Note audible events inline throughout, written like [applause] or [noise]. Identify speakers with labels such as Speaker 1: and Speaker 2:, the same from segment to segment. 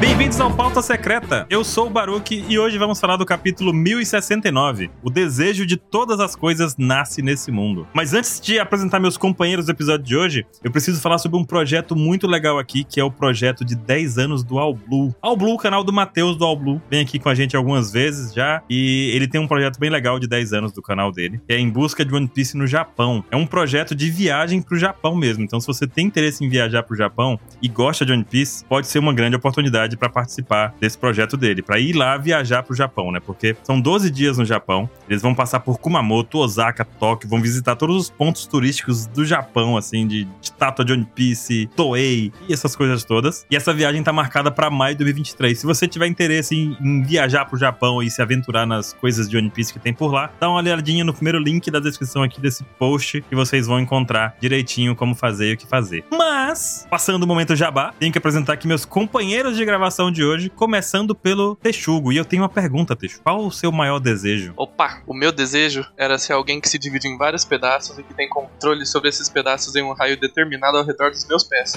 Speaker 1: Bem-vindos ao Pauta Secreta. Eu sou o Baruque e hoje vamos falar do capítulo 1069. O desejo de todas as coisas nasce nesse mundo. Mas antes de apresentar meus companheiros do episódio de hoje, eu preciso falar sobre um projeto muito legal aqui, que é o projeto de 10 anos do All Blue. All Blue, canal do Matheus do All Blue, vem aqui com a gente algumas vezes já e ele tem um projeto bem legal de 10 anos do canal dele, que é Em Busca de One Piece no Japão. É um projeto de viagem pro Japão mesmo. Então, se você tem interesse em viajar pro Japão e gosta de One Piece, pode ser uma grande oportunidade para participar desse projeto dele, para ir lá viajar pro Japão, né? Porque são 12 dias no Japão, eles vão passar por Kumamoto, Osaka, Tóquio, vão visitar todos os pontos turísticos do Japão, assim, de de estátua de One Piece, Toei e essas coisas todas. E essa viagem tá marcada para maio de 2023. Se você tiver tá interesse em, em viajar pro Japão e se aventurar nas coisas de One Piece que tem por lá, dá uma olhadinha no primeiro link da descrição aqui desse post que vocês vão encontrar direitinho como fazer e o que fazer. Mas, passando o momento jabá, tenho que apresentar aqui meus companheiros de gravação de hoje, começando pelo Texugo. E eu tenho uma pergunta, Texugo. Qual o seu maior desejo? [laughs]
Speaker 2: Opa, o meu desejo era ser alguém que se divide em vários pedaços e que tem controle sobre esses pedaços em um raio determinado ao redor dos meus pés.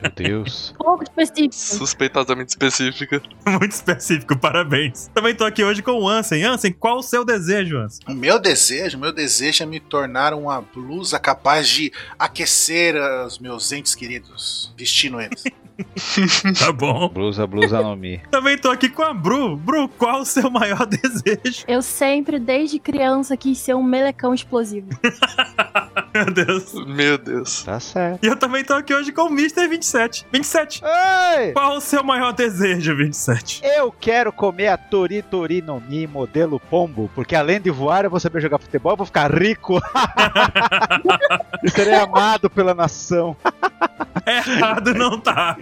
Speaker 3: Meu Deus.
Speaker 4: Um pouco específico.
Speaker 2: Suspeitosamente específica.
Speaker 1: Muito específico, parabéns. Também tô aqui hoje com o Ansem. Ansem, qual o seu desejo, Ansem?
Speaker 5: O meu desejo, o meu desejo é me tornar uma blusa capaz de aquecer ah, os meus entes queridos,
Speaker 4: [laughs]
Speaker 5: vestindo eles.
Speaker 1: Tá bom.
Speaker 3: Blusa, blusa no mi.
Speaker 1: Também tô aqui com a Bru. Bru, qual o seu maior [laughs] desejo?
Speaker 4: Eu sempre, desde criança, quis ser um melecão explosivo.
Speaker 1: Meu Deus.
Speaker 2: Meu Deus.
Speaker 3: Tá certo.
Speaker 1: E eu também tô aqui hoje com o Mr. 27. 27,
Speaker 3: Ei!
Speaker 1: qual o seu maior desejo, 27?
Speaker 3: Eu quero comer a Tori Tori no Mi modelo pombo, porque além de voar, eu vou saber jogar futebol, eu vou ficar rico. [laughs] e serei amado pela nação.
Speaker 1: É Errado não tá.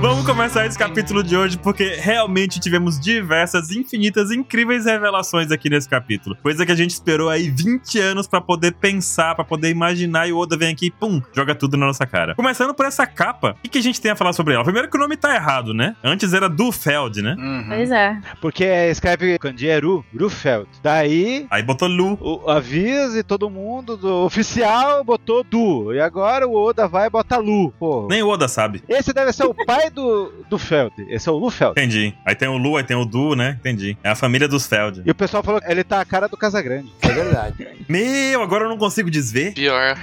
Speaker 1: Vamos começar esse capítulo de hoje porque realmente tivemos diversas, infinitas, incríveis revelações aqui nesse capítulo. Coisa que a gente esperou aí 20 anos pra poder pensar, pra poder imaginar e o Oda vem aqui e pum, joga tudo na nossa cara. Começando por essa capa, o que, que a gente tem a falar sobre ela? Primeiro que o nome tá errado, né? Antes era Dufeld, né?
Speaker 5: Uhum.
Speaker 4: Pois é.
Speaker 3: Porque escreve Candieru, Rufeld. Daí,
Speaker 1: Aí botou Lu.
Speaker 3: o, avisa e todo mundo do oficial botou Du. E agora o Oda vai e bota Lu. Pô.
Speaker 1: Nem o Oda sabe.
Speaker 3: Esse deve ser o pai do, do Feld. Esse é o Lufeld.
Speaker 1: Entendi. Aí tem o Lu, aí tem o Du, né? Entendi. É a família dos Feld.
Speaker 3: E o pessoal falou que ele tá a cara do Casagrande. É verdade.
Speaker 1: Meu, agora eu não consigo desver.
Speaker 2: Pior.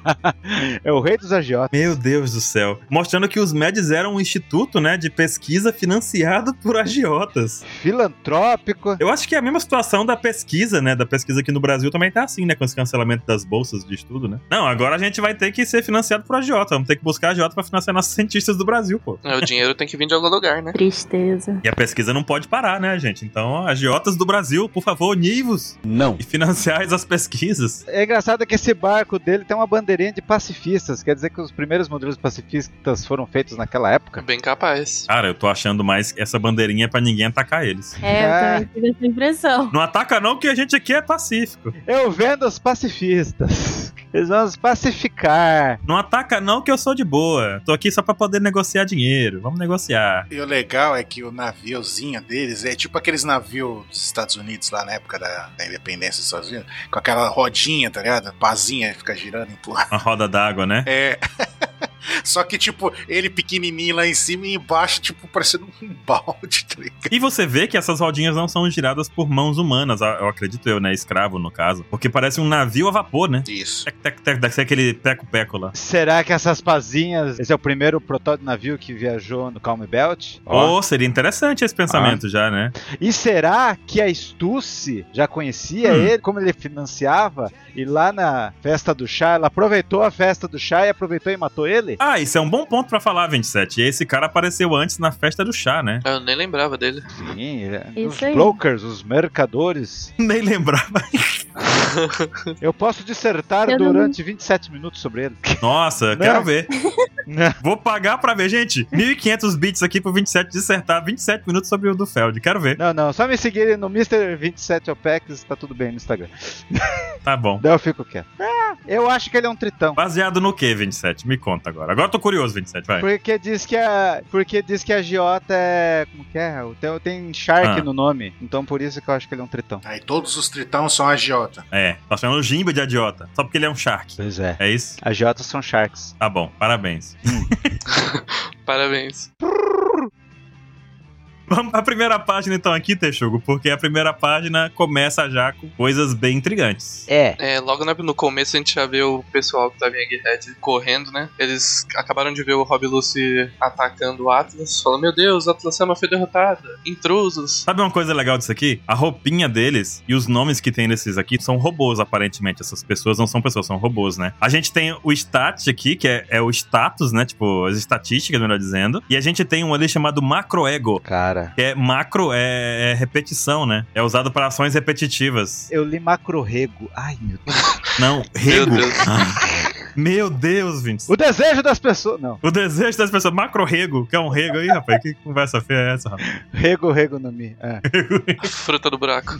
Speaker 3: [laughs] é o rei dos agiotas.
Speaker 1: Meu Deus do céu. Mostrando que os MEDs eram um instituto, né, de pesquisa financiado [laughs] por agiotas.
Speaker 3: Filantrópico.
Speaker 1: Eu acho que é a mesma situação da pesquisa, né? Da pesquisa aqui no Brasil também tá assim, né? Com esse cancelamento das bolsas de estudo, né? Não, agora a gente vai ter que ser financiado por agiota. Vamos ter que buscar agiota pra financiar nossos [laughs] cientistas do Brasil, pô.
Speaker 2: É, O dinheiro tem que vir de algum lugar, né?
Speaker 4: Tristeza.
Speaker 1: E a pesquisa não pode parar, né, gente? Então, agiotas do Brasil, por favor, univos
Speaker 3: Não.
Speaker 1: e [laughs] financiais as pesquisas.
Speaker 3: É engraçado que esse barco dele tem uma bandeirinha de pacifistas. Quer dizer que os primeiros modelos pacifistas foram feitos naquela
Speaker 2: É
Speaker 3: época?
Speaker 2: bem capaz.
Speaker 1: Cara, eu tô achando mais essa bandeirinha é pra ninguém atacar eles.
Speaker 4: É,
Speaker 3: Ah.
Speaker 4: eu também tive essa impressão.
Speaker 1: Não ataca não, que a gente aqui é pacífico.
Speaker 3: Eu vendo os pacifistas. Eles vão nos pacificar.
Speaker 1: Não ataca não, que eu sou de boa. Tô aqui só pra poder negociar dinheiro. Vamos negociar.
Speaker 5: E o legal é que o naviozinho deles é tipo aqueles navios dos Estados Unidos lá na época da, da independência dos Estados Unidos, com aquela rodinha, tá ligado? Pazinha fica girando e empurrando.
Speaker 1: Uma roda d'água, né?
Speaker 5: É. [laughs] Só que, tipo, ele pequenininho lá em cima e embaixo, tipo, parecendo um balde, tá ligado?
Speaker 1: E você vê que essas rodinhas não são giradas por mãos humanas, eu acredito eu, né? Escravo, no caso. Porque parece um navio a vapor, né?
Speaker 5: Isso.
Speaker 1: Tec, tec, tec, deve ser aquele peco-peco lá.
Speaker 3: Será que essas pazinhas. Esse é o primeiro protótipo de navio que viajou no Calm Belt? Ó. Ah.
Speaker 1: Ou seria interessante esse pensamento já, né?
Speaker 3: E será que a Stussy já conhecia
Speaker 1: Hum.
Speaker 3: ele, como ele financiava? E lá na festa do chá, ela aproveitou a festa do chá e aproveitou e matou ele?
Speaker 1: Ah, isso é um bom ponto pra falar, 27. Esse cara apareceu antes na festa do chá,
Speaker 3: [laughs]
Speaker 1: né?
Speaker 2: Eu nem lembrava dele. [laughs]
Speaker 3: Sim, é.
Speaker 4: Isso
Speaker 3: os
Speaker 4: aí.
Speaker 3: brokers, os mercadores.
Speaker 1: Nem lembrava.
Speaker 3: Eu posso dissertar
Speaker 4: Eu não-
Speaker 3: durante 27 minutos sobre ele.
Speaker 1: Nossa,
Speaker 3: Né?
Speaker 1: quero
Speaker 3: [laughs]
Speaker 1: ver. Vou pagar pra ver, gente. 1.500 bits aqui pro 27 dissertar 27 minutos sobre o do Feld. Quero ver.
Speaker 3: Não, não, só me seguirem no Mr. 27 Opex, tá tudo bem no Instagram.
Speaker 1: Tá bom.
Speaker 3: Daí eu fico quieto. Ah, eu acho que ele é um tritão.
Speaker 1: Baseado no que, 27? Me conta agora. Agora eu tô curioso, 27, vai.
Speaker 3: Porque diz que a. Porque diz que a Giota é. Como que é? Tem, tem Shark
Speaker 1: Ah.
Speaker 3: no nome. Então por isso que eu acho que ele é um tritão.
Speaker 5: Aí todos os tritão são agiota.
Speaker 1: É, tá chamando o Jimba de adiota. Só porque ele é um shark.
Speaker 3: Pois é.
Speaker 1: É isso?
Speaker 3: As Giotas são Sharks.
Speaker 1: Tá bom, parabéns. [laughs]
Speaker 2: Parabéns.
Speaker 1: Vamos pra primeira página então aqui, Texugo, porque a primeira página começa já com coisas bem intrigantes.
Speaker 3: É.
Speaker 2: É, logo na- no começo a gente já vê o pessoal que tava em Egghead correndo, né? Eles acabaram de ver o Rob Lucy atacando o Atlas, falando: Meu Deus, a Atlasama foi derrotada, intrusos.
Speaker 1: Sabe uma coisa legal disso aqui? A roupinha deles e os nomes que tem nesses aqui são robôs, aparentemente. Essas pessoas não são pessoas, são robôs, né? A gente tem o stat aqui, que é, é o status, né? Tipo, as estatísticas, melhor dizendo. E a gente tem um ali chamado macroego,
Speaker 3: Cara.
Speaker 1: que é macro, é, é repetição, né? É usado para ações repetitivas.
Speaker 3: Eu li Macro-Rego. Ai, meu Deus.
Speaker 1: Não, rego.
Speaker 2: Deus.
Speaker 1: Ah. Meu Deus, Vince.
Speaker 3: O desejo das pessoas. Não.
Speaker 1: O desejo das pessoas. Macro rego. Quer um rego aí, rapaz? Que conversa feia é essa, rapaz?
Speaker 3: Rego, Rego no Mi. [laughs] É.
Speaker 2: Fruta do buraco.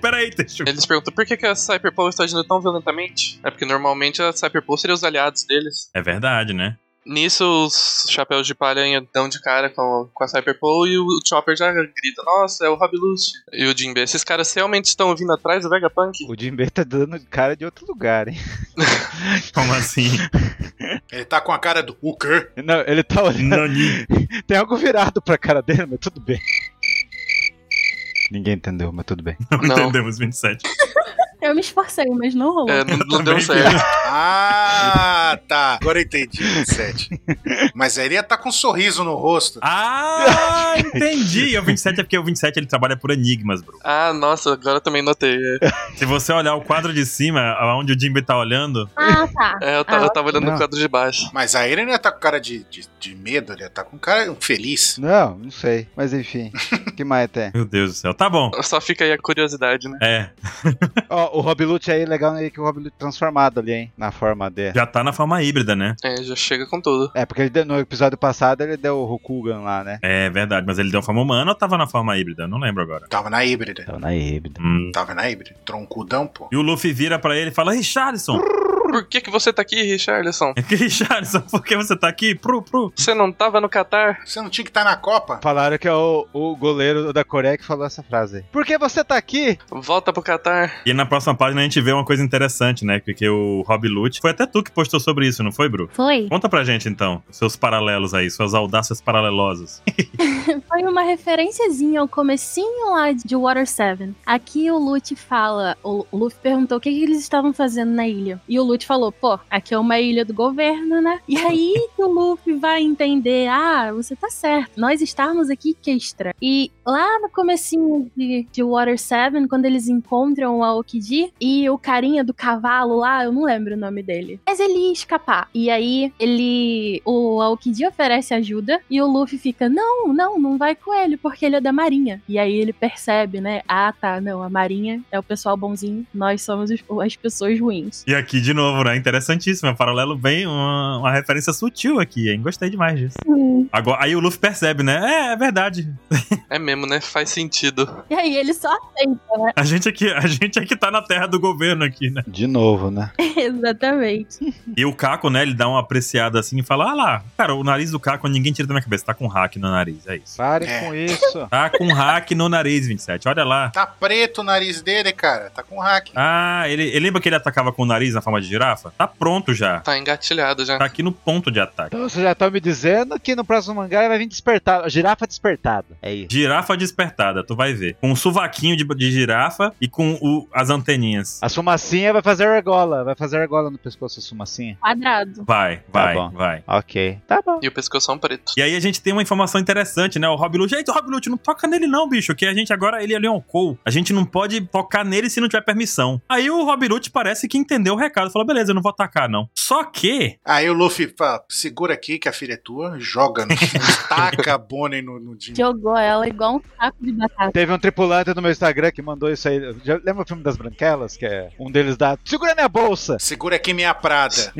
Speaker 1: Pera aí, Teixugo.
Speaker 2: Eles perguntam: Por que, que a Cyberpol está agindo tão violentamente? É porque normalmente a Cyberpol seria os aliados deles.
Speaker 1: É verdade, né?
Speaker 2: Nisso, os chapéus de palha dão de cara com, com a Cyberpole e o Chopper já grita: Nossa, é o Rob Lucy. E o Jinbe, esses caras realmente estão vindo atrás do Vegapunk?
Speaker 3: O Jim B tá dando cara de outro lugar, hein?
Speaker 1: Como assim?
Speaker 5: Ele tá com a cara do o quê?
Speaker 3: Não, ele tá olhando.
Speaker 1: Nani.
Speaker 3: Tem algo virado pra cara dele, mas tudo bem. Ninguém entendeu, mas tudo bem.
Speaker 1: [laughs] Não,
Speaker 2: Não.
Speaker 1: entendemos, 27.
Speaker 4: Eu me esforcei, mas não rolou.
Speaker 2: É, não, não
Speaker 1: Também
Speaker 2: deu certo.
Speaker 5: Ah, tá. Agora eu entendi, 27. Mas aí ele ia tá com um sorriso no rosto.
Speaker 1: Ah, entendi. O 27 é porque o 27 ele trabalha por enigmas, bro.
Speaker 2: [laughs] Ah, nossa, agora eu também notei. É,
Speaker 1: Se você olhar o quadro de cima, onde o Jimby tá olhando,
Speaker 4: Ah, tá.
Speaker 2: É, eu, tava,
Speaker 4: Ah,
Speaker 2: eu tava olhando
Speaker 3: Não.
Speaker 2: o quadro de baixo.
Speaker 5: Mas aí ele não ia tá com cara de, de, de medo, ele ia tá com cara feliz.
Speaker 3: Não, não sei. Mas enfim. [laughs] que mais tem?
Speaker 1: meu Deus do céu. Tá bom.
Speaker 2: Só fica aí a curiosidade, né?
Speaker 1: É,
Speaker 3: Ó, o Rob Lute aí, legal aí que o Rob Lute transformado ali, hein? Na forma de.
Speaker 1: já tá na forma híbrida, né?
Speaker 2: É, já chega com tudo.
Speaker 3: É, porque ele deu- no episódio passado ele deu o Rokugan lá, né?
Speaker 1: É verdade, mas ele deu forma humana ou tava na forma híbrida? Não lembro agora.
Speaker 5: Tava na híbrida.
Speaker 3: Então na híbrida.
Speaker 1: Hum.
Speaker 5: Tava na híbrida. Troncudão, pô.
Speaker 1: E o Luffy vira pra ele e fala: [laughs] Richarlison!
Speaker 2: Por que, que você tá aqui, Richarlison?
Speaker 1: Richarlison, por que você tá aqui? Pru, pru.
Speaker 2: Você não tava no Catar?
Speaker 5: Você não tinha que estar tá na Copa?
Speaker 3: Falaram que é o, o goleiro da Coreia que falou essa frase aí. Por que você tá aqui?
Speaker 2: Volta pro Catar.
Speaker 1: E na próxima página a gente vê uma coisa interessante, né? Porque o Rob Lute. Foi até tu que postou sobre isso, não foi, Bru?
Speaker 4: Foi.
Speaker 1: Conta pra gente então, seus paralelos aí, suas audácias paralelosas. [laughs]
Speaker 4: Foi uma referenciazinha ao comecinho lá de Water 7. Aqui o Lute fala, o Luffy perguntou o que, que eles estavam fazendo na ilha. E o Lute falou, pô, aqui é uma ilha do governo, né? E aí que o Luffy vai entender, ah, você tá certo, nós estarmos aqui que é estranho. E lá no comecinho de, de Water 7, quando eles encontram a Okiji e o carinha do cavalo lá, eu não lembro o nome dele. Mas ele ia escapar. E aí ele, o Aokiji oferece ajuda e o Luffy fica, não, não, não, não vai com ele, porque ele é da Marinha. E aí ele percebe, né? Ah, tá, não, a Marinha é o pessoal bonzinho, nós somos os- as pessoas ruins.
Speaker 1: E aqui de novo, né? Interessantíssimo. É um paralelo bem, uma, uma referência sutil aqui, hein? Gostei demais disso.
Speaker 4: Uhum.
Speaker 1: Agora, aí o Luffy percebe, né? É, é verdade.
Speaker 2: É mesmo, né? Faz sentido.
Speaker 4: E aí ele só [laughs] aceita, né?
Speaker 1: A gente aqui, a gente aqui tá na terra do governo aqui, né?
Speaker 3: De novo, né?
Speaker 4: Exatamente.
Speaker 1: E o Caco, né? Ele dá uma apreciada assim e fala: Ah lá, cara, o nariz do Caco ninguém tira da minha cabeça. Tá com hack no nariz, é isso.
Speaker 3: Pare
Speaker 5: É.
Speaker 3: com isso.
Speaker 1: Tá com hack no nariz, 27. Olha lá.
Speaker 5: Tá preto o nariz dele, cara. Tá com hack.
Speaker 1: Ah, ele, ele lembra que ele atacava com o nariz na forma de girafa? Tá pronto já.
Speaker 2: Tá engatilhado já.
Speaker 1: Tá aqui no ponto de ataque.
Speaker 3: Então vocês já estão me dizendo que no próximo mangá vai vir despertado. Girafa despertada. É isso.
Speaker 1: Girafa despertada, tu vai ver. Com um sovaquinho de, de girafa e com o- as anteninhas.
Speaker 3: A sumacinha vai fazer argola. Vai fazer argola no pescoço a sumacinha.
Speaker 4: Quadrado.
Speaker 1: Vai, vai,
Speaker 3: bom.
Speaker 1: vai.
Speaker 3: Ok. Tá bom.
Speaker 2: E o pescoção preto.
Speaker 1: E aí a gente tem uma informação interessante, né? O Rob Lute. Gente, Rob Lute, não toca nele não, bicho. Que a gente agora, ele é Leon Cole. A gente não pode tocar nele se não tiver permissão. Aí o Rob Lute parece que entendeu o recado. Falou falou: beleza, eu não vou atacar, não. Só que.
Speaker 5: Aí o Luffy fala, segura aqui que a filha é tua, joga, no, taca a Bonnie no, no Jimmy.
Speaker 4: Jogou ela igual um saco de batata.
Speaker 3: Teve um tripulante no meu Instagram que mandou isso aí. Já- lembra o filme das Branquelas? Que é um deles dá. Segura minha [laughs] bolsa!
Speaker 5: Segura aqui minha Prada.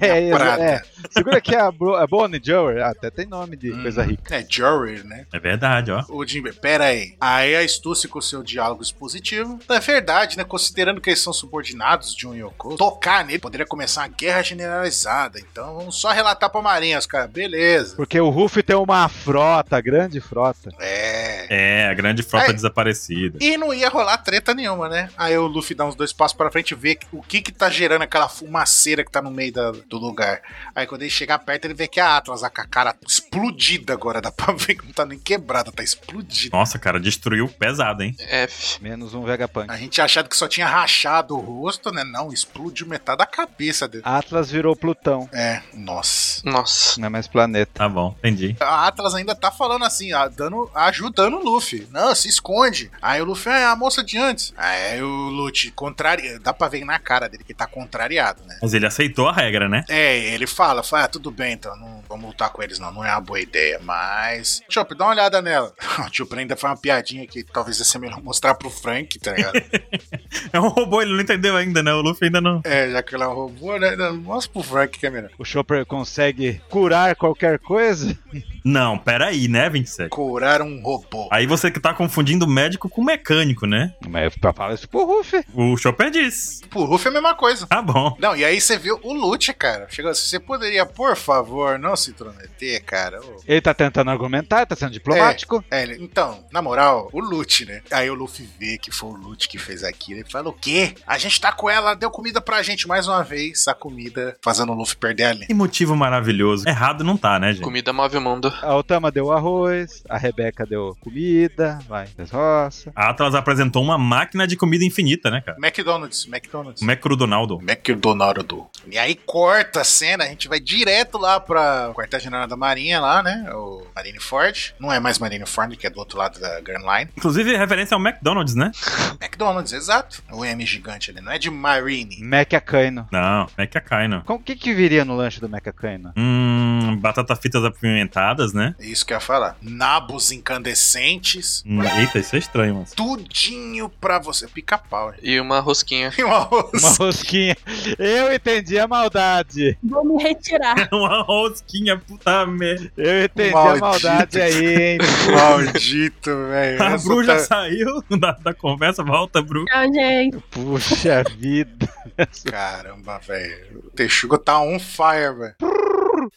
Speaker 3: é, isso,
Speaker 5: Prada.
Speaker 3: é. Segura aqui a, Bro, a Bonnie Jower. Até tem nome de
Speaker 5: Hum.
Speaker 3: coisa rica.
Speaker 5: É Jury, né?
Speaker 1: É verdade, ó.
Speaker 5: Ô, Jimbe, pera aí. Aí a Stussy com seu diálogo expositivo. É verdade, né? Considerando que eles são subordinados de um Yoko, tocar nele poderia começar uma guerra generalizada. Então vamos só relatar pra Marinha, os caras. Beleza.
Speaker 3: Porque o Ruff tem uma frota, grande frota.
Speaker 5: É.
Speaker 1: É, a grande frota
Speaker 5: É.
Speaker 1: desaparecida.
Speaker 5: E não ia rolar treta nenhuma, né? Aí o Luffy dá uns dois passos pra frente e vê o que que tá gerando aquela fumaceira que tá no meio da- do lugar. Aí quando ele chegar perto, ele vê que a Atlas, a cara explodida agora. Dá pra ver que não tá nem quebrada, tá explodida.
Speaker 1: Nossa, cara, destruiu pesado, hein?
Speaker 2: F.
Speaker 3: Menos um Vegapunk.
Speaker 5: A gente achado que só tinha rachado o rosto, né? Não, explodiu metade da cabeça dele.
Speaker 3: Atlas virou Plutão.
Speaker 5: É, nossa.
Speaker 2: Nossa.
Speaker 3: Não é mais planeta.
Speaker 1: Tá bom, entendi.
Speaker 5: A Atlas ainda tá falando assim, ah, dando, ajudando o Luffy. Não, se esconde. Aí o Luffy, é a moça de antes. Aí o Lute, contrari... dá pra ver na cara dele que tá contrariado, né?
Speaker 1: Mas ele aceitou a regra, né?
Speaker 5: É, ele fala, fala, ah, tudo bem, então, não vamos lutar com eles não, não é uma boa ideia, mas... Chop, dá uma olhada nela. [laughs] O Chop ainda faz uma piadinha que talvez ia ser melhor mostrar pro Frank, tá ligado?
Speaker 1: [laughs] É um robô, ele não entendeu ainda, né? O Luffy ainda não.
Speaker 5: é, já que ele é um robô, né? Mostra pro Frank que é melhor.
Speaker 3: O Chopper consegue curar qualquer coisa?
Speaker 1: Não, peraí, né, 27?
Speaker 5: Curar um robô.
Speaker 1: Aí você que tá confundindo médico com mecânico, né?
Speaker 3: Mas eu falo isso pro Ruff.
Speaker 1: O Chopper diz.
Speaker 5: Pro Luffy é a mesma coisa.
Speaker 1: Tá bom.
Speaker 5: Não, e aí você viu o Lute, cara. Chegou assim, você poderia, por favor, não se intrometer, cara. Ô.
Speaker 3: Ele tá tentando argumentar, tá sendo diplomático.
Speaker 5: É, ele- então, na moral, o Lute, né? Aí o Luffy vê que foi o Lute que fez aquilo. Ele fala, o quê? A gente tá com ela, deu comida pra gente mais uma vez. A comida fazendo o Luffy perder a linha.
Speaker 1: Que motivo maravilhoso. Errado não tá, né, gente?
Speaker 2: Comida move o mundo.
Speaker 3: A Otama deu arroz, a Rebeca deu comida, vai, das roças.
Speaker 1: A Atlas apresentou uma máquina de comida infinita, né, cara?
Speaker 5: McDonald's, McDonald's.
Speaker 1: Como é que o Donaldo?
Speaker 5: McDonald's. E aí corta a cena, a gente vai direto lá pra quartel general da Marinha lá, né? O Marineford. Não é mais Marineford, que é do outro lado da Grand Line.
Speaker 1: Inclusive, referência ao McDonald's, né?
Speaker 5: McDonald's, exato. O M gigante ali, não é de Marine.
Speaker 3: Mecacaino.
Speaker 1: Não, McAkaino.
Speaker 3: Com- O que que viria no lanche do Mecacaino?
Speaker 1: Hum, batata fritas apimentadas, né?
Speaker 5: É Isso que eu ia falar. Nabos incandescentes.
Speaker 1: Hum, eita, isso é estranho, mas.
Speaker 5: Tudinho pra você. Pica-pau, [laughs] gente.
Speaker 2: E uma rosquinha.
Speaker 5: E um arroz.
Speaker 3: Uma rosquinha. Eu entendi a maldade.
Speaker 4: Vou me retirar.
Speaker 1: [laughs] uma rosquinha, puta merda.
Speaker 3: Eu entendi
Speaker 5: Maldito.
Speaker 3: a maldade aí, hein?
Speaker 5: [laughs] Maldito,
Speaker 1: [laughs]
Speaker 5: velho.
Speaker 1: A
Speaker 5: Essa
Speaker 1: Bru já
Speaker 5: tá-
Speaker 1: saiu da, da conversa, volta, Bru.
Speaker 4: [laughs] Tchau, gente.
Speaker 3: [laughs] Puxa vida.
Speaker 5: Caramba, velho. O Texugo tá on fire, velho.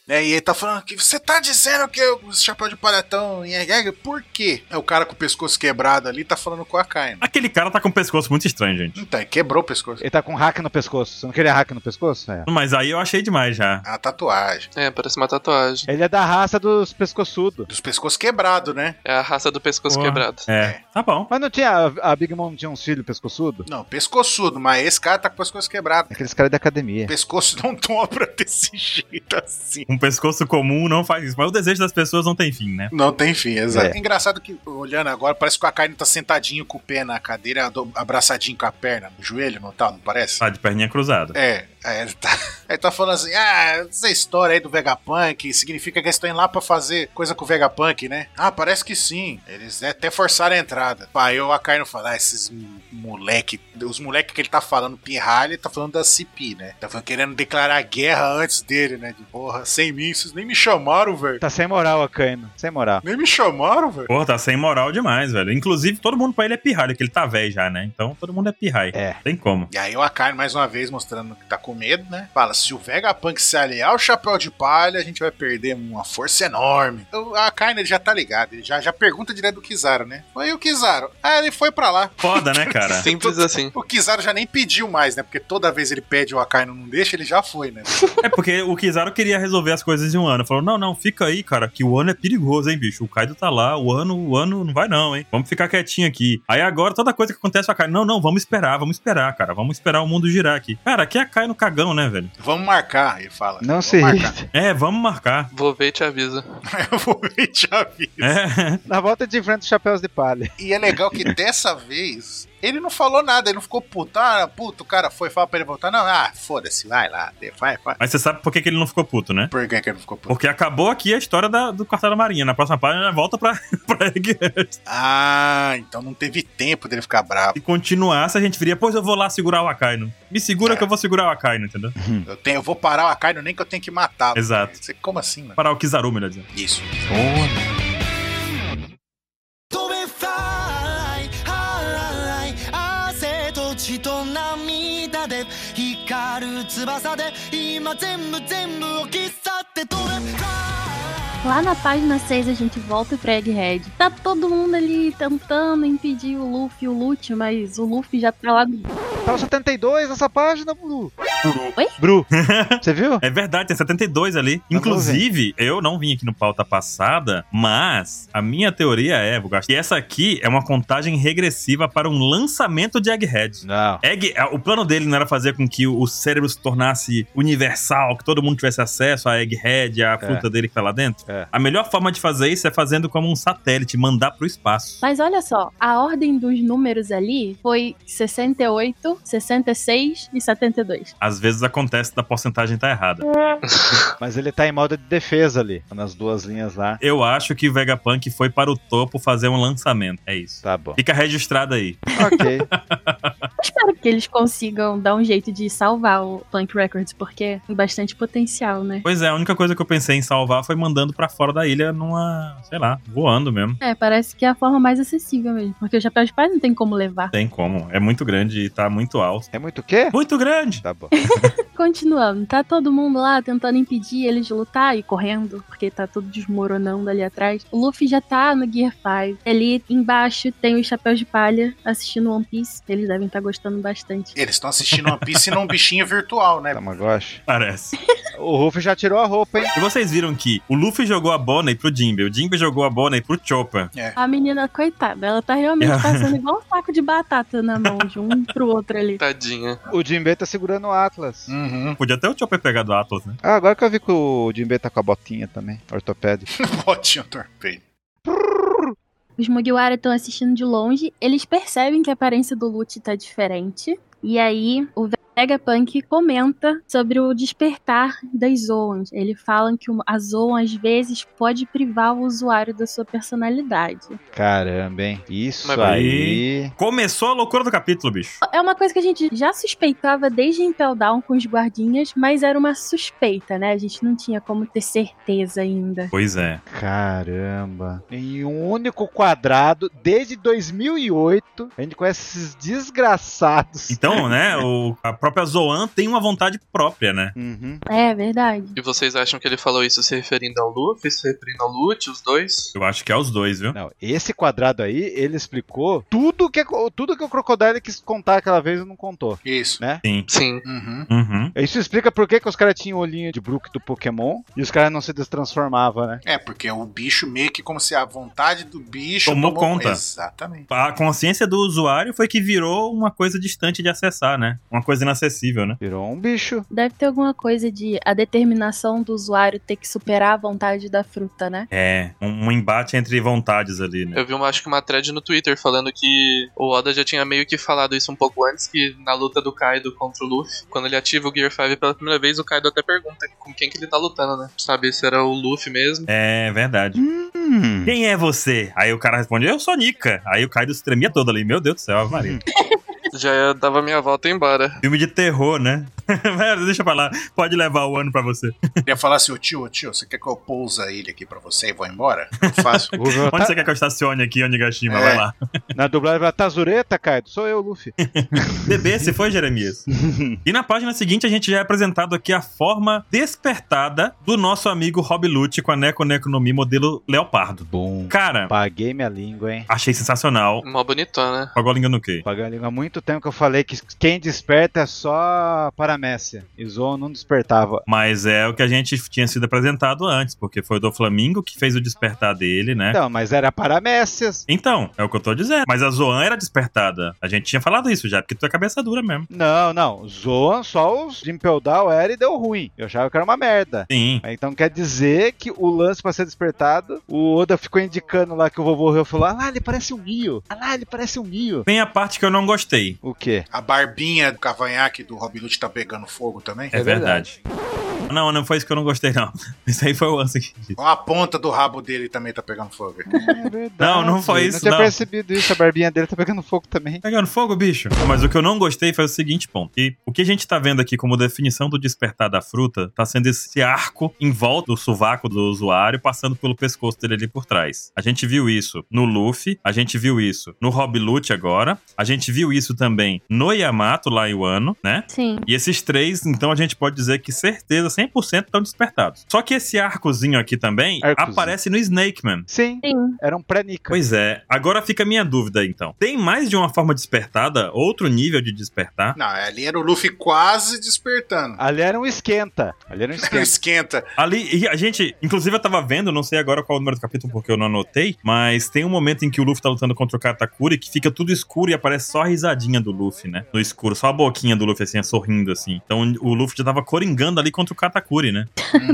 Speaker 5: É, e ele tá falando que você tá dizendo que o chapéu de palhatão e a por quê? É o cara com o pescoço quebrado ali tá falando com a Kaina.
Speaker 1: Aquele cara tá com o pescoço muito estranho, gente.
Speaker 5: Então, ele quebrou o pescoço.
Speaker 3: Ele tá com hack no pescoço. Você não queria hack no pescoço? É.
Speaker 1: Mas aí eu achei demais já.
Speaker 5: A tatuagem.
Speaker 2: É, parece uma tatuagem.
Speaker 3: Ele é da raça dos pescoçudos.
Speaker 5: Dos pescoços quebrado, né?
Speaker 2: É a raça do pescoço
Speaker 1: Porra.
Speaker 2: quebrado.
Speaker 1: É, tá bom.
Speaker 3: Mas não tinha. A a Big Mom não tinha uns filhos pescoçudo?
Speaker 5: Não, pescoçudo, mas esse cara tá com o pescoço quebrado.
Speaker 3: Aqueles caras da academia.
Speaker 5: O pescoço não [laughs] dobra desse jeito assim.
Speaker 1: Um pescoço comum não faz isso. Mas o desejo das pessoas não tem fim, né?
Speaker 5: Não tem fim, exato.
Speaker 3: É.
Speaker 5: Engraçado que, olhando agora, parece que o Akainu tá sentadinho com o pé na cadeira, do- abraçadinho com a perna, no joelho, não tá? Não parece?
Speaker 1: Tá de perninha cruzada.
Speaker 5: É, é, ele tá, [laughs] ele tá falando assim, ah, essa história aí do Vegapunk significa que eles estão indo lá pra fazer coisa com o Vegapunk, né? Ah, parece que sim. Eles é, até forçaram a entrada. Aí o Akainu fala, ah, esses m- moleque, os moleque que ele tá falando pirralha, ele tá falando da CP, né? Tava querendo declarar guerra antes dele, né? De porra, sem mim, vocês nem me chamaram, velho.
Speaker 3: Tá sem moral a Kaino. Sem moral.
Speaker 5: Nem me chamaram, velho.
Speaker 1: Porra, tá sem moral demais, velho. Inclusive, todo mundo pra ele é pirralho, que ele tá velho já, né? Então, todo mundo é pirrai.
Speaker 3: É.
Speaker 1: Tem como.
Speaker 5: E aí o Akainu, mais uma vez, mostrando que tá com medo, né? Fala, se o Vegapunk se aliar ao Chapéu de Palha, a gente vai perder uma força enorme. O Akainu, ele já tá ligado, ele já, já pergunta direto do Kizaru, né? Foi o Kizaru. Aí ele foi pra lá.
Speaker 1: Foda, né,
Speaker 2: [laughs]
Speaker 1: cara?
Speaker 2: Simples assim.
Speaker 5: O Kizaru já nem pediu mais, né? Porque toda vez ele pede o Akainu não deixa, ele já foi, né?
Speaker 1: É porque o Kizaru queria resolver as coisas em um ano. Falou, não, não, fica aí, cara, que o ano é perigoso, hein, bicho. O Kaido tá lá, o ano, o ano não vai não, hein. Vamos ficar quietinho aqui. Aí agora, toda coisa que acontece, a Kaido, não, não, vamos esperar, vamos esperar, cara. Vamos esperar o mundo girar aqui. Cara, aqui é a Kai no cagão, né, velho?
Speaker 5: Vamos marcar, ele fala.
Speaker 3: Não
Speaker 5: Vamos
Speaker 3: se
Speaker 5: marcar.
Speaker 3: [laughs]
Speaker 5: [laughs]
Speaker 3: irrita.
Speaker 1: É, vamos marcar.
Speaker 2: Vou ver e te avisa.
Speaker 5: Eu vou ver, já vi.
Speaker 1: É. [laughs]
Speaker 3: Na volta de frente, chapéus de palha.
Speaker 5: E é legal que dessa vez Ele não falou nada, ele não ficou puto. Ah, puto, o cara foi falar pra ele voltar. Não, ah, foda-se, vai lá, vai, vai.
Speaker 1: Mas você sabe por que, que ele não ficou puto, né?
Speaker 5: Por que, que ele não ficou puto?
Speaker 1: Porque acabou aqui a história da- do quartel da marinha. Na próxima página volta pra, [laughs] pra Egghead.
Speaker 5: Ah, então não teve tempo dele ficar bravo.
Speaker 1: Se continuasse, a gente viria, pois eu vou lá segurar o Akainu. Me segura que eu vou segurar o Akainu, entendeu?
Speaker 5: Eu, tenho, eu vou parar o Akainu nem que eu tenho que matá-lo.
Speaker 1: Hum. Exato.
Speaker 5: Você- Como assim, mano?
Speaker 1: Parar o Kizaru, melhor dizendo.
Speaker 5: Isso.
Speaker 4: Lá na página 6 a gente volta pra Egghead. Tá todo mundo ali tentando impedir o Luffy e o Lute, mas o Luffy já tá lá.
Speaker 3: Tava 72 nessa página, Bru.
Speaker 4: Oi?
Speaker 3: [laughs] Bru. Você viu?
Speaker 1: É verdade, tem 72 ali. Inclusive, eu não vim aqui no pauta passada, mas a minha teoria é, Bugasto, que essa aqui é uma contagem regressiva para um lançamento de Egghead.
Speaker 3: Não.
Speaker 1: Egg, o plano dele não era fazer com que o cérebro se tornasse universal, que todo mundo tivesse acesso a Egghead, a fruta dele que tá lá dentro.
Speaker 3: É.
Speaker 1: A melhor forma de fazer isso é fazendo como um satélite, mandar pro espaço.
Speaker 4: Mas olha só, a ordem dos números ali foi 68, 66 e 72.
Speaker 1: Às vezes acontece da porcentagem tá errada.
Speaker 3: Mas ele tá em modo de defesa ali, nas duas linhas lá.
Speaker 1: Eu acho que o Vegapunk foi para o topo fazer um lançamento. É isso.
Speaker 3: Tá bom.
Speaker 1: Fica registrado aí.
Speaker 3: Ok.
Speaker 4: Eu espero que eles consigam dar um jeito de salvar o Plank Records, porque tem bastante potencial, né?
Speaker 1: Pois é, a única coisa que eu pensei em salvar foi mandando pra fora da ilha numa, sei lá, voando mesmo.
Speaker 4: É, parece que é a forma mais acessível mesmo, porque o chapéu de palha não tem como levar.
Speaker 1: Tem como, é muito grande e tá muito alto.
Speaker 3: É muito o quê?
Speaker 1: Muito grande!
Speaker 3: Tá bom.
Speaker 4: Continuando, tá todo mundo lá tentando impedir eles de lutar e correndo, porque tá tudo desmoronando ali atrás. O Luffy já tá no Gear 5. Ali embaixo tem os chapéus de palha assistindo One Piece. Eles devem estar gostando bastante.
Speaker 5: Eles estão assistindo One Piece num bichinho virtual,
Speaker 1: Tá
Speaker 5: né?
Speaker 3: Tamagotchi.
Speaker 1: Parece.
Speaker 3: É. O Ruff já tirou a roupa, hein?
Speaker 1: E vocês viram que o Luffy jogou a Bonnie pro Jinbe, o Jinbe jogou a Bonnie pro Chopper.
Speaker 5: É.
Speaker 4: A menina, coitada, ela tá realmente passando igual um saco de batata na mão, de um pro outro ali.
Speaker 2: Tadinha.
Speaker 3: O Jinbei tá segurando o Atlas.
Speaker 5: Uhum. [laughs]
Speaker 1: Podia até o Chopper pegar do Atlas, né?
Speaker 3: Ah, agora que eu vi que o Jinbei tá com a botinha também, ortopédica.
Speaker 5: Botinho torpedo.
Speaker 4: Os Mugiwara estão assistindo de longe, eles percebem que a aparência do Lute tá diferente. E aí, o Vegapunk comenta sobre o despertar das zoas. Ele fala que uma- a zoa, às vezes, pode privar o usuário da sua personalidade.
Speaker 3: Caramba, hein? Isso
Speaker 2: Mas
Speaker 1: aí-
Speaker 3: aí.
Speaker 1: Começou a loucura do capítulo, bicho.
Speaker 4: É uma coisa que a gente já suspeitava desde Impel Down com os guardinhas, mas era uma suspeita, né? A gente não tinha como ter certeza ainda.
Speaker 1: Pois é.
Speaker 3: Caramba. Em um único quadrado, desde 2008, a gente conhece esses desgraçados.
Speaker 1: Então, né, o- a própria Zoan tem uma vontade própria, né?
Speaker 3: Uhum.
Speaker 4: É verdade.
Speaker 2: E vocês acham que ele falou isso se referindo ao Luffy, se referindo ao Lute, os dois?
Speaker 1: Eu acho que é os dois, viu?
Speaker 3: Não, esse quadrado aí, ele explicou tudo que, tudo que o Crocodile quis contar aquela vez e não contou.
Speaker 5: Isso.
Speaker 1: Sim.
Speaker 2: Sim.
Speaker 5: Uhum.
Speaker 1: Uhum.
Speaker 3: Isso explica por que, que os caras tinham o olhinho de Brook do Pokémon e os caras não se destransformavam, né?
Speaker 5: É, porque o bicho meio que como se a vontade do bicho
Speaker 1: Tomou conta.
Speaker 5: Exatamente.
Speaker 1: A consciência do usuário foi que virou uma coisa distante de acessar, né? Uma coisa inacessível, né?
Speaker 3: Virou um bicho.
Speaker 4: Deve ter alguma coisa de a determinação do usuário ter que superar a vontade da fruta, né?
Speaker 1: É, um, um embate entre vontades ali, né?
Speaker 2: Eu vi uma, acho que uma thread no Twitter falando que o Oda já tinha meio que falado isso um pouco antes, que na luta do Kaido contra o Luffy, quando ele ativa o Gear 5 pela primeira vez, o Kaido até pergunta com quem que ele tá lutando, né? Pra Saber se era o Luffy mesmo.
Speaker 1: É verdade.
Speaker 3: Hum.
Speaker 1: Quem é você? Aí o cara responde, eu sou Nika. Aí o Kaido se tremia todo ali. Meu Deus do céu, Ave Maria.
Speaker 3: Hum.
Speaker 2: Já dava minha volta e ia embora.
Speaker 1: Filme de terror, né? [laughs] Velho, deixa pra lá. Pode levar o ano pra você.
Speaker 5: Eu ia falar assim, ô tio, ô tio, você quer que eu pousa ele aqui pra você e vou embora? Eu faço.
Speaker 3: O Ruff,
Speaker 1: Onde
Speaker 3: tá,
Speaker 1: você quer que eu estacione aqui, Onigashima?
Speaker 5: É.
Speaker 1: Vai lá.
Speaker 3: na dublagem, vai tá zureta, Kaido? Sou eu, Luffy.
Speaker 1: Bebê, se foi, Jeremias. e na página seguinte, a gente já é apresentado aqui a forma despertada do nosso amigo Rob Lute com a Neko Neko no Mi modelo Leopardo.
Speaker 3: Bom.
Speaker 1: Cara,
Speaker 3: Paguei minha língua, hein?
Speaker 1: achei sensacional.
Speaker 2: Mó bonitona, né?
Speaker 1: Agora engano o quê?
Speaker 3: Paguei a língua há muito tempo que eu falei que quem desperta é só para Messi. E Zon não despertava.
Speaker 1: Mas é o que a gente tinha sido apresentado antes, porque foi o do Flamengo que fez o despertar dele, né?
Speaker 3: Então, mas era para Messias.
Speaker 1: Então, é o que eu tô dizendo. Mas a Zoan era despertada. A gente tinha falado isso já, porque tu é cabeça dura mesmo.
Speaker 3: Não, não. Zoan só os Impel Down era e deu ruim. Eu achava que era uma merda.
Speaker 1: Sim.
Speaker 3: Então quer dizer que o lance pra ser despertado, o Oda ficou indicando lá que o vovô Rio falou: ah lá, ele parece um Mio. Ah lá, ele parece um Mio.
Speaker 1: Tem a parte que eu não gostei.
Speaker 3: O quê?
Speaker 5: A barbinha do cavanhaque do Robin Hood tá pegando fogo também.
Speaker 1: É,
Speaker 3: É verdade.
Speaker 1: verdade. Não, não foi isso que eu não gostei, não. [laughs] Isso aí foi o lance que.
Speaker 5: Ó, A ponta do rabo dele também tá pegando fogo.
Speaker 3: [laughs] É verdade.
Speaker 1: Não, não foi isso,
Speaker 3: Não tinha
Speaker 1: não.
Speaker 3: percebido isso. A barbinha dele tá pegando fogo também.
Speaker 1: Pegando fogo, bicho. Mas o que eu não gostei foi o seguinte ponto. E o que a gente tá vendo aqui como definição do despertar da fruta tá sendo esse arco em volta do sovaco do usuário, passando pelo pescoço dele ali por trás. A gente viu isso no Luffy, a gente viu isso no Rob Lute agora, a gente viu isso também no Yamato lá em Wano, né?
Speaker 4: Sim.
Speaker 1: E esses três, então a gente pode dizer que certeza 100% estão despertados. Só que esse arcozinho aqui também
Speaker 3: Arcozinho.
Speaker 1: aparece no Snake Man.
Speaker 3: Sim.
Speaker 4: Sim.
Speaker 3: Era um pré-nica.
Speaker 1: Pois é, agora fica a minha dúvida então. Tem mais de uma forma despertada, outro nível de despertar?
Speaker 5: Não, é ali era o Luffy quase despertando.
Speaker 3: Ali era um esquenta. Ali era um
Speaker 5: Não
Speaker 3: esquenta.
Speaker 5: esquenta.
Speaker 1: Ali, e a gente, inclusive eu tava vendo, não sei agora qual é o número do capítulo porque eu não anotei, mas tem um momento em que o Luffy tá lutando contra o Katakuri que fica tudo escuro e aparece só a risadinha do Luffy, né? No escuro, só a boquinha do Luffy assim, sorrindo assim. Então o Luffy já tava coringando ali contra o Katakuri, né?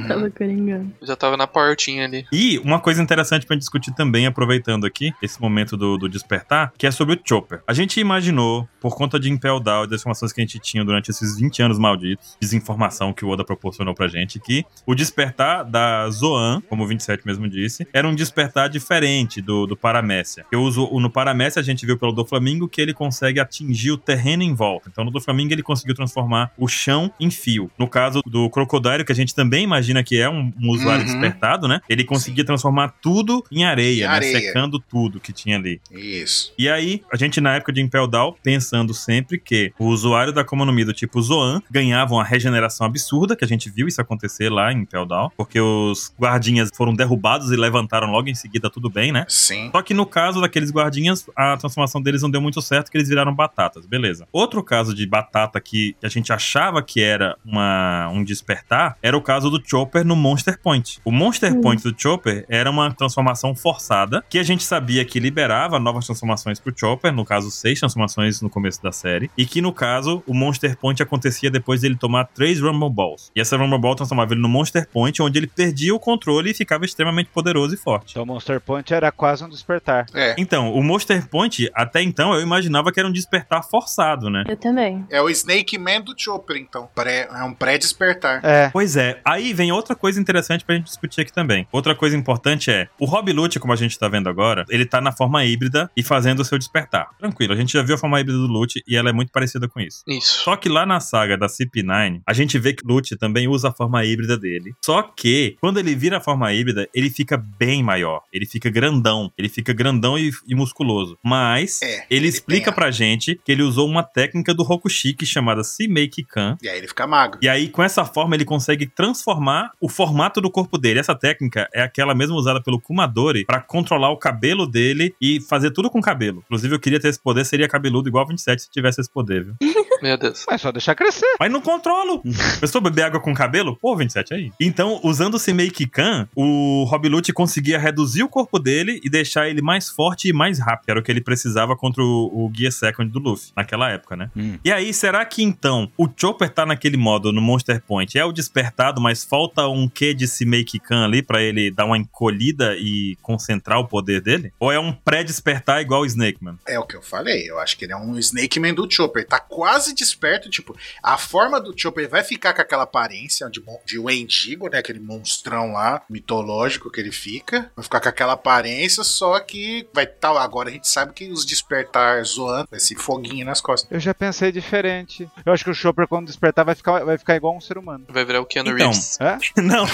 Speaker 4: Tava coringando.
Speaker 2: Já tava na portinha ali.
Speaker 1: E uma coisa interessante pra gente discutir também, aproveitando aqui esse momento do, do despertar, que é sobre o Chopper. A gente imaginou, por conta de Impel Down e das informações que a gente tinha durante esses 20 anos malditos, desinformação que o Oda proporcionou pra gente, que o despertar da Zoan, como o 27 mesmo disse, era um despertar diferente do, do Paramécia. Eu uso o no Paramécia, a gente viu pelo do Flamengo que ele consegue atingir o terreno em volta. Então no do Flamengo ele conseguiu transformar o chão em fio. No caso do Crocodile, que a gente também imagina que é um, um usuário
Speaker 5: Uhum.
Speaker 1: despertado, né? Ele conseguia transformar tudo em areia,
Speaker 5: Em
Speaker 1: né?
Speaker 5: areia.
Speaker 1: Secando tudo que tinha ali.
Speaker 5: Isso.
Speaker 1: E aí, a gente na época de Impel Down, pensando sempre que o usuário da Akuma no Mi do tipo Zoan ganhava uma regeneração absurda, que a gente viu isso acontecer lá em Impel Down, porque os guardinhas foram derrubados e levantaram logo em seguida, tudo bem, né?
Speaker 5: Sim.
Speaker 1: Só que no caso daqueles guardinhas, a transformação deles não deu muito certo, que eles viraram batatas, beleza. Outro caso de batata que a gente achava que era uma, um despertar, era o caso do Chopper no Monster Point. O Monster
Speaker 4: Hum.
Speaker 1: Point do Chopper era uma transformação forçada, que a gente sabia que liberava novas transformações pro Chopper, no caso seis transformações no começo da série, e que no caso, o Monster Point acontecia depois dele tomar três Rumble Balls. E essa Rumble Ball transformava ele no Monster Point, onde ele perdia o controle e ficava extremamente poderoso e forte.
Speaker 3: Então o Monster Punch era quase um despertar.
Speaker 5: É.
Speaker 1: Então, o Monster Point, até então, eu imaginava que era um despertar forçado, né?
Speaker 4: Eu também.
Speaker 5: É o Snake Man do Chopper, então. Pré- é um pré-despertar.
Speaker 3: É.
Speaker 1: Pois é, aí vem outra coisa interessante pra gente discutir aqui também. Outra coisa importante é, o Rob Lute, como a gente tá vendo agora, ele tá na forma híbrida e fazendo o seu despertar. Tranquilo, a gente já viu a forma híbrida do Lute e ela é muito parecida com isso.
Speaker 2: Isso.
Speaker 1: Só que lá na saga da CP9, a gente vê que Lute também usa a forma híbrida dele. Só que, quando ele vira a forma híbrida, ele fica bem maior. Ele fica grandão. Ele fica grandão e, e musculoso. Mas,
Speaker 5: É,
Speaker 1: ele
Speaker 5: ele
Speaker 1: explica
Speaker 5: tem a-
Speaker 1: pra gente que ele usou uma técnica do Rokushiki chamada Seimeikikan.
Speaker 5: E aí ele fica magro.
Speaker 1: E aí, com essa forma, ele consegue transformar o formato do corpo dele. Essa técnica é aquela mesma usada pelo Kumadori pra controlar o cabelo dele e fazer tudo com cabelo. Inclusive, eu queria ter esse poder, seria cabeludo igual 27 se tivesse esse poder, viu?
Speaker 2: Meu Deus.
Speaker 3: Mas só deixar crescer.
Speaker 1: Mas não controlo. Pessoa beber água com cabelo? Pô, 27 aí. Então, usando esse make can, o Rob Lute conseguia reduzir o corpo dele e deixar ele mais forte e mais rápido. Era o que ele precisava contra o, o Gear Second do Luffy, naquela época, né?
Speaker 3: Hum.
Speaker 1: E aí, será que então o Chopper tá naquele modo no Monster Point? É o despertado, mas falta um quê de se make can ali pra ele dar uma encolhida e concentrar o poder dele? Ou é um pré-despertar igual o Snake [laughs] Man?
Speaker 5: É o que eu falei. Eu acho que ele é um Snake Man do Chopper. Tá quase desperto. Tipo, a forma do Chopper vai ficar com aquela aparência de, mon- de Wendigo, né? Aquele monstrão lá, mitológico que ele fica. Vai ficar com aquela aparência, só que vai tal. agora a gente sabe que os despertar zoando, esse foguinho nas costas. [laughs]
Speaker 3: Eu já pensei diferente. Eu acho que o Chopper, quando despertar, vai ficar, vai ficar igual um ser humano.
Speaker 2: Vai virar o Keanu
Speaker 1: Então.
Speaker 2: Reeves.
Speaker 3: É?
Speaker 1: não.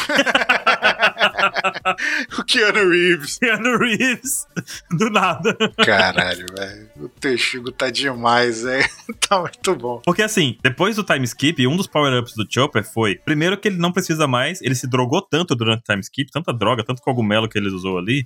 Speaker 5: o Keanu Reeves.
Speaker 1: Keanu Reeves, do nada.
Speaker 5: Caralho, velho. O Texugo tá demais, velho. [laughs] Tá muito bom.
Speaker 1: Porque assim, depois do time skip, um dos power-ups do Chopper foi: primeiro, que ele não precisa mais, ele se drogou tanto durante o time skip, tanta droga, tanto cogumelo que ele usou ali,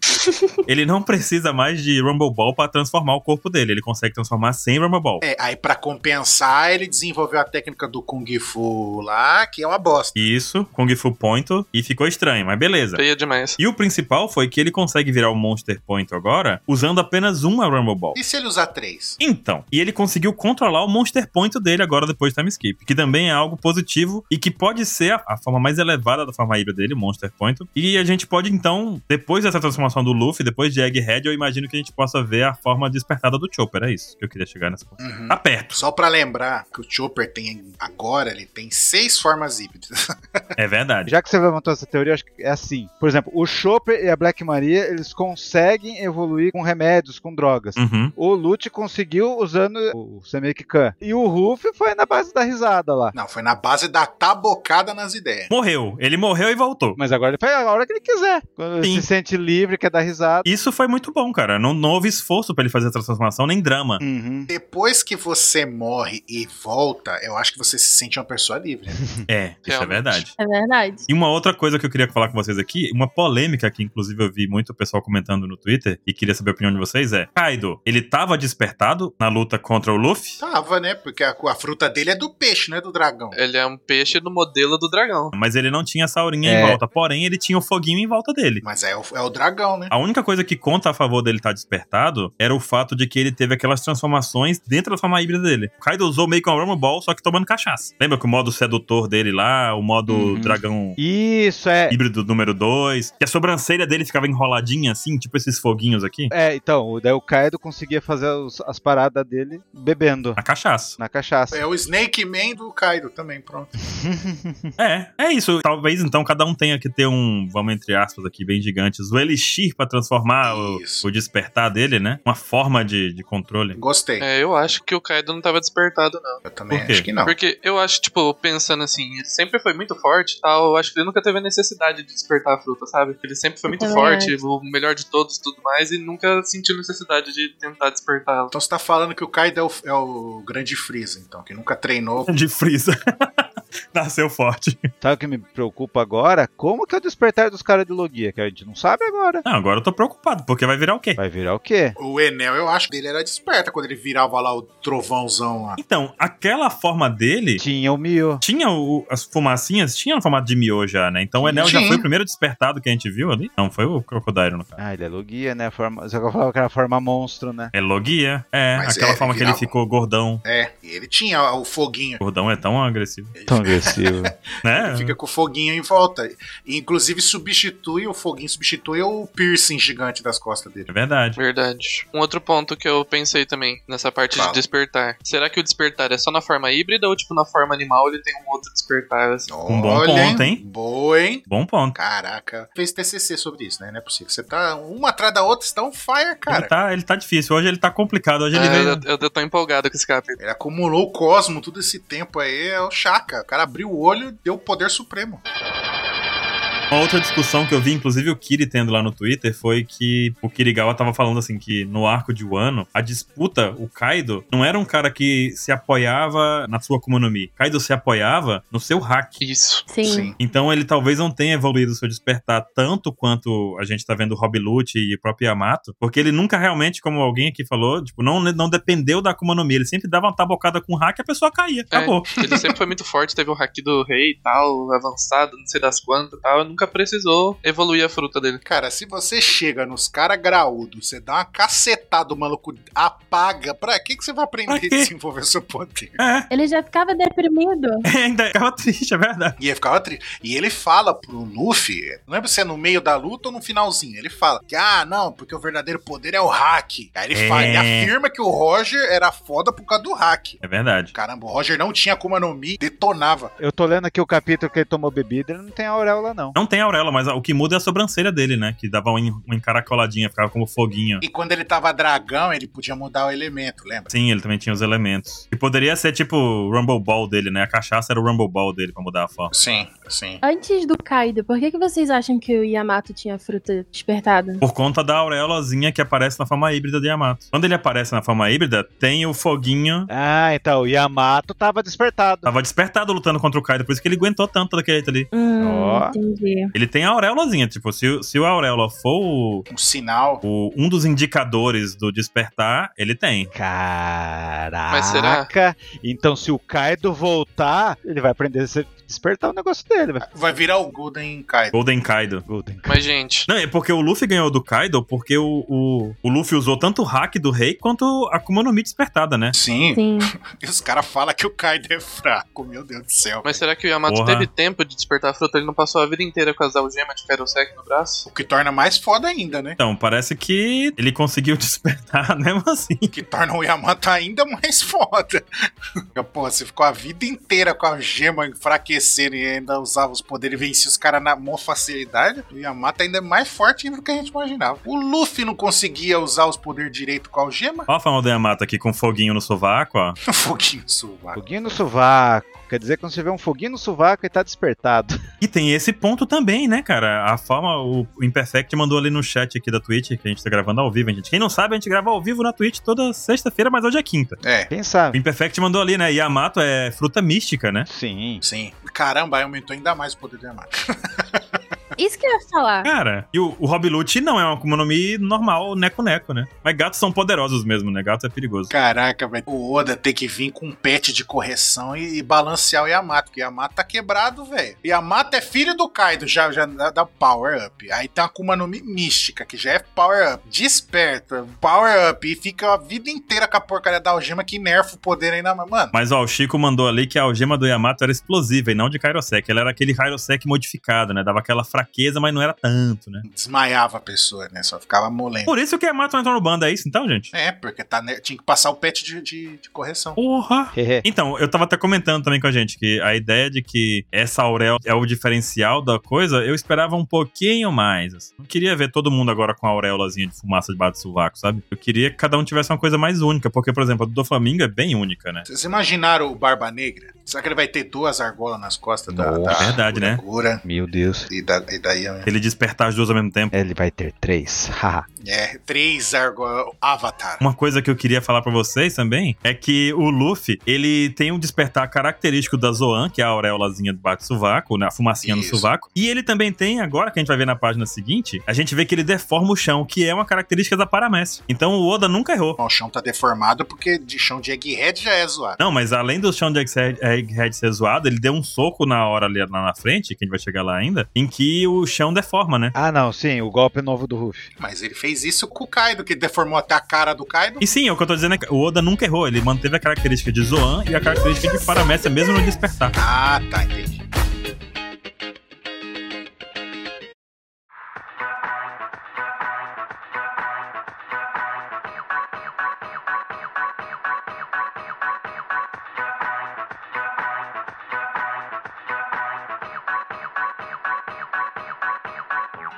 Speaker 1: ele não precisa mais de Rumble Ball pra transformar o corpo dele. Ele consegue transformar sem Rumble Ball.
Speaker 5: É, aí pra compensar, ele desenvolveu a técnica do Kung Fu lá, que é uma bosta.
Speaker 1: Isso, Kung Fu Pointo, e ficou estranho, mas beleza.
Speaker 2: Feia demais.
Speaker 1: E o principal foi que ele consegue virar o Monster Point agora usando apenas uma Rumble Ball.
Speaker 5: E se ele usar três?
Speaker 1: Então, e ele conseguiu controlar o Monster Point dele agora depois do time skip, que também é algo positivo e que pode ser a, a forma mais elevada da forma híbrida dele, o Monster Point. E a gente pode então, depois dessa transformação do Luffy, depois de Egghead, eu imagino que a gente possa ver a forma despertada do Chopper. É isso que eu queria chegar nessa ponto.
Speaker 5: Uhum.
Speaker 1: Tá perto,
Speaker 5: Só pra lembrar que o Chopper tem agora, ele tem seis formas híbridas.
Speaker 1: é verdade.
Speaker 3: Já que você levantou essa teoria, acho que é assim. Por exemplo, o Chopper e a Black Maria, eles conseguem evoluir com remédios, com drogas.
Speaker 1: Uhum.
Speaker 3: O Lute conseguiu usando o Semek Khan. E o Ruff foi na base da risada lá.
Speaker 5: Não, foi na base da tabocada nas ideias.
Speaker 1: Morreu, ele morreu e voltou.
Speaker 3: Mas agora ele faz a hora que ele quiser. Quando
Speaker 1: Sim.
Speaker 3: ele se sente livre, quer dar risada.
Speaker 1: Isso foi muito bom, cara. Não, não houve esforço pra ele fazer a transformação, nem drama.
Speaker 3: Uhum.
Speaker 5: Depois que você morre e volta, eu acho que você se sente uma pessoa livre.
Speaker 1: É, isso é
Speaker 2: Realmente.
Speaker 1: verdade.
Speaker 4: É verdade.
Speaker 1: E uma outra coisa que eu queria falar com vocês aqui, uma polêmica que inclusive eu vi muito o pessoal comentando no Twitter e queria saber a opinião de vocês é: Kaido, ele tava despertado na luta contra o Luffy?
Speaker 5: Tava, né? Porque a, a fruta dele é do peixe, não é do dragão.
Speaker 2: Ele é um peixe do modelo do dragão.
Speaker 1: Mas ele não tinha essa aurinha
Speaker 3: É.
Speaker 1: em volta, porém ele tinha o foguinho em volta dele.
Speaker 5: Mas é o, é o dragão, né?
Speaker 1: A única coisa que conta a favor dele estar despertado era o fato de que ele teve aquelas transformações dentro da forma híbrida dele. O Kaido usou meio que uma Rumble Ball, só que tomando cachaça. Lembra que o modo sedutor dele lá, o modo
Speaker 3: Uhum.
Speaker 1: dragão
Speaker 3: Isso é.
Speaker 1: híbrido número 2, que a sobrancelha dele ficava enroladinha assim, tipo esses foguinhos aqui,
Speaker 3: É, então, o- daí o Kaido conseguia fazer os- as paradas dele bebendo
Speaker 1: na cachaça.
Speaker 3: na cachaça.
Speaker 5: É o Snake Man do Kaido também, pronto.
Speaker 1: É, é isso. Talvez então cada um tenha que ter um, vamos entre aspas aqui, bem gigantes, o Elixir pra transformar o,
Speaker 5: Isso.
Speaker 1: o despertar dele, né? Uma forma de, de controle. [laughs]
Speaker 5: Gostei.
Speaker 2: É, eu acho que o Kaido não tava despertado, não.
Speaker 5: Eu também
Speaker 1: Por quê?
Speaker 5: acho que não.
Speaker 2: Porque eu acho, tipo, pensando assim, ele sempre foi muito forte e tal. Eu acho que ele nunca teve a necessidade de despertar a fruta, sabe? Ele sempre foi muito
Speaker 4: É
Speaker 2: forte, o melhor de todos e tudo mais, e nunca sentiu necessidade de tentar despertá-la.
Speaker 5: Então você tá falando que o Kaido é o, é o grande Freeza, então, que nunca treinou.
Speaker 1: De Freeza. [laughs] Nasceu forte.
Speaker 3: Sabe o que me preocupa agora? Como que é o despertar dos caras de Logia? Que a gente não sabe agora.
Speaker 1: Não, agora eu tô preocupado, porque vai virar o quê?
Speaker 3: Vai virar o quê?
Speaker 5: O Enel, eu acho que ele era desperta quando ele virava lá o trovãozão lá.
Speaker 1: Então, aquela forma dele.
Speaker 3: Tinha o Mio.
Speaker 1: Tinha o- as fumacinhas, tinha no formato de Mio já, né? Então o Enel já
Speaker 5: Sim.
Speaker 1: foi o primeiro despertado que a gente viu ali. Não, foi o Crocodile, no caso.
Speaker 3: Ah, ele é Logia, né? Forma... Só que eu falava que era forma monstro, né?
Speaker 1: É Logia. É,
Speaker 5: Mas
Speaker 1: aquela
Speaker 5: é,
Speaker 1: forma que ele
Speaker 5: virava.
Speaker 1: ficou gordão.
Speaker 5: É, e ele tinha o foguinho.
Speaker 1: Gordão é tão agressivo,
Speaker 5: Ele
Speaker 3: Tão [laughs] agressivo.
Speaker 1: né?
Speaker 5: Ele fica com o foguinho em volta. E, inclusive substitui, o foguinho substitui o piercing gigante das costas dele.
Speaker 1: É verdade.
Speaker 2: Verdade. Um outro ponto que eu pensei também nessa parte
Speaker 5: Fala.
Speaker 2: de despertar. Será que o despertar é só na forma híbrida ou, tipo, na forma animal ele tem um outro despertar? Assim?
Speaker 1: Um bom ponto, hein?
Speaker 5: Boa, hein?
Speaker 1: Bom ponto.
Speaker 5: Caraca. Fez TCC sobre isso, né? Não é possível. Você tá uma atrás da outra, você tá on fire, cara.
Speaker 1: Ele tá, ele tá difícil. Hoje ele tá complicado. Hoje ele
Speaker 2: Ah,
Speaker 1: veio.
Speaker 2: eu, eu- eu tô empolgado com esse capítulo.
Speaker 5: Ele acumulou o cosmo todo esse tempo aí, é o Chaka. O cara abriu o olho e deu o poder supremo.
Speaker 1: Uma outra discussão que eu vi, inclusive o Kiri tendo lá no Twitter, foi que o Kirigawa tava falando assim que no arco de Wano, a disputa, o Kaido, não era um cara que se apoiava na sua Kumonomi. Kaido se apoiava no seu hack.
Speaker 2: Isso.
Speaker 4: Sim.
Speaker 1: Então ele talvez não tenha evoluído o seu despertar tanto quanto a gente tá vendo o Rob Lute e o próprio Yamato, porque ele nunca realmente, como alguém aqui falou, tipo, não, não dependeu da Kumonomi. Ele sempre dava uma tabocada com o hack e a pessoa caía. Acabou.
Speaker 2: [laughs] Ele sempre foi muito forte, teve o haki do rei e tal, avançado, não sei das quantas e tal. Nunca precisou evoluir a fruta dele.
Speaker 5: Cara, se você chega nos caras graúdos, você dá uma cacetada, o maluco apaga. Pra que, que você vai aprender
Speaker 1: Pra
Speaker 5: a
Speaker 1: quê?
Speaker 5: desenvolver seu poder?
Speaker 1: É,
Speaker 4: Ele já ficava deprimido.
Speaker 1: ainda ficava [laughs] triste, é verdade.
Speaker 5: E ele ficava triste. E ele fala pro Luffy, não lembro se é no meio da luta ou no finalzinho, ele fala que, ah, não, porque o verdadeiro poder é o hack. Aí ele,
Speaker 1: É.
Speaker 5: fala, ele afirma que o Roger era foda por causa do hack.
Speaker 1: É verdade.
Speaker 5: Caramba, o Roger não tinha Akuma no Mi, detonava.
Speaker 3: eu tô lendo aqui o capítulo que ele tomou bebida, ele não tem auréola, não.
Speaker 1: Não tem auréola, mas o que muda é a sobrancelha dele, né? Que dava uma en- uma encaracoladinha, ficava como foguinho.
Speaker 5: E quando ele tava dragão, ele podia mudar o elemento, lembra?
Speaker 1: Sim, ele também tinha os elementos. E poderia ser tipo o Rumble Ball dele, né? A cachaça era o Rumble Ball dele pra mudar a forma.
Speaker 5: Sim, sim.
Speaker 4: Antes do Kaido, por que, que vocês acham que o Yamato tinha a fruta despertada?
Speaker 1: Por conta da auréolazinha que aparece na forma híbrida de Yamato. Quando ele aparece na forma híbrida, tem o foguinho.
Speaker 3: Ah, então, o Yamato tava despertado.
Speaker 1: Tava despertado lutando contra o Kaido, por isso que ele aguentou tanto daquele jeito ali.
Speaker 4: Hum,
Speaker 3: Ó.
Speaker 4: entendi.
Speaker 1: Ele tem a auréolazinha, tipo, se, o- se o auréola for o-
Speaker 5: Um sinal.
Speaker 1: o- um dos indicadores do despertar, ele tem.
Speaker 3: Caraca!
Speaker 2: Mas será?
Speaker 3: Então, se o Kaido voltar, ele vai aprender a se- despertar o negócio dele. Vai.
Speaker 5: Vai virar o Golden Kaido.
Speaker 1: Golden Kaido.
Speaker 3: Golden
Speaker 2: Mas, gente,
Speaker 1: Não, é porque o Luffy ganhou do Kaido porque o, o, o Luffy usou tanto o hack do rei quanto a Kuma no Mi despertada, né?
Speaker 5: Sim.
Speaker 4: Sim.
Speaker 5: E os caras falam que o Kaido é fraco, meu Deus do céu.
Speaker 2: mas será que o Yamato
Speaker 1: Porra.
Speaker 2: teve tempo de despertar a fruta? Ele não passou a vida inteira com as algemas de Kairosek no braço?
Speaker 5: O que torna mais foda ainda, né?
Speaker 1: Então, parece que ele conseguiu [laughs] despertar mesmo assim.
Speaker 5: O que torna o Yamato ainda mais foda. Porra, você ficou a vida inteira com a gema enfraquecendo e ainda usava os poderes e vencia os caras na maior facilidade. O Yamato ainda é mais forte ainda do que a gente imaginava. O Luffy não conseguia usar os poderes direito com a algema? [laughs] Um
Speaker 1: Ó a forma do Yamato aqui com foguinho no sovaco, ó.
Speaker 5: Foguinho suvaco.
Speaker 3: Foguinho no sovaco. Quer dizer, quando você vê um foguinho no sovaco, ele tá despertado. [laughs]
Speaker 1: E tem esse ponto também, né, cara? A forma, o o Imperfect mandou ali no chat aqui da Twitch, que a gente tá gravando ao vivo, hein, gente. Quem não sabe, a gente grava ao vivo na Twitch toda sexta-feira, mas hoje é quinta.
Speaker 5: É.
Speaker 3: Quem
Speaker 1: O
Speaker 3: sabe?
Speaker 1: Imperfect mandou ali, né? Yamato é fruta mística, né?
Speaker 3: Sim.
Speaker 5: Sim. Caramba, aí aumentou ainda mais o poder do Yamato.
Speaker 4: [laughs] Isso que eu ia falar.
Speaker 1: Cara, e o, o Rob Lute não é uma Akuma no Mi normal, neco-neco, né? Mas gatos são poderosos mesmo, né? Gato é perigoso.
Speaker 5: Caraca, velho. O Oda tem que vir com um pet de correção e, e balancear o Yamato, porque o Yamato tá quebrado, velho. Yamato é filho do Kaido, já, já dá dá power up. Aí tem uma Akuma no Mi mística, que já é power up. Desperta, power up. E fica a vida inteira com a porcaria da algema que nerfa o poder ainda mais. Mano,
Speaker 1: Mas ó, o Chico mandou ali que a algema do Yamato era explosiva e não de Kairosek. Ela era aquele Kairosek modificado, né? Dava aquela fraqueza, mas não era tanto, né?
Speaker 5: desmaiava a pessoa, né? Só ficava molendo.
Speaker 1: Por isso que o Yamato não entrou no bando, é isso então, gente?
Speaker 5: É, porque tá, ner- tinha que passar o pet de, de- de correção.
Speaker 1: Porra! Então, eu tava até comentando também com a gente que a ideia de que essa auréola é o diferencial da coisa, eu esperava um pouquinho mais. assim. Não queria ver todo mundo agora com a auréolazinha de fumaça debaixo do sovaco, sabe? Eu queria que cada um tivesse uma coisa mais única, porque, por exemplo, a do Flamingo é bem única, né?
Speaker 5: Vocês imaginaram o Barba Negra? Será que ele vai ter duas argolas nas costas da,
Speaker 3: Nossa.
Speaker 5: da
Speaker 1: Verdade, né?
Speaker 5: Gura
Speaker 3: Meu Deus.
Speaker 5: e da, e da Yami?
Speaker 1: Ele despertar as duas ao mesmo tempo.
Speaker 3: Ele vai ter três. [laughs] Haha.
Speaker 5: É, três argolas. Avatar.
Speaker 1: Uma coisa que eu queria falar pra vocês também é que o Luffy, ele tem um despertar característico da Zoan, que é a auréolazinha debaixo do sovaco, né, a fumacinha
Speaker 5: Isso.
Speaker 1: no sovaco. E ele também tem, agora que a gente vai ver na página seguinte, a gente vê que ele deforma o chão, que é uma característica da Paramestre. Então o Oda nunca errou.
Speaker 5: O chão tá deformado porque de chão de Egghead já é zoado.
Speaker 1: Não, mas além do chão de Egghead- Egghead ser zoado, ele deu um soco na hora ali lá na frente, que a gente vai chegar lá ainda, em que o chão deforma, né?
Speaker 3: Ah, não, sim, o golpe novo do Ruff.
Speaker 5: Mas ele fez isso com o Kaido, que deformou até a cara do Kaido.
Speaker 1: E sim, é o que eu tô dizendo é que o Oda nunca errou. Ele manteve a característica de Zoan e a característica de Paramestre, mesmo no despertar.
Speaker 5: Ah, tá, entendi.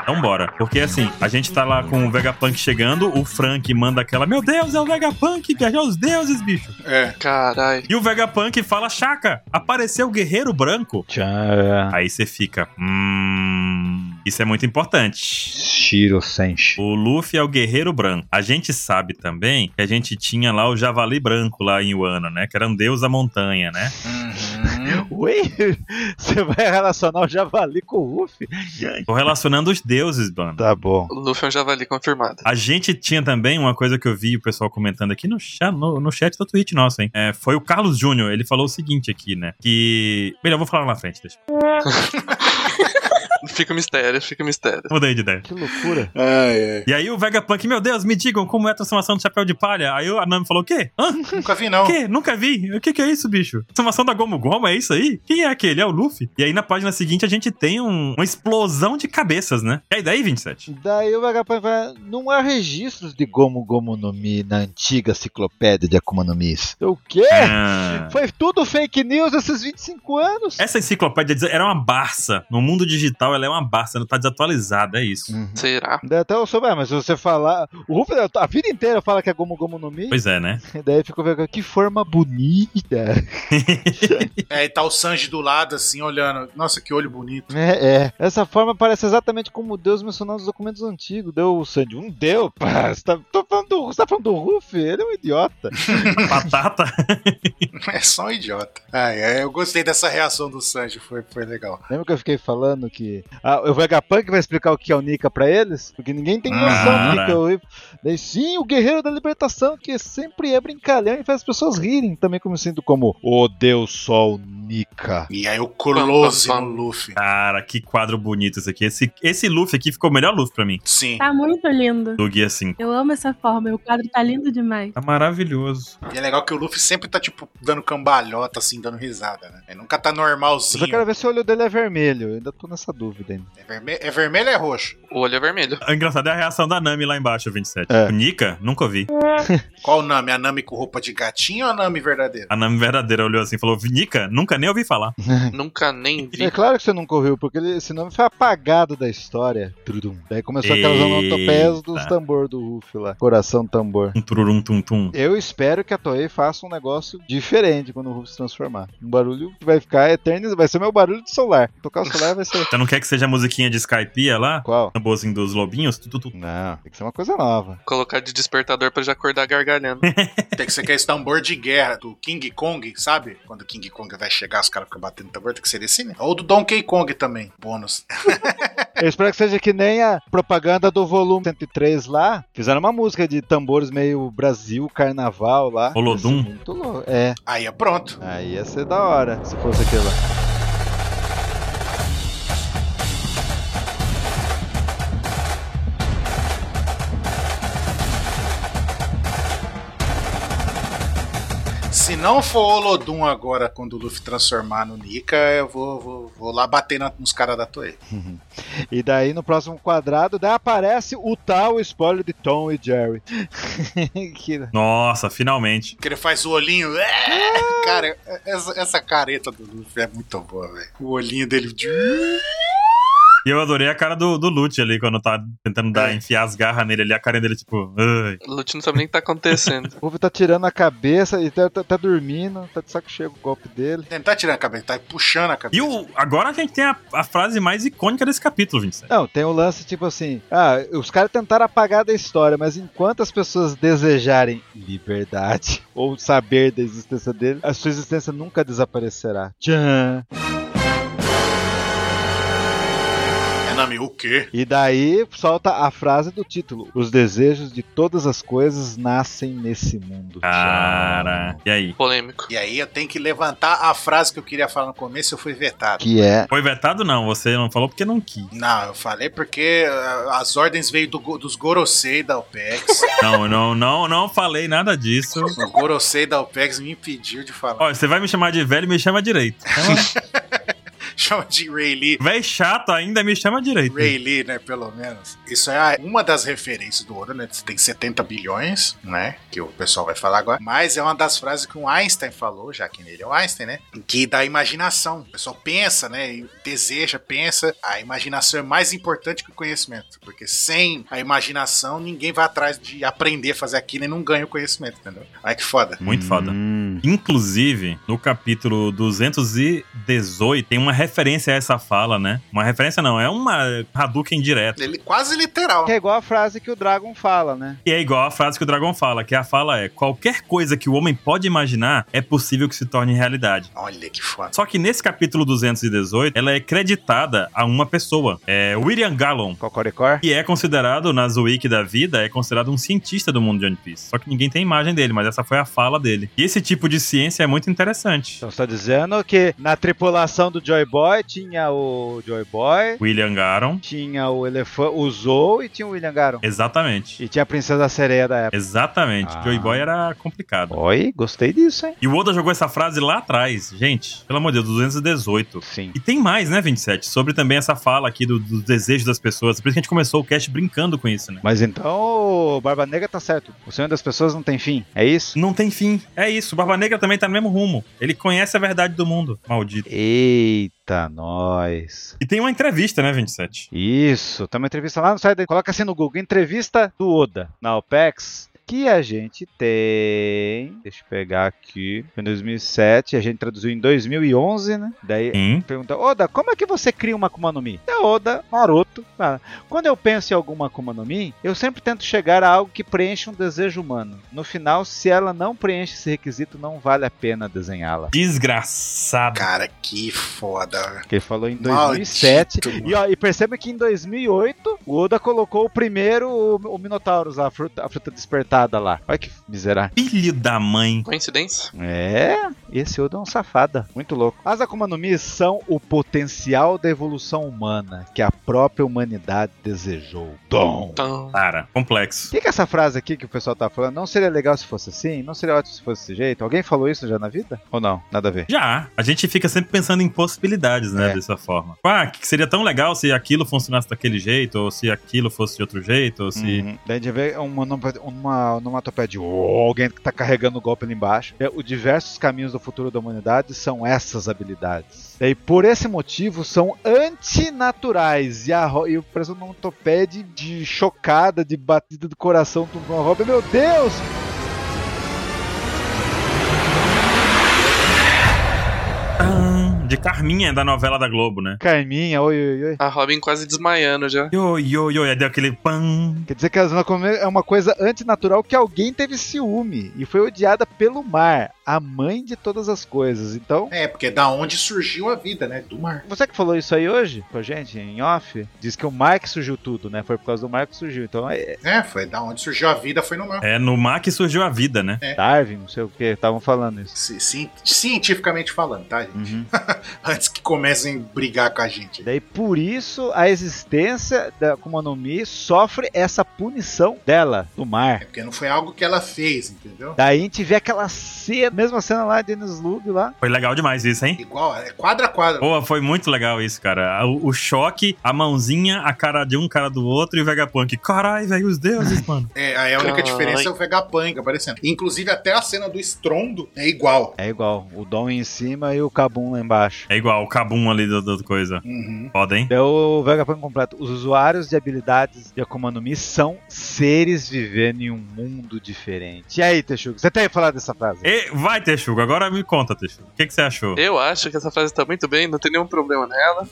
Speaker 1: Então bora. Porque assim, a gente tá lá com o Vegapunk chegando, o Frank manda aquela: Meu Deus, é o Vegapunk, viajar os deuses, bicho.
Speaker 5: É.
Speaker 2: Carai.
Speaker 1: E o Vegapunk fala: Chaka, apareceu o Guerreiro Branco.
Speaker 3: Tchan.
Speaker 1: Aí você fica: Hum. Isso é muito importante.
Speaker 3: Shiro Senshi.
Speaker 1: O Luffy é o guerreiro branco. A gente sabe também que a gente tinha lá o javali branco lá em Wano, né? Que era um deus da montanha, né?
Speaker 5: Uhum.
Speaker 3: Ui, [laughs] você vai relacionar o javali com o Ruff?
Speaker 1: Tô relacionando os deuses, mano.
Speaker 3: Tá bom.
Speaker 2: O Luffy é um javali confirmado. [laughs]
Speaker 1: A gente tinha também uma coisa que eu vi o pessoal comentando aqui no, cha- no, no chat da Twitch nosso, hein? É, foi o Carlos Júnior, ele falou o seguinte aqui, né? Que. Melhor, eu vou falar lá na frente, deixa.
Speaker 2: Fica o mistério, fica o mistério.
Speaker 1: Mudei de ideia.
Speaker 3: Que loucura.
Speaker 5: Ai, ai.
Speaker 1: E aí o Vegapunk, meu Deus, me digam como é a transformação do chapéu de palha. Aí a Nami falou: o quê? Hã?
Speaker 5: Nunca vi, não.
Speaker 1: Que? Nunca vi? O que, que é isso, bicho? Transformação da Gomu Gomu, é isso aí? Quem é aquele? É o Luffy? E aí na página seguinte a gente tem um- uma explosão de cabeças, né? E aí daí, 27?
Speaker 3: Daí o Vegapunk vai. Não há registros de Gomu Gomu no Mi na antiga enciclopédia de Akuma no Mis. O quê?
Speaker 1: Ah.
Speaker 3: Foi tudo fake news esses 25 anos?
Speaker 1: Essa enciclopédia diz- era uma barça no mundo digital original ela é uma barça, ela tá desatualizada, é isso.
Speaker 3: Uhum.
Speaker 2: Será?
Speaker 3: Daí até eu soube, ah, mas se você falar. O Ruff, a vida inteira fala que é Gomu Gomu no Mi.
Speaker 1: Pois é, né?
Speaker 3: E daí ficou vendo que forma bonita. [laughs]
Speaker 5: É, e tá o Sanji do lado, assim, olhando. Nossa, que olho bonito. [laughs]
Speaker 3: É, é. Essa forma parece exatamente como Deus mencionou nos documentos antigos. Deu o Sandy. Um deu, [laughs] pá. Você tá, tô falando do, você tá falando do Ruff? Ele é um idiota.
Speaker 1: [laughs] Batata.
Speaker 5: É só um idiota. Ai, ai, eu gostei dessa reação do Sanji, foi, foi legal.
Speaker 3: Lembra que eu fiquei falando que ah, o Vegapunk vai explicar o que é o Nika pra eles? Porque ninguém tem noção do que que é o Nika. Daí sim, o guerreiro da libertação, que sempre é brincalhão e faz as pessoas rirem. Também como sendo como o Deus Sol Nika.
Speaker 5: E aí o close no Luffy.
Speaker 1: Cara, que quadro bonito esse aqui. Esse, esse Luffy aqui ficou o melhor Luffy pra mim.
Speaker 5: Sim.
Speaker 4: Tá muito lindo.
Speaker 1: Do assim. Guia 5.
Speaker 4: Eu amo essa forma, o quadro tá lindo demais.
Speaker 1: Tá maravilhoso.
Speaker 5: E é legal que o Luffy sempre tá, tipo, dando cambalhota, assim, dando risada, né? Ele nunca tá
Speaker 3: Eu só
Speaker 5: normalzinho.
Speaker 3: quero ver se o olho dele é vermelho. Eu ainda tô nessa dúvida ainda.
Speaker 5: É, verme- é vermelho ou é roxo?
Speaker 2: O olho é vermelho.
Speaker 1: O Engraçado é a reação da Nami lá embaixo, 27.
Speaker 3: É.
Speaker 1: O Nika, nunca ouvi.
Speaker 5: Qual o Nami? A Nami com roupa de gatinho ou a Nami verdadeira?
Speaker 1: A Nami verdadeira olhou assim e falou: Nika, nunca nem ouvi falar.
Speaker 2: Nunca nem vi.
Speaker 3: É claro que você nunca ouviu, porque ele- esse nome foi apagado da história. Trudum. Daí começou aquelas
Speaker 1: Eita.
Speaker 3: onomatopeias dos tambor do Ruff lá. Coração tambor.
Speaker 1: Um tururum tum tum.
Speaker 3: Eu espero que a Toei faça um negócio diferente quando o Ruff se transformar. Um barulho que vai ficar eterno, vai ser meu barulho de solar. Tocar o solar vai ser [laughs]
Speaker 1: Você não quer que seja a musiquinha de Skypiea lá?
Speaker 3: qual?
Speaker 1: Tamborzinho dos lobinhos? Tu, tu, tu.
Speaker 3: Não, tem que ser uma coisa nova.
Speaker 2: Colocar de despertador pra já acordar gargalhando.
Speaker 5: Tem que ser aquele tambor de guerra do King Kong, sabe? Quando o King Kong vai chegar, os caras ficam batendo tambor, tem que ser desse, né? Ou do Donkey Kong também. Bônus.
Speaker 3: Eu espero que seja que nem a propaganda do volume 103 lá. Fizeram uma música de tambores meio Brasil, carnaval lá.
Speaker 1: Olodum.
Speaker 3: Muito louco. É,
Speaker 5: Aí é pronto.
Speaker 3: aí ia ser da hora se fosse aquilo lá.
Speaker 5: Se não for o Olodum agora, quando o Luffy transformar no Nika, eu vou, vou, vou lá bater na- nos caras da Toei.
Speaker 3: E daí no próximo quadrado daí aparece o tal spoiler de Tom e Jerry. que
Speaker 1: Nossa, finalmente.
Speaker 5: Que ele faz o olhinho. é!
Speaker 1: Ah!
Speaker 5: Cara, é, essa, essa careta do Luffy é muito boa, velho. O olhinho dele. de-
Speaker 1: E eu adorei a cara do, do Lute ali, quando tá tentando dar,
Speaker 5: É.
Speaker 1: enfiar as garras nele ali, a cara dele, tipo. "Ai".
Speaker 2: O Lute não sabe nem o que tá acontecendo.
Speaker 3: O povo tá tirando a cabeça e tá, tá- tá dormindo, tá de saco cheio com o golpe dele.
Speaker 5: Ele não tá tirando a cabeça, tá puxando a cabeça.
Speaker 1: E o, agora a gente tem a, a frase mais icônica desse capítulo, 27.
Speaker 3: Não, tem o lance tipo assim: ah, os caras tentaram apagar da história, mas enquanto as pessoas desejarem liberdade [laughs] ou saber da existência dele, a sua existência nunca desaparecerá. Tchan!
Speaker 5: É Nami, o quê?
Speaker 3: E daí solta a frase do título: Os desejos de todas as coisas nascem nesse mundo.
Speaker 1: Cara. E aí?
Speaker 2: Polêmico.
Speaker 5: E aí eu tenho que levantar a frase que eu queria falar no começo, eu fui vetado.
Speaker 3: Que é
Speaker 1: Foi vetado? Não, você não falou porque não quis.
Speaker 5: Não, eu falei porque ah, as ordens veio do go- dos Gorosei
Speaker 1: [laughs]
Speaker 5: da OPEX.
Speaker 1: Não, não, não, não falei nada disso.
Speaker 5: o Gorosei da OPEX me impediu de falar.
Speaker 1: Olha, você vai me chamar de velho, me chama direito. Chama-
Speaker 5: Chama de Ray Lee.
Speaker 1: Velho chato ainda, me chama direito.
Speaker 5: Ray Lee, né, pelo menos. Isso é uma das referências do ouro, né? Tem 70 bilhões, né? Que o pessoal vai falar agora. Mas é uma das frases que o Einstein falou, já que ele é o Einstein, né? Que da imaginação. O pessoal pensa, né? e Deseja, pensa. A imaginação é mais importante que o conhecimento. Porque sem a imaginação, ninguém vai atrás de aprender a fazer aquilo e não ganha o conhecimento, entendeu? Ai que foda.
Speaker 1: Muito foda.
Speaker 3: Hum.
Speaker 1: Inclusive, no capítulo 218, tem uma referência a essa fala, né? Uma referência não, é uma Hadouken direta.
Speaker 5: Ele, quase literal.
Speaker 3: Que é igual a frase que o Dragon fala, né?
Speaker 1: E é igual a frase que o Dragon fala, que a fala é: qualquer coisa que o homem pode imaginar é possível que se torne realidade.
Speaker 5: Olha que foda.
Speaker 1: Só que nesse capítulo 218, ela é creditada a uma pessoa, é William Gallon.
Speaker 3: Cocoricor.
Speaker 1: que é considerado, na Wiki da vida, é considerado um cientista do mundo de One Piece. Só que ninguém tem imagem dele, mas essa foi a fala dele. E esse tipo de ciência é muito interessante.
Speaker 3: Então você tá dizendo que na tripulação do Joy Boy tinha o Joy Boy,
Speaker 1: William Garon.
Speaker 3: tinha o elefante, o Zou e tinha o William Garon.
Speaker 1: Exatamente.
Speaker 3: E tinha a princesa sereia da época.
Speaker 1: Exatamente.
Speaker 3: Ah.
Speaker 1: Joy Boy era complicado.
Speaker 3: Oi, gostei disso, hein?
Speaker 1: E o Oda jogou essa frase lá atrás. Gente, pelo amor de Deus, 218.
Speaker 3: Sim.
Speaker 1: E tem mais, né, 27? Sobre também essa fala aqui do- dos desejos das pessoas. Por isso que a gente começou o cast brincando com isso, né?
Speaker 3: Mas então, o Barba Negra tá certo. O sonho das pessoas não tem fim, é isso?
Speaker 1: Não tem fim. É isso. Barba Negra também tá no mesmo rumo. Ele conhece a verdade do mundo, maldito.
Speaker 3: Eita, nós.
Speaker 1: E tem uma entrevista, né, 27?
Speaker 3: Isso, tem uma entrevista lá no site. Coloca assim no Google, entrevista do Oda, na OPEX. Que a gente tem. Deixa eu pegar aqui. Foi em 2007, a gente traduziu em 2011, né? Daí
Speaker 1: Hum?
Speaker 3: pergunta: Oda, como é que você cria uma Akuma no Mi? É Oda, maroto. fala, Quando eu penso em alguma Akuma no Mi, eu sempre tento chegar a algo que preencha um desejo humano. No final, se ela não preenche esse requisito, não vale a pena desenhá-la.
Speaker 1: Desgraçado.
Speaker 5: Cara, que foda. velho.
Speaker 3: Que ele falou em 2007.
Speaker 5: Maldito, mano.
Speaker 3: E, ó, e perceba que em 2008 o Oda colocou o primeiro o, o Minotaurus, a fruta, a fruta despertada lá. Olha que miserável.
Speaker 1: Filho da mãe.
Speaker 2: Coincidência?
Speaker 3: É, esse Oda é um safada, muito louco. As Akuma no Mi são o potencial da evolução humana que a própria humanidade desejou. Dom.
Speaker 2: Então,
Speaker 1: Cara, complexo.
Speaker 3: O que, que essa frase aqui que o pessoal tá falando? Não seria legal se fosse assim? Não seria ótimo se fosse desse jeito? Alguém falou isso já na vida? Ou não? Nada a ver.
Speaker 1: Já. A gente fica sempre pensando em possibilidades, né?
Speaker 3: É.
Speaker 1: Dessa forma. Ah, que seria tão legal se aquilo funcionasse daquele jeito, ou se aquilo fosse de outro jeito, ou se.
Speaker 3: Uhum. Daí a gente vê uma, uma, uma onomatopeia de "Oh", alguém que tá carregando o golpe ali embaixo. É, os diversos caminhos do futuro da humanidade são essas habilidades. Daí, por esse motivo, são antinaturais. E, a, Ro- e parece uma onomatopeia de, de chocada, de batida do coração de uma Robin. Meu Deus!
Speaker 1: Tã, De Carminha da novela da Globo, né?
Speaker 3: Carminha, oi, oi, oi.
Speaker 2: a Robin quase desmaiando já.
Speaker 1: Yo, yo, yo, aí deu aquele pam.
Speaker 3: Quer dizer que as macumeiras é uma coisa antinatural que alguém teve ciúme e foi odiada pelo mar, a mãe de todas as coisas. Então,
Speaker 5: É, porque é da onde surgiu a vida, né? Do mar.
Speaker 3: Você que falou isso aí hoje pra gente, em off, diz que o Mark surgiu tudo, né? Foi por causa do Mark que surgiu. Então é
Speaker 5: É, foi da onde surgiu a vida, foi no mar.
Speaker 1: É no mar que surgiu a vida, né?
Speaker 3: Darwin, não sei o que, estavam falando isso.
Speaker 5: Ci- ci- Cientificamente falando, tá, gente? [laughs] Antes que comecem a brigar com a gente. né?
Speaker 3: Daí por isso a existência da Akuma no Mi sofre essa punição dela, do mar.
Speaker 5: É porque não foi algo que ela fez, entendeu?
Speaker 3: Daí a gente vê aquela cena, mesma cena lá de Dennis Lube lá.
Speaker 1: Foi legal demais isso, hein?
Speaker 5: Igual, é quadra a quadra.
Speaker 1: Pô, foi muito legal isso, cara. O, o choque, a mãozinha, a cara de um, cara do outro e o Vegapunk. Carai, velho, os deuses, mano.
Speaker 5: É, aí a única
Speaker 2: Caralho.
Speaker 5: diferença é o Vegapunk aparecendo. Inclusive, até a cena do estrondo é igual.
Speaker 3: É igual, o Dom em cima e o Kabum lá embaixo.
Speaker 1: É igual o cabum ali da, da coisa.
Speaker 5: Uhum.
Speaker 1: Foda, hein?
Speaker 3: Deu o Vegapunk completo. Os usuários de habilidades de Akuma no Mi são seres vivendo em um mundo diferente. E aí, Teixugo, você tem falado
Speaker 1: [laughs]
Speaker 3: dessa frase?
Speaker 1: E vai, Texugo, agora me conta, Texugo. O que, que você achou?
Speaker 2: Eu acho que essa frase tá muito bem, não tem nenhum problema nela.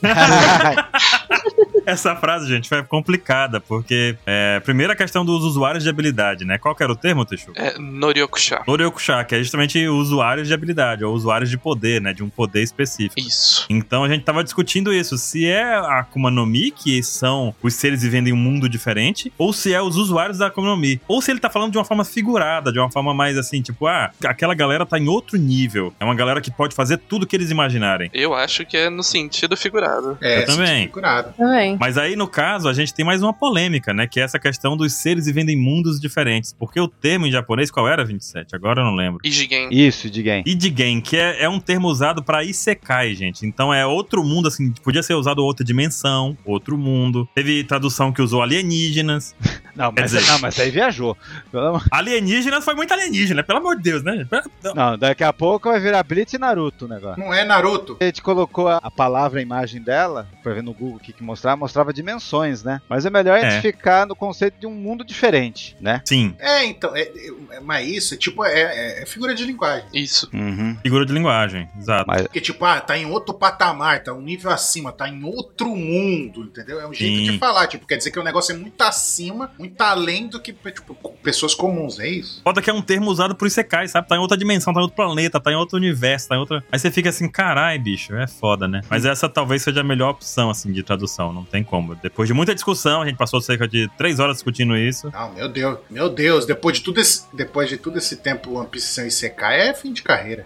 Speaker 1: Essa frase, gente, foi complicada, porque é, primeiro a questão dos usuários de habilidade, né? Qual que era o termo, Texugo?
Speaker 2: É Noriokusha.
Speaker 1: Loryokusha, que é justamente usuários de habilidade, ou usuários de poder, né? De um poder específico.
Speaker 2: Isso.
Speaker 1: Então a gente tava discutindo isso, se é a Akuma no Mi, que são os seres vivendo em um mundo diferente, ou se é os usuários da Akuma no Mi. Ou se ele tá falando de uma forma figurada, de uma forma mais assim, tipo, ah, aquela galera tá em outro nível. É uma galera que pode fazer tudo que eles imaginarem.
Speaker 2: Eu acho que é no sentido figurado.
Speaker 5: É,
Speaker 1: Eu também.
Speaker 5: curado.
Speaker 4: Também.
Speaker 1: Mas aí, no caso, a gente tem mais uma polêmica, né? Que é essa questão dos seres vivendo em mundos diferentes. Porque o termo em japonês, qual era, 27? Agora eu não lembro.
Speaker 2: Ijigen.
Speaker 3: Isso, Digen.
Speaker 1: Idigen, que é, é um termo usado pra Isekai, gente. Então é outro mundo, assim, podia ser usado outra dimensão, outro mundo. Teve tradução que usou alienígenas.
Speaker 3: Não,
Speaker 1: Quer
Speaker 3: mas,
Speaker 1: dizer-
Speaker 3: não, mas aí viajou. Pelo amor-
Speaker 1: Alienígenas foi muito alienígena, pelo amor de Deus, né?
Speaker 3: Não, daqui a pouco vai virar Blitz e Naruto o negócio.
Speaker 5: Não é Naruto.
Speaker 3: A gente colocou a, a palavra, a imagem dela, pra ver no Google o que, que mostrava, mostrava dimensões, né? Mas é melhor a gente
Speaker 1: É.
Speaker 3: ficar no conceito de um mundo diferente, né?
Speaker 1: Sim,
Speaker 5: É, então, é, é- é- mas isso é tipo, é, é- é figura de linguagem.
Speaker 2: Isso.
Speaker 3: Uhum.
Speaker 1: figura de linguagem, exato.
Speaker 3: Mas
Speaker 5: Porque, tipo, ah, tá em outro patamar, tá um nível acima, tá em outro mundo, entendeu? É um jeito
Speaker 1: Sim.
Speaker 5: de falar, tipo, quer dizer que o negócio é muito acima, muito além do que, tipo, pessoas comuns, é isso?
Speaker 1: Foda que é um termo usado por Isekai, sabe? Tá em outra dimensão, tá em outro planeta, tá em outro universo, tá em outra. Aí você fica assim, carai, bicho, é foda, né? Mas essa talvez seja a melhor opção, assim, de tradução, não tem como. Depois de muita discussão, a gente passou cerca de três horas discutindo isso.
Speaker 5: Não, Ah, meu Deus, meu Deus, depois de tudo esse, depois de tudo esse tempo One Piece sem secar, é fim de carreira.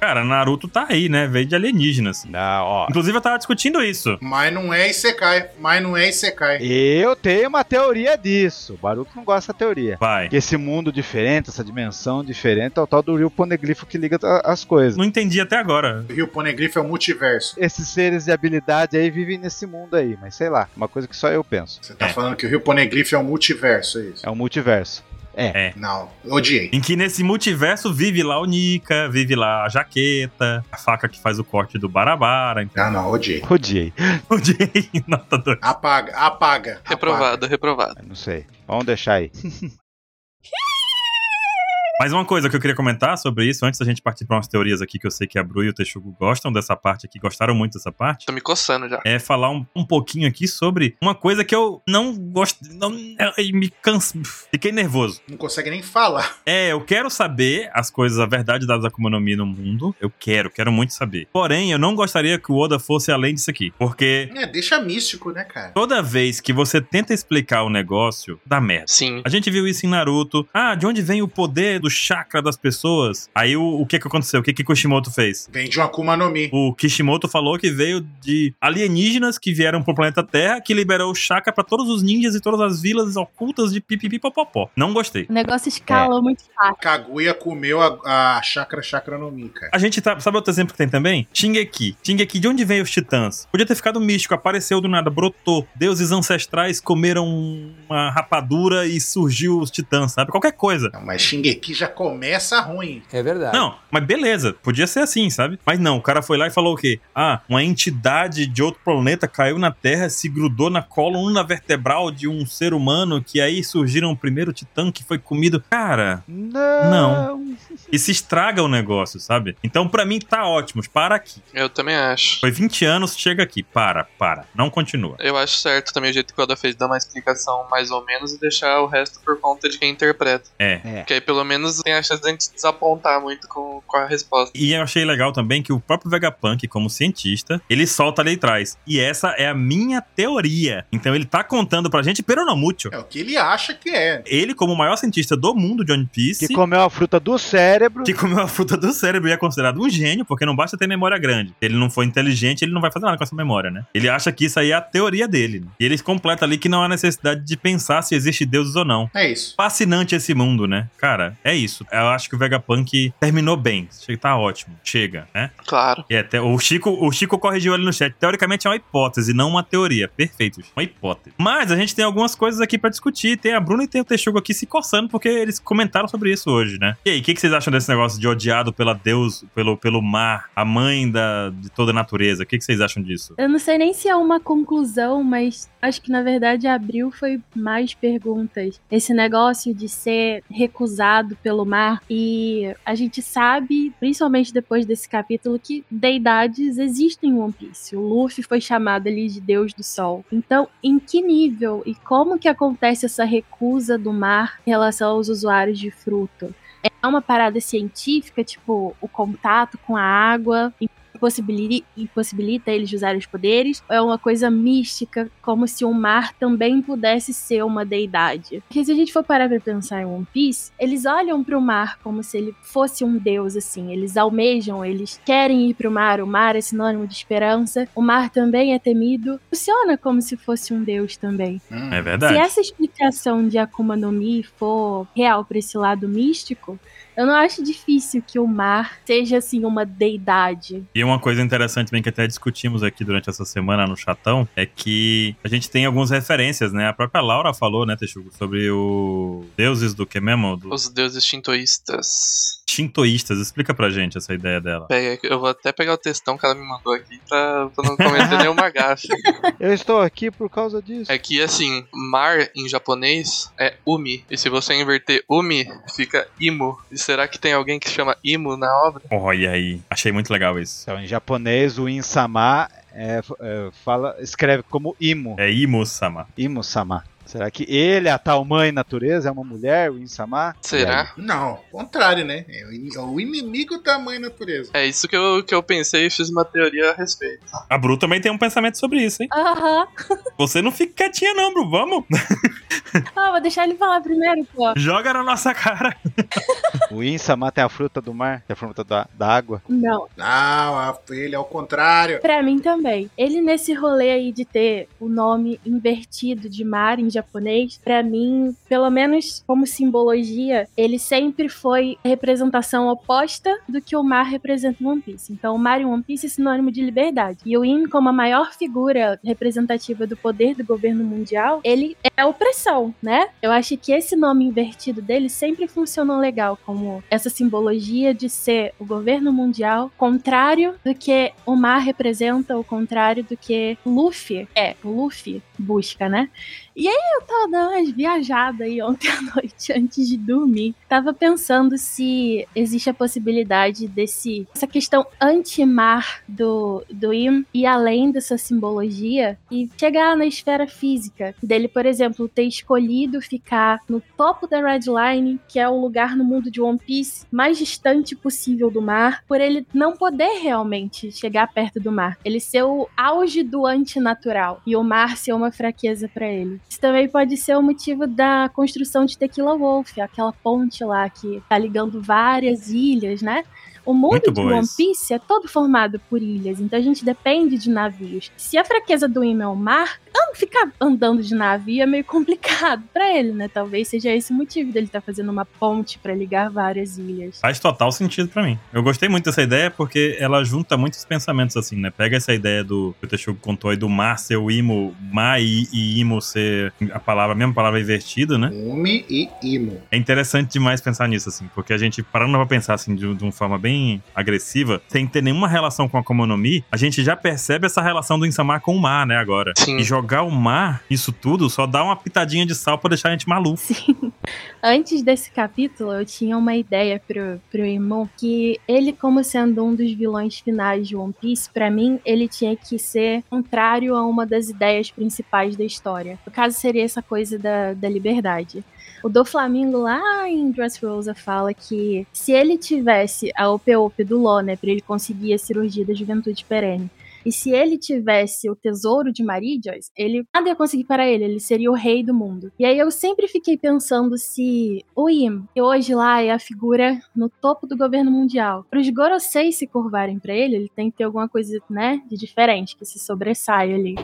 Speaker 1: Cara, Naruto tá aí, né? Veio de alienígenas.
Speaker 3: Não, ó.
Speaker 1: Inclusive, eu tava discutindo isso.
Speaker 5: Mas não é Isekai, mas não é Isekai.
Speaker 3: Eu tenho uma teoria disso. O Baruco não gosta da teoria.
Speaker 1: Vai.
Speaker 3: Que esse mundo diferente, essa dimensão diferente, é o tal do Rio Poneglifo que liga a- as coisas.
Speaker 1: Não entendi até agora.
Speaker 5: O Rio Poneglyph é o multiverso.
Speaker 3: Esses seres de habilidade aí vivem nesse mundo aí, mas sei lá, uma coisa que só eu penso.
Speaker 5: Você tá
Speaker 1: É.
Speaker 5: falando que o Rio Poneglyph é um multiverso, é isso?
Speaker 3: É um multiverso.
Speaker 1: É.
Speaker 5: Não, odiei.
Speaker 1: Em que nesse multiverso vive lá o Nika, vive lá a jaqueta, a faca que faz o corte do Barabara. [laughs] Então,
Speaker 5: Não, não, odiei.
Speaker 3: Odiei.
Speaker 1: o Jay, nota 2.
Speaker 5: Apaga, apaga. apaga.
Speaker 2: Reprovado, reprovado.
Speaker 3: Ah, Não sei. Vamos deixar aí.
Speaker 1: Mas uma coisa que eu queria comentar sobre isso, antes da gente partir para umas teorias aqui, que eu sei que a Bru e o Texugo gostam dessa parte aqui, gostaram muito dessa parte.
Speaker 2: Tô me coçando já.
Speaker 1: é falar um, um pouquinho aqui sobre uma coisa que eu não gosto. Não, ai, me canso. Fiquei nervoso.
Speaker 5: Não consegue nem falar.
Speaker 1: É, eu quero saber as coisas, a verdade das Akuma no Mi no mundo. Eu quero, quero muito saber. Porém, eu não gostaria que o Oda fosse além disso aqui. Porque
Speaker 5: É, deixa místico, né, cara?
Speaker 1: toda vez que você tenta explicar o negócio, dá merda.
Speaker 2: Sim.
Speaker 1: A gente viu isso em Naruto. Ah, de onde vem o poder do chakra das pessoas? Aí o, o que que aconteceu? O que que Kushimoto fez?
Speaker 5: Vem de uma Akuma no Mi.
Speaker 1: O Kishimoto falou que veio de alienígenas que vieram pro planeta Terra, que liberou o chakra pra todos os ninjas e todas as vilas ocultas de pipipipopopó. Não gostei.
Speaker 4: O negócio escalou muito fácil.
Speaker 5: Kaguya comeu a, a chakra chakra no Mi, cara.
Speaker 1: A gente tá. Sabe outro exemplo que tem também? Shingeki. Shingeki, de onde vem os titãs? Podia ter ficado místico, apareceu do nada, brotou. Deuses ancestrais comeram uma rapadura e surgiu os titãs, sabe? Qualquer coisa.
Speaker 5: Não, mas Shingeki já começa ruim.
Speaker 6: É verdade.
Speaker 1: Não, mas beleza, podia ser assim, sabe? Mas não, o cara foi lá e falou o quê? Ah, uma entidade de outro planeta caiu na Terra, se grudou na coluna vertebral de um ser humano, que aí surgiram o primeiro titã que foi comido. Cara,
Speaker 3: Não.
Speaker 1: e se estraga o negócio, sabe? Então, pra mim, tá ótimo, para aqui.
Speaker 2: Eu também acho.
Speaker 1: Foi 20 anos, chega aqui, para, para, não continua.
Speaker 2: Eu acho certo também o jeito que o Oda fez dar uma explicação mais ou menos e deixar o resto por conta de quem interpreta.
Speaker 1: É.
Speaker 3: É.
Speaker 2: Porque aí pelo menos tem a chance de a gente desapontar muito com, com a resposta.
Speaker 1: E eu achei legal também que o próprio Vegapunk, como cientista, ele solta ali atrás. E essa é a minha teoria. Então ele tá contando pra gente, pero não mucho.
Speaker 5: É o que ele acha que é.
Speaker 1: Ele, como o maior cientista do mundo de One Piece,
Speaker 3: Que comeu a fruta do cérebro.
Speaker 1: que comeu a fruta do cérebro e é considerado um gênio, porque não basta ter memória grande. Ele não foi inteligente, ele não vai fazer nada com essa memória, né? Ele acha que isso aí é a teoria dele. E ele completa ali que não há necessidade de pensar se existe deuses ou não.
Speaker 5: É isso.
Speaker 1: Fascinante esse mundo, né? Cara, é isso. Eu acho que o Vegapunk terminou bem. Che- Tá ótimo. Chega, né?
Speaker 2: Claro.
Speaker 1: E até o Chico, o Chico corrigiu ali no chat. Teoricamente é uma hipótese, não uma teoria. Perfeito, uma hipótese. Mas a gente tem algumas coisas aqui pra discutir. Tem a Bruna e tem o Texugo aqui se coçando porque eles comentaram sobre isso hoje, né? E aí, o que, que vocês acham desse negócio de odiado pela Deus, pelo, pelo mar, a mãe da, de toda a natureza? O que, que vocês acham disso?
Speaker 4: Eu não sei nem se é uma conclusão, mas acho que na verdade abriu foi mais perguntas. Esse negócio de ser recusado pelo mar e a gente sabe, principalmente depois desse capítulo, que deidades existem em One Piece. O Luffy foi chamado ali de Deus do Sol. Então, em que nível e como que acontece essa recusa do mar em relação aos usuários de fruto? É uma parada científica, tipo o contato com a água, impossibili- impossibilita eles de usar os poderes, ou é uma coisa mística, como se o mar também pudesse ser uma deidade. Porque se a gente for parar pra pensar em One Piece, eles olham pro mar como se ele fosse um deus, assim. Eles almejam, eles querem ir pro mar, o mar é sinônimo de esperança, o mar também é temido. Funciona como se fosse um deus também.
Speaker 5: Hum.
Speaker 1: É
Speaker 4: Se
Speaker 1: verdade.
Speaker 4: essa explicação de Akuma no Mi for real pra esse lado místico, eu não acho difícil que o mar seja assim uma deidade.
Speaker 1: E uma coisa interessante também que até discutimos aqui durante essa semana no chatão é que a gente tem algumas referências, né? A própria Laura falou, né, Texugo, sobre o deuses do que mesmo? Do...
Speaker 2: Os deuses shintoístas.
Speaker 1: Shintoístas, explica pra gente essa ideia dela.
Speaker 2: Pega, eu vou até pegar o textão que ela me mandou aqui pra, pra não [laughs] cometer nenhuma gafe.
Speaker 3: Eu estou aqui por causa disso.
Speaker 2: É que assim, mar em japonês é umi. E se você inverter umi, fica imu. E será que tem alguém que chama imu na obra?
Speaker 1: Olha aí, achei muito legal isso.
Speaker 3: Então, em japonês, o Insama é, f- é, fala, escreve como Imo.
Speaker 1: É Imo-sama.
Speaker 3: Imo-sama. Será que ele, a tal mãe natureza, é uma mulher, o Insama?
Speaker 2: Será?
Speaker 5: Não, contrário, né? É o in- é o inimigo da mãe natureza.
Speaker 2: É isso que eu, que eu pensei e fiz uma teoria a respeito.
Speaker 1: A Bru também tem um pensamento sobre isso, hein?
Speaker 4: Aham.
Speaker 1: Você não fica quietinha não, Bru, vamos. [laughs]
Speaker 4: Ah, vou deixar ele falar primeiro, pô.
Speaker 1: Joga na nossa cara.
Speaker 3: O Insama tem a fruta do mar, tem a fruta da, da água.
Speaker 4: Não,
Speaker 5: Não, a- ele é o contrário.
Speaker 4: pra mim também. Ele nesse rolê aí de ter o nome invertido de mar em japonês, pra mim, pelo menos como simbologia, ele sempre foi a representação oposta do que o mar representa em One Piece. Então, o mar em One Piece é sinônimo de liberdade. E o In, como a maior figura representativa do poder do governo mundial, ele é opressor. Miguel, né? Eu acho que esse nome invertido dele sempre funcionou legal, como essa simbologia de ser o governo mundial, contrário do que o mar representa, o contrário do que Luffy é, o Luffy busca, né? E aí eu tava dando umas viajadas aí ontem à noite, antes de dormir. Tava pensando se existe a possibilidade desse essa questão anti-mar do, do Im ir além dessa simbologia e chegar na esfera física. Dele, por exemplo, ter escolhido ficar no topo da Red Line, que é o lugar no mundo de One Piece mais distante possível do mar, por ele não poder realmente chegar perto do mar. Ele ser o auge do antinatural e o mar ser uma fraqueza para ele. Isso também pode ser o motivo da construção de Tequila Wolf, aquela ponte lá que tá ligando várias ilhas, né? O mundo
Speaker 1: Muito
Speaker 4: de
Speaker 1: bom
Speaker 4: One
Speaker 1: isso.
Speaker 4: Piece é todo formado por ilhas, então a gente depende de navios. Se a fraqueza do Im é o mar, an- ficar andando de navio é meio complicado [laughs] pra ele, né? Talvez seja esse o motivo dele estar fazendo uma ponte pra ligar várias ilhas.
Speaker 1: Faz total sentido pra mim. Eu gostei muito dessa ideia porque ela junta muitos pensamentos assim, né? Pega essa ideia do que o Teixugo contou aí do mar ser o imo, mar e, e imo ser a palavra, a mesma palavra invertida, né?
Speaker 6: Umi e Imo.
Speaker 1: É interessante demais pensar nisso, assim, porque a gente, parando pra pensar assim, de, de uma forma bem agressiva, sem ter nenhuma relação com a Komonomi, a gente já percebe essa relação do Insamar com o mar, né, agora.
Speaker 2: Sim.
Speaker 1: E jogar o mar, isso tudo, só dá uma pitadinha de sal pra deixar a gente maluco.
Speaker 4: Antes desse capítulo, eu tinha uma ideia pro, pro irmão que ele, como sendo um dos vilões finais de One Piece, pra mim, ele tinha que ser contrário a uma das ideias principais da história. No caso, seria essa coisa da, da liberdade. O do Flamingo lá em Dressrosa fala que se ele tivesse a OP-OP do Law, né, pra ele conseguir a cirurgia da juventude perene, e se ele tivesse o tesouro de Maridias, ele nada ia conseguir para ele, ele seria o rei do mundo. E aí eu sempre fiquei pensando se o Im, que hoje lá é a figura no topo do governo mundial, para os Goroseis se curvarem para ele, ele tem que ter alguma coisa, né, de diferente, que se sobressaia ali.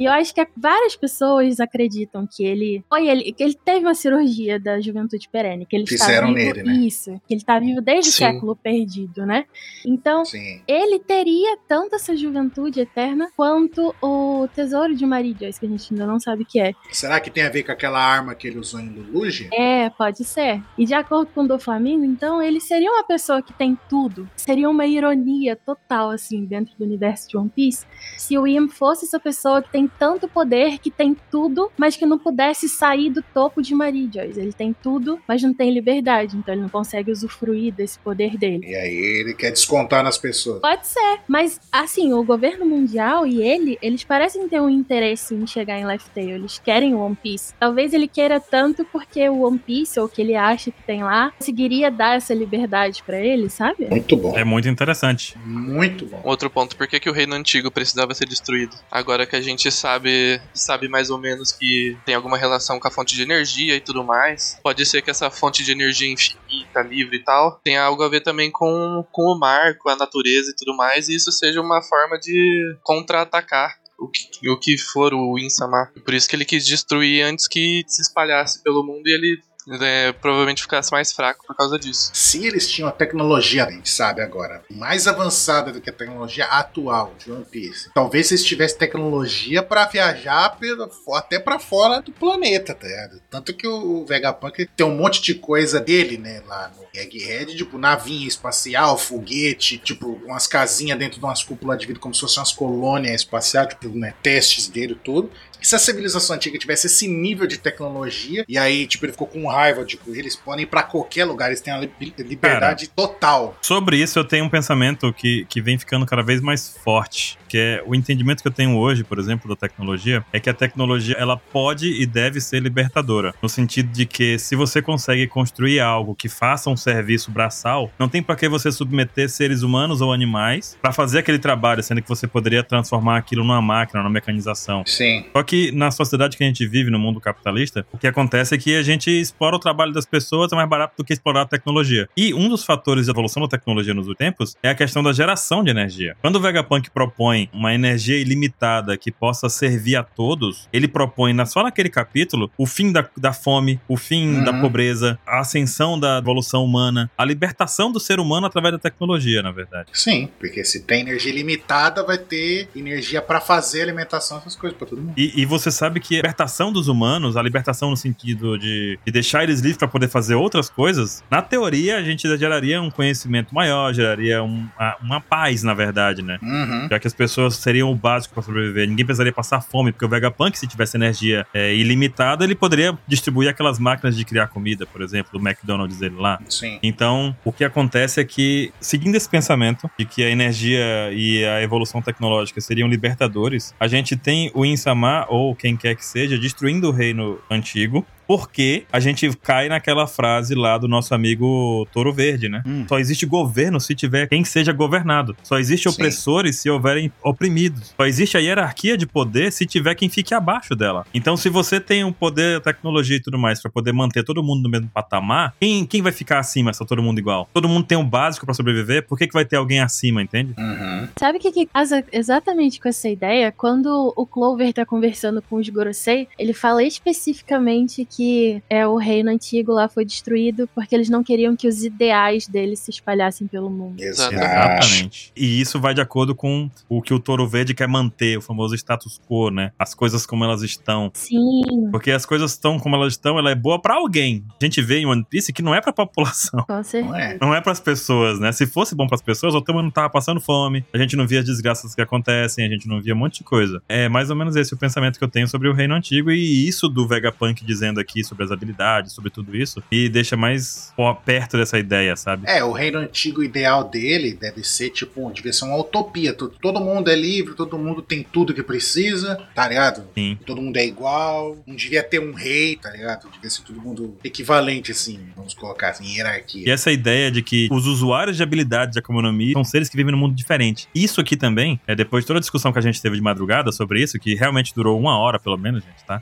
Speaker 4: E eu acho que várias pessoas acreditam que ele. Foi ele. Que ele teve uma cirurgia da juventude perene. Que ele
Speaker 6: Fizeram
Speaker 4: está vivo,
Speaker 6: nele, né?
Speaker 4: Isso. Que ele tá vivo desde o
Speaker 2: Sim.
Speaker 4: século perdido, né? Então,
Speaker 6: Sim.
Speaker 4: ele teria tanto essa juventude eterna quanto o tesouro de Maridias, que a gente ainda não sabe o que é.
Speaker 5: Será que tem a ver com aquela arma que ele usou em Luluge?
Speaker 4: É, pode ser. E de acordo com o do Flamengo, então, ele seria uma pessoa que tem tudo. Seria uma ironia total, assim, dentro do universo de One Piece, se o Ian fosse essa pessoa que tem tanto poder, que tem tudo, mas que não pudesse sair do topo de Maridias. Ele tem tudo, mas não tem liberdade, então ele não consegue usufruir desse poder dele.
Speaker 6: E aí ele quer descontar nas pessoas.
Speaker 4: Pode ser, mas assim, o governo mundial e ele, eles parecem ter um interesse em chegar em Life Tale, eles querem o One Piece. Talvez ele queira tanto porque o One Piece, ou o que ele acha que tem lá, conseguiria dar essa liberdade pra ele, sabe?
Speaker 6: Muito bom.
Speaker 1: É muito interessante.
Speaker 6: Muito bom.
Speaker 2: Um outro ponto, por que, que o reino antigo precisava ser destruído? Agora que a gente sabe, sabe mais ou menos que tem alguma relação com a fonte de energia e tudo mais, pode ser que essa fonte de energia infinita, livre e tal, tenha algo a ver também com, com o mar, com a natureza e tudo mais, e isso seja uma forma de contra-atacar. O que, o que for o Insama. Por isso que ele quis destruir antes que se espalhasse pelo mundo e ele né, provavelmente ficasse mais fraco por causa disso.
Speaker 6: Se
Speaker 5: Eles tinham a tecnologia, a gente sabe agora, mais avançada do que a tecnologia atual de One Piece. Talvez eles tivessem tecnologia pra viajar pela- fo- até pra fora do planeta, tá ligado? Tanto que o Vegapunk tem um monte de coisa dele, né, lá no Egghead, tipo navinha espacial, foguete, tipo umas casinhas dentro de umas cúpulas de vidro, como se fossem umas colônias espaciais, tipo, né, testes dele e tudo. E se a civilização antiga tivesse esse nível de tecnologia, e aí, tipo, ele ficou com raiva, tipo, eles podem ir pra qualquer lugar, eles têm a li- liberdade total.
Speaker 1: Sobre isso, eu tenho um pensamento que, que vem ficando cada vez mais forte, que é o entendimento que eu tenho hoje, por exemplo, da tecnologia, é que a tecnologia ela pode e deve ser libertadora, no sentido de que se você consegue construir algo que faça um serviço braçal, não tem para que você submeter seres humanos ou animais para fazer aquele trabalho, sendo que você poderia transformar aquilo numa máquina, numa mecanização.
Speaker 6: Sim.
Speaker 1: Só que na sociedade que a gente vive, no mundo capitalista, o que acontece é que a gente explora o trabalho das pessoas é mais barato do que explorar a tecnologia. E um dos fatores de evolução da tecnologia nos últimos tempos é a questão da geração de energia. Quando o Vegapunk propõe uma energia ilimitada que possa servir a todos, ele propõe na- só naquele capítulo o fim da, da fome, o fim
Speaker 6: Uhum.
Speaker 1: da pobreza, a ascensão da evolução humana, a libertação do ser humano através da tecnologia, na verdade.
Speaker 6: Sim.
Speaker 5: Porque se tem energia limitada, vai ter energia pra fazer alimentação, essas coisas pra todo mundo.
Speaker 1: E, E você sabe que a libertação dos humanos, a libertação no sentido de, de deixar eles livres para poder fazer outras coisas, na teoria a gente geraria um conhecimento maior, geraria um- a- uma paz, na verdade, né?
Speaker 5: Uhum.
Speaker 1: Já que as pessoas seriam o básico para sobreviver. Ninguém precisaria passar fome, porque o Vegapunk, se tivesse energia é, ilimitada, ele poderia distribuir aquelas máquinas de criar comida, por exemplo, do McDonald's dele lá.
Speaker 5: Sim.
Speaker 1: Então, o que acontece é que, seguindo esse pensamento de que a energia e a evolução tecnológica seriam libertadores, a gente tem o Insama, ou quem quer que seja, destruindo o reino antigo, porque a gente cai naquela frase lá do nosso amigo Touro Verde, né?
Speaker 3: Hum.
Speaker 1: Só existe governo se tiver quem seja governado. Só existe
Speaker 5: Sim.
Speaker 1: opressores se houverem oprimidos. Só existe a hierarquia de poder se tiver quem fique abaixo dela. Então, se você tem um poder, tecnologia e tudo mais pra poder manter todo mundo no mesmo patamar, quem, quem vai ficar acima se é todo mundo igual? Todo mundo tem um básico pra sobreviver, por que, que vai ter alguém acima, entende?
Speaker 5: Uhum.
Speaker 4: Sabe o que, que casa exatamente com essa ideia? Quando o Clover tá conversando com os Gorosei, ele fala especificamente que é o reino antigo lá foi destruído porque eles não queriam que os ideais deles se espalhassem pelo mundo.
Speaker 5: Exato.
Speaker 1: Exatamente. E isso vai de acordo com o que o Touro Verde quer manter, o famoso status quo, né? As coisas como elas estão.
Speaker 4: Sim,
Speaker 1: Porque as coisas estão como elas estão, ela é boa pra alguém. A gente vê em One Piece que não é pra população.
Speaker 4: com
Speaker 5: Não
Speaker 4: certeza.
Speaker 5: é?
Speaker 1: Não é pras pessoas, né? Se fosse bom pras pessoas, o Otama não tava passando fome, a gente não via as desgraças que acontecem, a gente não via um monte de coisa. É mais ou menos esse o pensamento que eu tenho sobre o Reino Antigo e isso do Vegapunk dizendo aqui sobre as habilidades, sobre tudo isso, e deixa mais pó- perto dessa ideia, sabe?
Speaker 5: É, o reino antigo ideal dele deve ser tipo, devia ser uma utopia. Todo, todo mundo é livre, todo mundo tem tudo que precisa, tá ligado?
Speaker 1: Sim.
Speaker 5: Todo mundo é igual, não devia ter um rei, tá ligado? Devia ser todo mundo equivalente, assim, vamos colocar assim, em
Speaker 1: E
Speaker 5: hierarquia.
Speaker 1: essa ideia de que os usuários de habilidades de economia são seres que vivem num mundo diferente. Isso aqui também, é depois de toda a discussão que a gente teve de madrugada sobre isso, que realmente durou uma hora, pelo menos, gente, tá?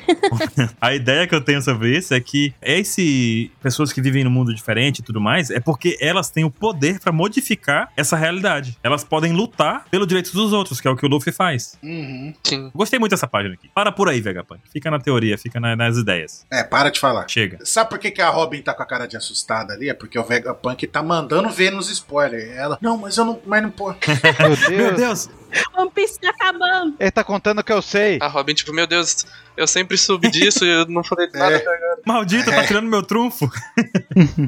Speaker 1: a ideia que eu tenho sobre isso é que esse pessoas que vivem num mundo diferente e tudo mais, é porque elas têm o poder pra modificar essa realidade. Elas podem lutar pelo direito dos outros, que é o que o Luffy faz.
Speaker 5: Uhum.
Speaker 2: Sim.
Speaker 1: Gostei muito dessa página aqui. Para por aí, Vegapunk. Fica na teoria, fica na- nas ideias.
Speaker 5: É, para de falar.
Speaker 1: Chega.
Speaker 5: Sabe por que, que a Robin tá com a cara de assustada ali? É porque o Vegapunk tá mandando ver nos spoilers. Ela, não, mas eu não. Mas
Speaker 1: [laughs]
Speaker 5: não pô.
Speaker 3: Meu Deus.
Speaker 1: Meu
Speaker 3: [laughs]
Speaker 1: Deus!
Speaker 4: One Piece tá acabando.
Speaker 3: Ele tá contando o que eu sei.
Speaker 2: [laughs] A Robin, tipo, meu Deus, eu sempre soube disso e eu não falei de nada.
Speaker 1: Maldito, tá tirando meu trunfo.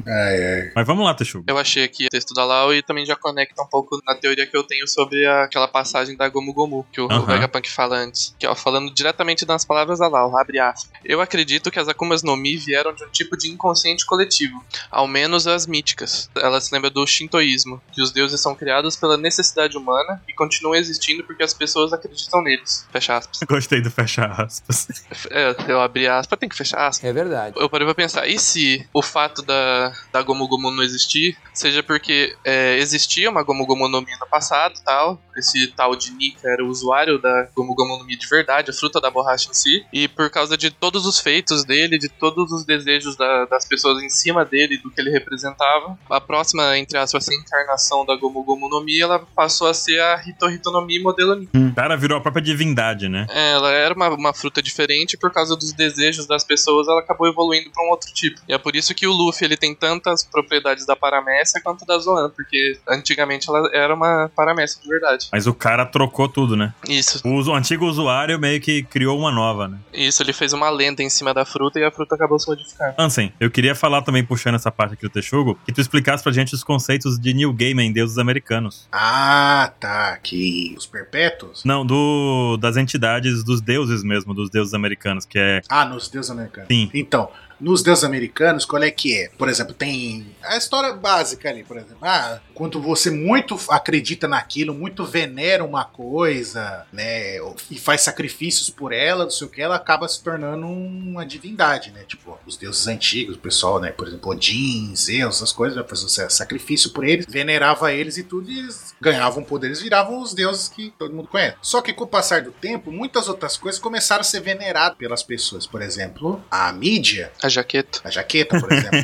Speaker 5: Ai, ai.
Speaker 1: Mas vamos lá, Teixugo.
Speaker 2: Eu achei aqui o texto da Lau e também já conecta um pouco na teoria que eu tenho sobre a- aquela passagem da Gomu Gomu, que o
Speaker 1: Aham.
Speaker 2: Vegapunk fala antes. Que, ó, falando diretamente nas palavras da Lau, abre aspas. Eu acredito que as Akumas no Mi vieram de um tipo de inconsciente coletivo, ao menos as míticas. Ela se lembra do Shintoísmo, que os deuses são criados pela necessidade humana e continuam existindo porque as pessoas acreditam neles. Fecha aspas.
Speaker 1: [laughs] Gostei do fechar aspas.
Speaker 2: É, eu abri aspas, tem que fechar aspas.
Speaker 7: É verdade.
Speaker 2: Eu parei pra pensar, e se o fato da, da Gomu Gomu não existir seja porque é, existia uma Gomu Gomu no Mi no passado tal, esse tal de Nika era o usuário da Gomu Gomu no Mi de verdade, a fruta da borracha em si, e por causa de todos os feitos dele, de todos os desejos da- das pessoas em cima dele, do que ele representava, a próxima, entre aspas, encarnação da Gomu Gomu no Mi, ela passou a ser a Hito Hito no Mi modelo Nika.
Speaker 1: O cara virou a própria divindade, né?
Speaker 2: Ela era uma, uma fruta diferente por causa dos desejos das pessoas, ela acabou evoluindo pra um outro tipo. E é por isso que o Luffy ele tem tantas propriedades da paramécia quanto da Zoan, porque antigamente ela era uma paramécia de verdade.
Speaker 1: Mas o cara trocou tudo, né?
Speaker 2: Isso,
Speaker 1: O usu- o antigo usuário meio que criou uma nova, né?
Speaker 2: isso ele fez uma lenda em cima da fruta e a fruta acabou se modificando.
Speaker 1: Ansem, eu queria falar também, puxando essa parte aqui do Texugo, que tu explicasse pra gente os conceitos de New Gaiman, deuses americanos.
Speaker 5: Ah, tá. Que os perpétuos?
Speaker 1: Não, do das entidades dos deuses mesmo, dos deuses americanos, que é...
Speaker 5: Ah, nos deuses americanos.
Speaker 1: Sim.
Speaker 5: Então, nos deuses americanos, qual é que é? Por exemplo, tem a história básica ali, por exemplo. Ah, quando você muito acredita naquilo, muito venera uma coisa, né? E faz sacrifícios por ela, não sei o que, ela acaba se tornando uma divindade, né? Tipo, os deuses antigos, o pessoal, né? Por exemplo, Odin, Zeus, essas coisas, né? fazia sacrifício por eles, venerava eles e tudo, e eles ganhavam poderes, viravam os deuses que todo mundo conhece. Só que com o passar do tempo, muitas outras coisas começaram a ser veneradas pelas pessoas. Por exemplo, a mídia
Speaker 2: A jaqueta.
Speaker 5: A jaqueta, por exemplo.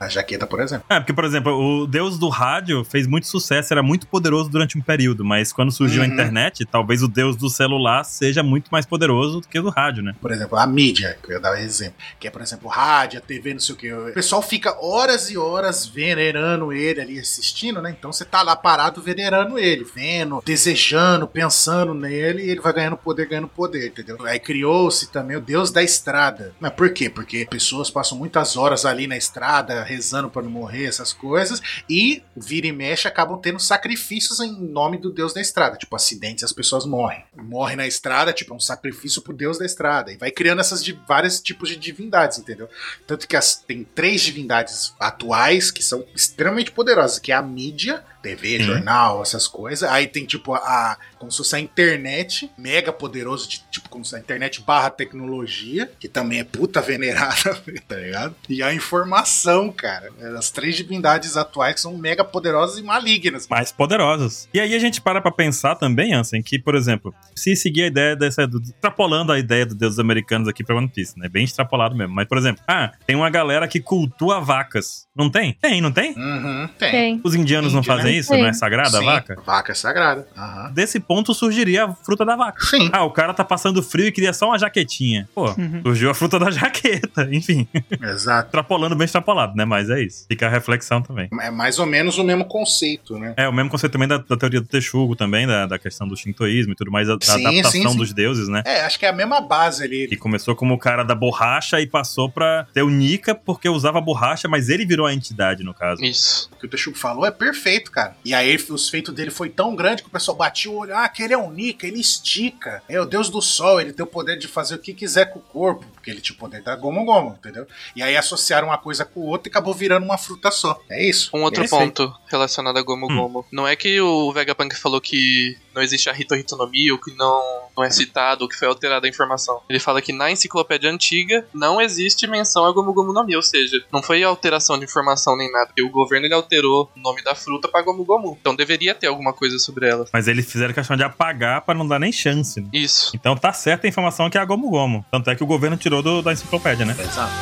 Speaker 5: a jaqueta, por exemplo.
Speaker 1: É, porque, por exemplo, o deus do rádio fez muito sucesso, era muito poderoso durante um período, mas quando surgiu a
Speaker 5: Uhum.
Speaker 1: internet, talvez o deus do celular seja muito mais poderoso do que o do rádio, né?
Speaker 5: Por exemplo, a mídia, que eu ia dar exemplo. Que é, por exemplo, rádio, a TV, não sei o que. O pessoal fica horas e horas venerando ele ali, assistindo, né? Então você tá lá parado venerando ele, vendo, desejando, pensando nele, e ele vai ganhando poder, ganhando poder, entendeu? Aí criou-se também o Deus da estrada. Mas por quê? Porque pessoas passam muitas horas ali na estrada, rezando pra não morrer, essas coisas, e vira e mexe acabam tendo sacrifícios em nome do Deus da estrada. Tipo, acidentes, as pessoas morrem. Morre na estrada, tipo, é um sacrifício pro Deus da estrada. E vai criando essas de vários tipos de divindades, entendeu? Tanto que as, tem três divindades atuais que são extremamente poderosas, que é a mídia, TV,
Speaker 1: Sim.
Speaker 5: jornal, essas coisas. Aí tem, tipo, a, a- como se fosse a internet, mega poderoso, de, tipo, como se a internet barra tecnologia, que também é puta venerada, [laughs] tá ligado? E a informação, cara. né, As três divindades atuais que são mega poderosas e malignas.
Speaker 1: mais poderosos. E aí a gente para pra pensar também, Ansem, que, por exemplo, se seguir a ideia dessa. do- extrapolando a ideia do deuses americanos aqui pra One Piece, né? Bem extrapolado mesmo. Mas, por exemplo, ah, tem uma galera que cultua vacas. Não tem? Tem, não tem?
Speaker 5: Uhum, tem.
Speaker 4: Tem.
Speaker 1: Os indianos não
Speaker 5: Índio, né?
Speaker 1: fazem isso?
Speaker 4: Sim.
Speaker 1: Não é sagrada a
Speaker 5: Sim,
Speaker 1: vaca?
Speaker 5: Vaca é sagrada. Aham.
Speaker 1: Desse ponto surgiria a fruta da vaca.
Speaker 5: Sim.
Speaker 1: Ah, o cara tá passando frio e queria só uma jaquetinha. Pô,
Speaker 3: Uhum.
Speaker 1: surgiu a fruta da [laughs] jaqueta. Enfim,
Speaker 5: Exato.
Speaker 1: extrapolando bem extrapolado, né? Mas é isso. Fica a reflexão também.
Speaker 5: É mais ou menos o mesmo conceito, né?
Speaker 1: É, o mesmo conceito também da, da teoria do texugo também, da, da questão do shintoísmo e tudo mais, da, da
Speaker 5: Sim,
Speaker 1: adaptação
Speaker 5: sim, sim.
Speaker 1: dos deuses, né?
Speaker 5: É, acho que é a mesma base ali.
Speaker 1: Que começou como o cara da borracha e passou pra ter o Nika porque usava borracha, mas ele virou a entidade, no caso.
Speaker 2: Isso.
Speaker 5: O que o Teixugo falou é perfeito, cara. E aí os feitos dele foi tão grande que o pessoal batia o olho. Ah, que ele é um Nika, ele estica. É o deus do sol, ele tem o poder de fazer o que quiser com o corpo. Porque ele tinha o poder da goma goma, entendeu? E aí associaram uma coisa com outra e acabou virando uma fruta só. É isso.
Speaker 2: Um outro
Speaker 5: Esse aí.
Speaker 2: ponto relacionado a Gomu
Speaker 1: Hum.
Speaker 2: Gomu. Não é que o Vegapunk falou que não existe a Rito Ritonomia, ou que não, não é citado, ou que foi alterada a informação. Ele fala que na enciclopédia antiga não existe menção a Gomu Gomu no Mi, ou seja, não foi alteração de informação nem nada, porque o governo ele alterou o nome da fruta pra Gomu Gomu. Então deveria ter alguma coisa sobre ela.
Speaker 1: Mas eles fizeram questão de apagar pra não dar nem chance, né?
Speaker 2: Isso.
Speaker 1: Então tá certa a informação que é a Gomu Gomu. Tanto é que o governo tirou do- da enciclopédia, né?
Speaker 5: Exato.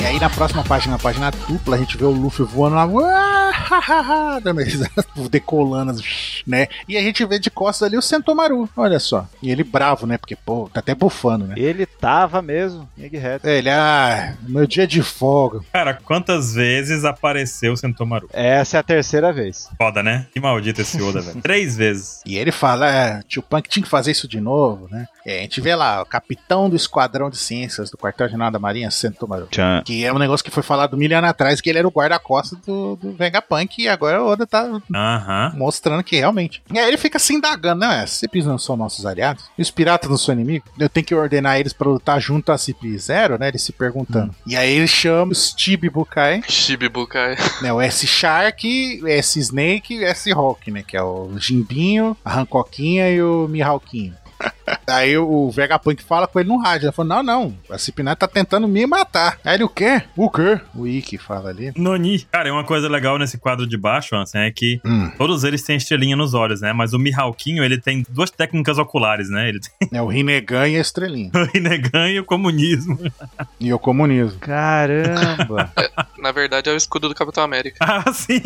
Speaker 5: E aí na próxima página, na página dupla, a gente vê o Luffy voando lá, uá, dando risada, [laughs] decolando, né? E a gente vê de costas ali o Sentomaru, olha só. E ele bravo, né? Porque, pô, tá até bufando, né?
Speaker 3: Ele tava mesmo, Nick Reto.
Speaker 5: Ele, ah, meu dia de folga.
Speaker 1: Cara, quantas vezes apareceu o Sentomaru?
Speaker 3: Essa é a terceira vez.
Speaker 1: Foda, né? Que maldito esse Oda,
Speaker 5: [laughs]
Speaker 1: velho. Três vezes.
Speaker 5: E ele fala, é, tio Punk tinha que fazer isso de novo, né? É, a gente vê lá, o capitão do esquadrão de ciências do quartel-general da marinha, Sentomaru.
Speaker 3: Tchan.
Speaker 5: Que é um negócio que foi falado mil anos atrás, que ele era o guarda-costas do, do Vegapunk, e agora o Oda tá
Speaker 1: Aham.
Speaker 5: mostrando que realmente. E aí ele fica se indagando, né? As CPs não são nossos aliados? E os piratas não são inimigos? Eu tenho que ordenar eles pra lutar junto à CP0, né? Ele se perguntando. E aí ele chama os Chibibukai,
Speaker 2: Shibibukai.
Speaker 5: né? O S-Shark, S-Snake e S-Hawk, né? Que é o Jimbinho, a Hancoquinha e o Mihawkinho. [laughs] Aí o Vegapunk fala com ele no rádio. Ele falou: Não, não, a CP9 tá tentando me matar. Aí ele o quê? O quê? O Ikki fala ali.
Speaker 1: Noni. Cara, e uma coisa legal nesse quadro de baixo, Ansem, é que
Speaker 5: Hum,
Speaker 1: todos eles têm estrelinha nos olhos, né? Mas o Mihawkinho, ele tem duas técnicas oculares, né? Ele tem [laughs]
Speaker 5: né? O Rinnegan e a Estrelinha.
Speaker 1: o Inegan e o comunismo. [laughs]
Speaker 5: E o comunismo.
Speaker 3: Caramba.
Speaker 2: [laughs] Na verdade é o escudo do Capitão América.
Speaker 1: Ah, sim!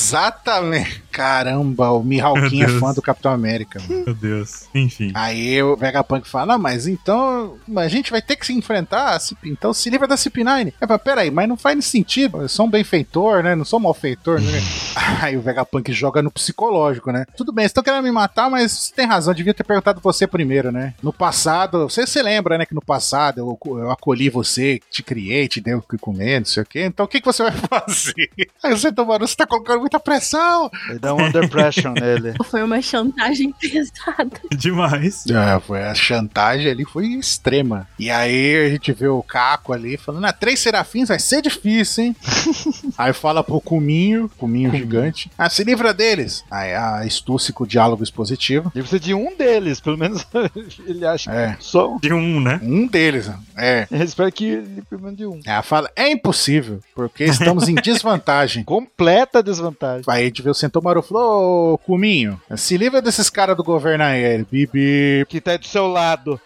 Speaker 5: Exatamente. Caramba, o Mihawkin
Speaker 1: Meu
Speaker 5: é
Speaker 1: Deus.
Speaker 5: fã do Capitão América. mano.
Speaker 1: Meu Deus. Enfim. [laughs]
Speaker 5: Aí o Vegapunk fala, "Ah, mas então a gente vai ter que se enfrentar, a CP, então se livra da CP9. É, mas peraí, mas não faz sentido, eu sou um benfeitor, né, não sou um malfeitor, né? [laughs] Aí o Vegapunk joga no psicológico, né? Tudo bem, vocês estão querendo me matar, mas você tem razão, eu devia ter perguntado você primeiro, né? No passado, você se lembra, né, que no passado eu, eu acolhi você, te criei, te dei o que comer, não sei o quê, então o que, que você vai [laughs] fazer? Aí você, Tomaru, você tá colocando muita pressão,
Speaker 3: Ele dá um under pressure nele.
Speaker 4: Foi uma chantagem [laughs] pesada.
Speaker 1: Demais.
Speaker 5: É, foi a chantagem ali foi extrema. E aí a gente vê o Caco ali falando: ah, três serafins vai ser difícil, hein? aí fala pro Cuminho, Cuminho, gigante. Ah, se livra deles! Aí a Stussy com o diálogo expositivo.
Speaker 3: Ele precisa de um deles, pelo menos [laughs] ele acha
Speaker 5: É.
Speaker 3: que só um.
Speaker 1: De um, né?
Speaker 5: Um deles, né? é.
Speaker 3: Eu espero que ele pelo menos de um.
Speaker 5: Ela fala, é impossível, porque estamos em desvantagem.
Speaker 3: Completa desvantagem.
Speaker 5: Aí a gente vê o Sentomaru e falou, ô, Cuminho, se livra desses caras do governo aéreo, bibi.
Speaker 3: Que tá aí do seu lado.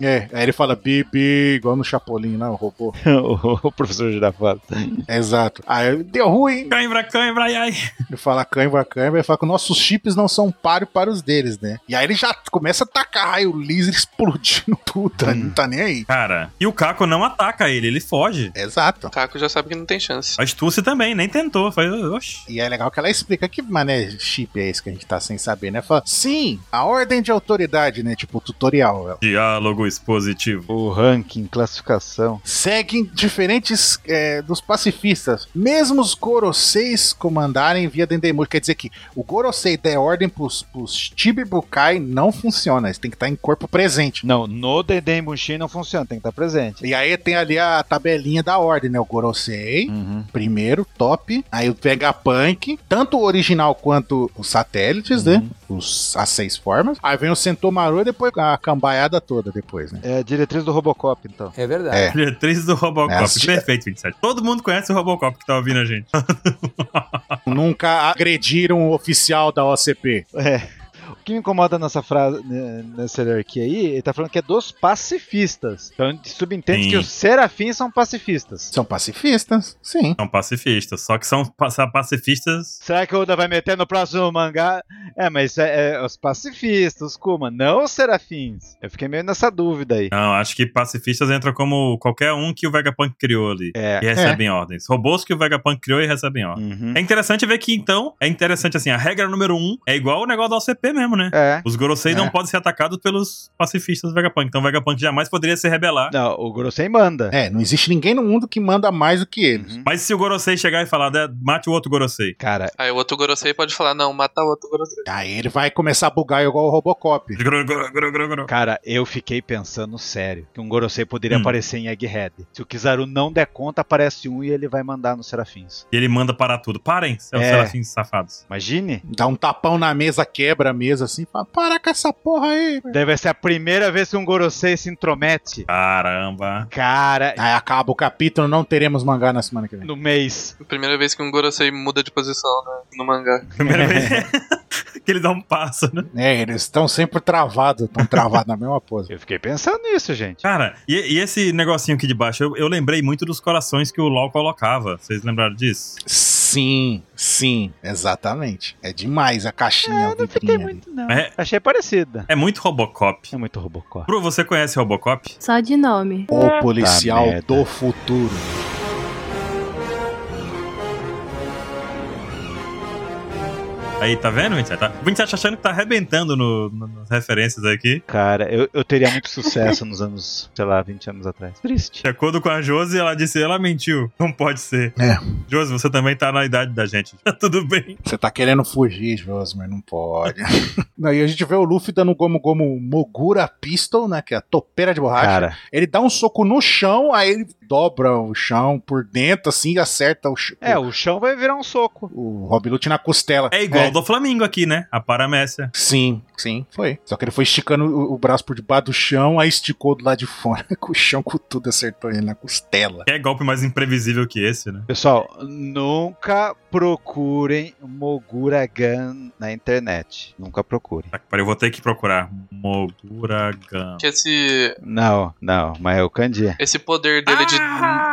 Speaker 5: É, aí ele fala bibi, igual no Chapolin lá, o robô.
Speaker 3: [laughs] o professor Girafata.
Speaker 5: Exato. Aí deu ruim.
Speaker 1: Cãibra, cãibra, ai, ai.
Speaker 5: Ele fala cãibra, cãibra, ele fala que nossos chips não são páreo para os deles, né? E aí ele já começa a tacar raio laser [laughs] explodindo tudo, né? não tá nem aí.
Speaker 1: Cara, e o Caco não ataca ele, ele foge.
Speaker 5: Exato.
Speaker 2: O Caco já sabe que não tem chance.
Speaker 1: A Stussy também, nem tentou. Faz, oxe.
Speaker 5: E é legal que ela explica que mané chip é esse que a gente tá sem saber, né? Fala, sim, a ordem de autoridade, né? Tipo, tutorial. ela.
Speaker 1: Diálogo expositivo. [laughs]
Speaker 3: O ranking, classificação.
Speaker 5: Seguem diferentes é, dos pacifistas. Mesmo os Goroseis comandarem via Dendemur. Quer dizer que o Gorosei der ordem pros, pros Chibibukai não funciona. Eles têm que estar em corpo presente.
Speaker 3: Não, no Dedem Bunshin não funciona, tem que estar presente.
Speaker 5: E aí tem ali a tabelinha da ordem, né? O Gorosei,
Speaker 3: Uhum.
Speaker 5: primeiro, top. Aí o Vegapunk, tanto o original quanto os satélites, né? Os, as seis formas. Aí vem o Sentomaru e depois a cambaiada toda depois, né?
Speaker 3: É a diretriz do Robocop, então.
Speaker 8: É verdade.
Speaker 5: É.
Speaker 1: Diretriz do Robocop.
Speaker 5: Nossa.
Speaker 1: Perfeito, 27. Todo mundo conhece o Robocop que tá ouvindo a gente.
Speaker 5: Nunca agrediram o oficial da OCP.
Speaker 3: É. O que me incomoda nessa frase, né, nessa hierarquia aí, ele tá falando que é dos pacifistas. Então ele subentende
Speaker 1: Sim.
Speaker 3: que os serafins são pacifistas.
Speaker 5: São pacifistas, sim.
Speaker 1: São pacifistas, só que são pa- pacifistas.
Speaker 3: Será que o Oda vai meter no próximo mangá? É, mas é, é os pacifistas, os Kuma, não os serafins. Eu fiquei meio nessa dúvida aí.
Speaker 1: Não, acho que pacifistas entra como qualquer um que o Vegapunk criou ali.
Speaker 3: É.
Speaker 1: E recebem ordens. Robôs que o Vegapunk criou e recebem ordens.
Speaker 3: Uhum.
Speaker 1: É interessante ver que, então, é interessante assim, a regra número um é igual o negócio da OCP mesmo, né?
Speaker 3: É.
Speaker 1: Os Gorosei
Speaker 5: É.
Speaker 1: não podem ser atacados pelos pacifistas do Vegapunk. Então o Vegapunk jamais poderia se rebelar.
Speaker 3: Não, o Gorosei manda.
Speaker 5: É, não existe ninguém no mundo que manda mais do que
Speaker 3: Uhum.
Speaker 5: ele.
Speaker 1: Mas se o Gorosei chegar e falar, "Dé, mate o outro Gorosei.
Speaker 3: Cara,
Speaker 2: Aí o outro Gorosei pode falar, não, mata o outro Gorosei.
Speaker 5: Aí ele vai começar a bugar igual o Robocop.
Speaker 1: Gro- gro- gro- gro- gro.
Speaker 3: cara, eu fiquei pensando sério que um Gorosei poderia
Speaker 1: Hum.
Speaker 3: aparecer em Egghead. Se o Kizaru não der conta, aparece um e ele vai mandar nos serafins.
Speaker 1: E ele manda parar tudo. Parem, seus
Speaker 3: É.
Speaker 1: serafins safados.
Speaker 3: Imagine?
Speaker 5: Dá um tapão na mesa, quebra a mesa assim, fala, para com essa porra aí.
Speaker 3: Deve ser a primeira vez que um Gorosei se intromete.
Speaker 1: Caramba. [laughs]
Speaker 3: Cara,
Speaker 5: Aí acaba o capítulo, não teremos mangá na semana que vem.
Speaker 3: no mês.
Speaker 2: Primeira vez que um Gorosei muda de posição né, no mangá.
Speaker 1: Primeira vez [laughs] que ele dá um passo, né?
Speaker 5: É, eles estão sempre travados, estão travados na mesma pose.
Speaker 3: Eu fiquei pensando nisso, gente.
Speaker 1: Cara, e, e esse negocinho aqui de baixo, eu, eu lembrei muito dos corações que o LOL colocava. Vocês lembraram disso?
Speaker 5: Sim, sim, exatamente. É demais a caixinha.
Speaker 3: É, Eu não
Speaker 5: vidrinha
Speaker 3: fiquei
Speaker 5: ali.
Speaker 3: muito, não.
Speaker 1: É.
Speaker 3: Achei parecida.
Speaker 1: É muito Robocop.
Speaker 3: É muito Robocop.
Speaker 1: Bru, você conhece Robocop?
Speaker 4: Só de nome.
Speaker 5: O policial
Speaker 3: merda.
Speaker 5: do futuro.
Speaker 1: Aí, tá vendo, 27? Tá? 27 achando que tá arrebentando no- no- nas referências aqui.
Speaker 3: Cara, eu, eu teria muito sucesso nos anos, sei lá, 20 anos atrás. Triste.
Speaker 1: De acordo com a Josi, ela disse, ela mentiu. Não pode ser.
Speaker 5: É.
Speaker 1: Josi, você também tá na idade da gente. [laughs] Tá tudo bem.
Speaker 5: Você tá querendo fugir, Josmer, não pode. [laughs] não, e a gente vê o Luffy dando um gomo gomo Mogura Pistol, né? Que é a topeira de borracha.
Speaker 3: Cara,
Speaker 5: Ele dá um soco no chão, aí ele dobra o chão por dentro, assim, e acerta o, ch-
Speaker 3: é, o chão vai virar um soco.
Speaker 5: o Rob Lute na costela.
Speaker 1: É igual do Flamengo aqui, né? A paramécia.
Speaker 5: Sim, sim, foi. Só que ele foi esticando o, o braço por debaixo do chão, aí esticou do lado de fora, [laughs] com o chão com tudo, acertou ele na costela.
Speaker 1: É golpe mais imprevisível que esse, né?
Speaker 3: Pessoal, nunca procurem Mogura Gun na internet. Nunca procurem.
Speaker 1: Tá, que pariu, eu vou ter que procurar. Moguragan.
Speaker 2: Que esse,
Speaker 3: Não, não, mas é o Kandi.
Speaker 2: esse poder dele de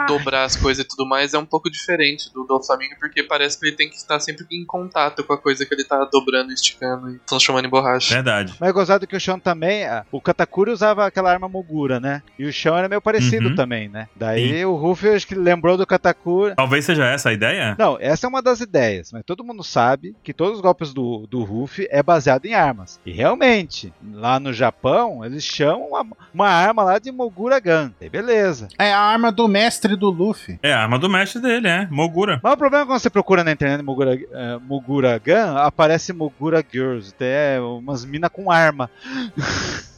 Speaker 2: dobrar as coisas e tudo mais é um pouco diferente do do Flamengo, porque parece que ele tem que estar sempre em contato com a coisa que ele tá dobrando, esticando e transformando em borracha.
Speaker 1: Verdade.
Speaker 3: Mas é gozado que o chão também. ah, O Katakuri usava aquela arma Mogura, né? E o chão era meio parecido
Speaker 1: Uhum.
Speaker 3: também, né? Daí o Ruffy acho que lembrou do Katakuri.
Speaker 1: Talvez seja essa a ideia?
Speaker 3: Não, essa é uma das ideias, mas todo mundo sabe que todos os golpes do, do Ruffy é baseado em armas. E realmente, lá no Japão, eles chamam uma, uma arma lá de Mogura Gun. Aí beleza.
Speaker 5: É a arma do mestre do Luffy.
Speaker 1: É a arma do mestre dele, é. Mogura.
Speaker 3: Mas o problema é que quando você procura na internet Mogura, eh, Mogura eh, Gun, aparece Mogura Girls, até umas mina com arma. [laughs]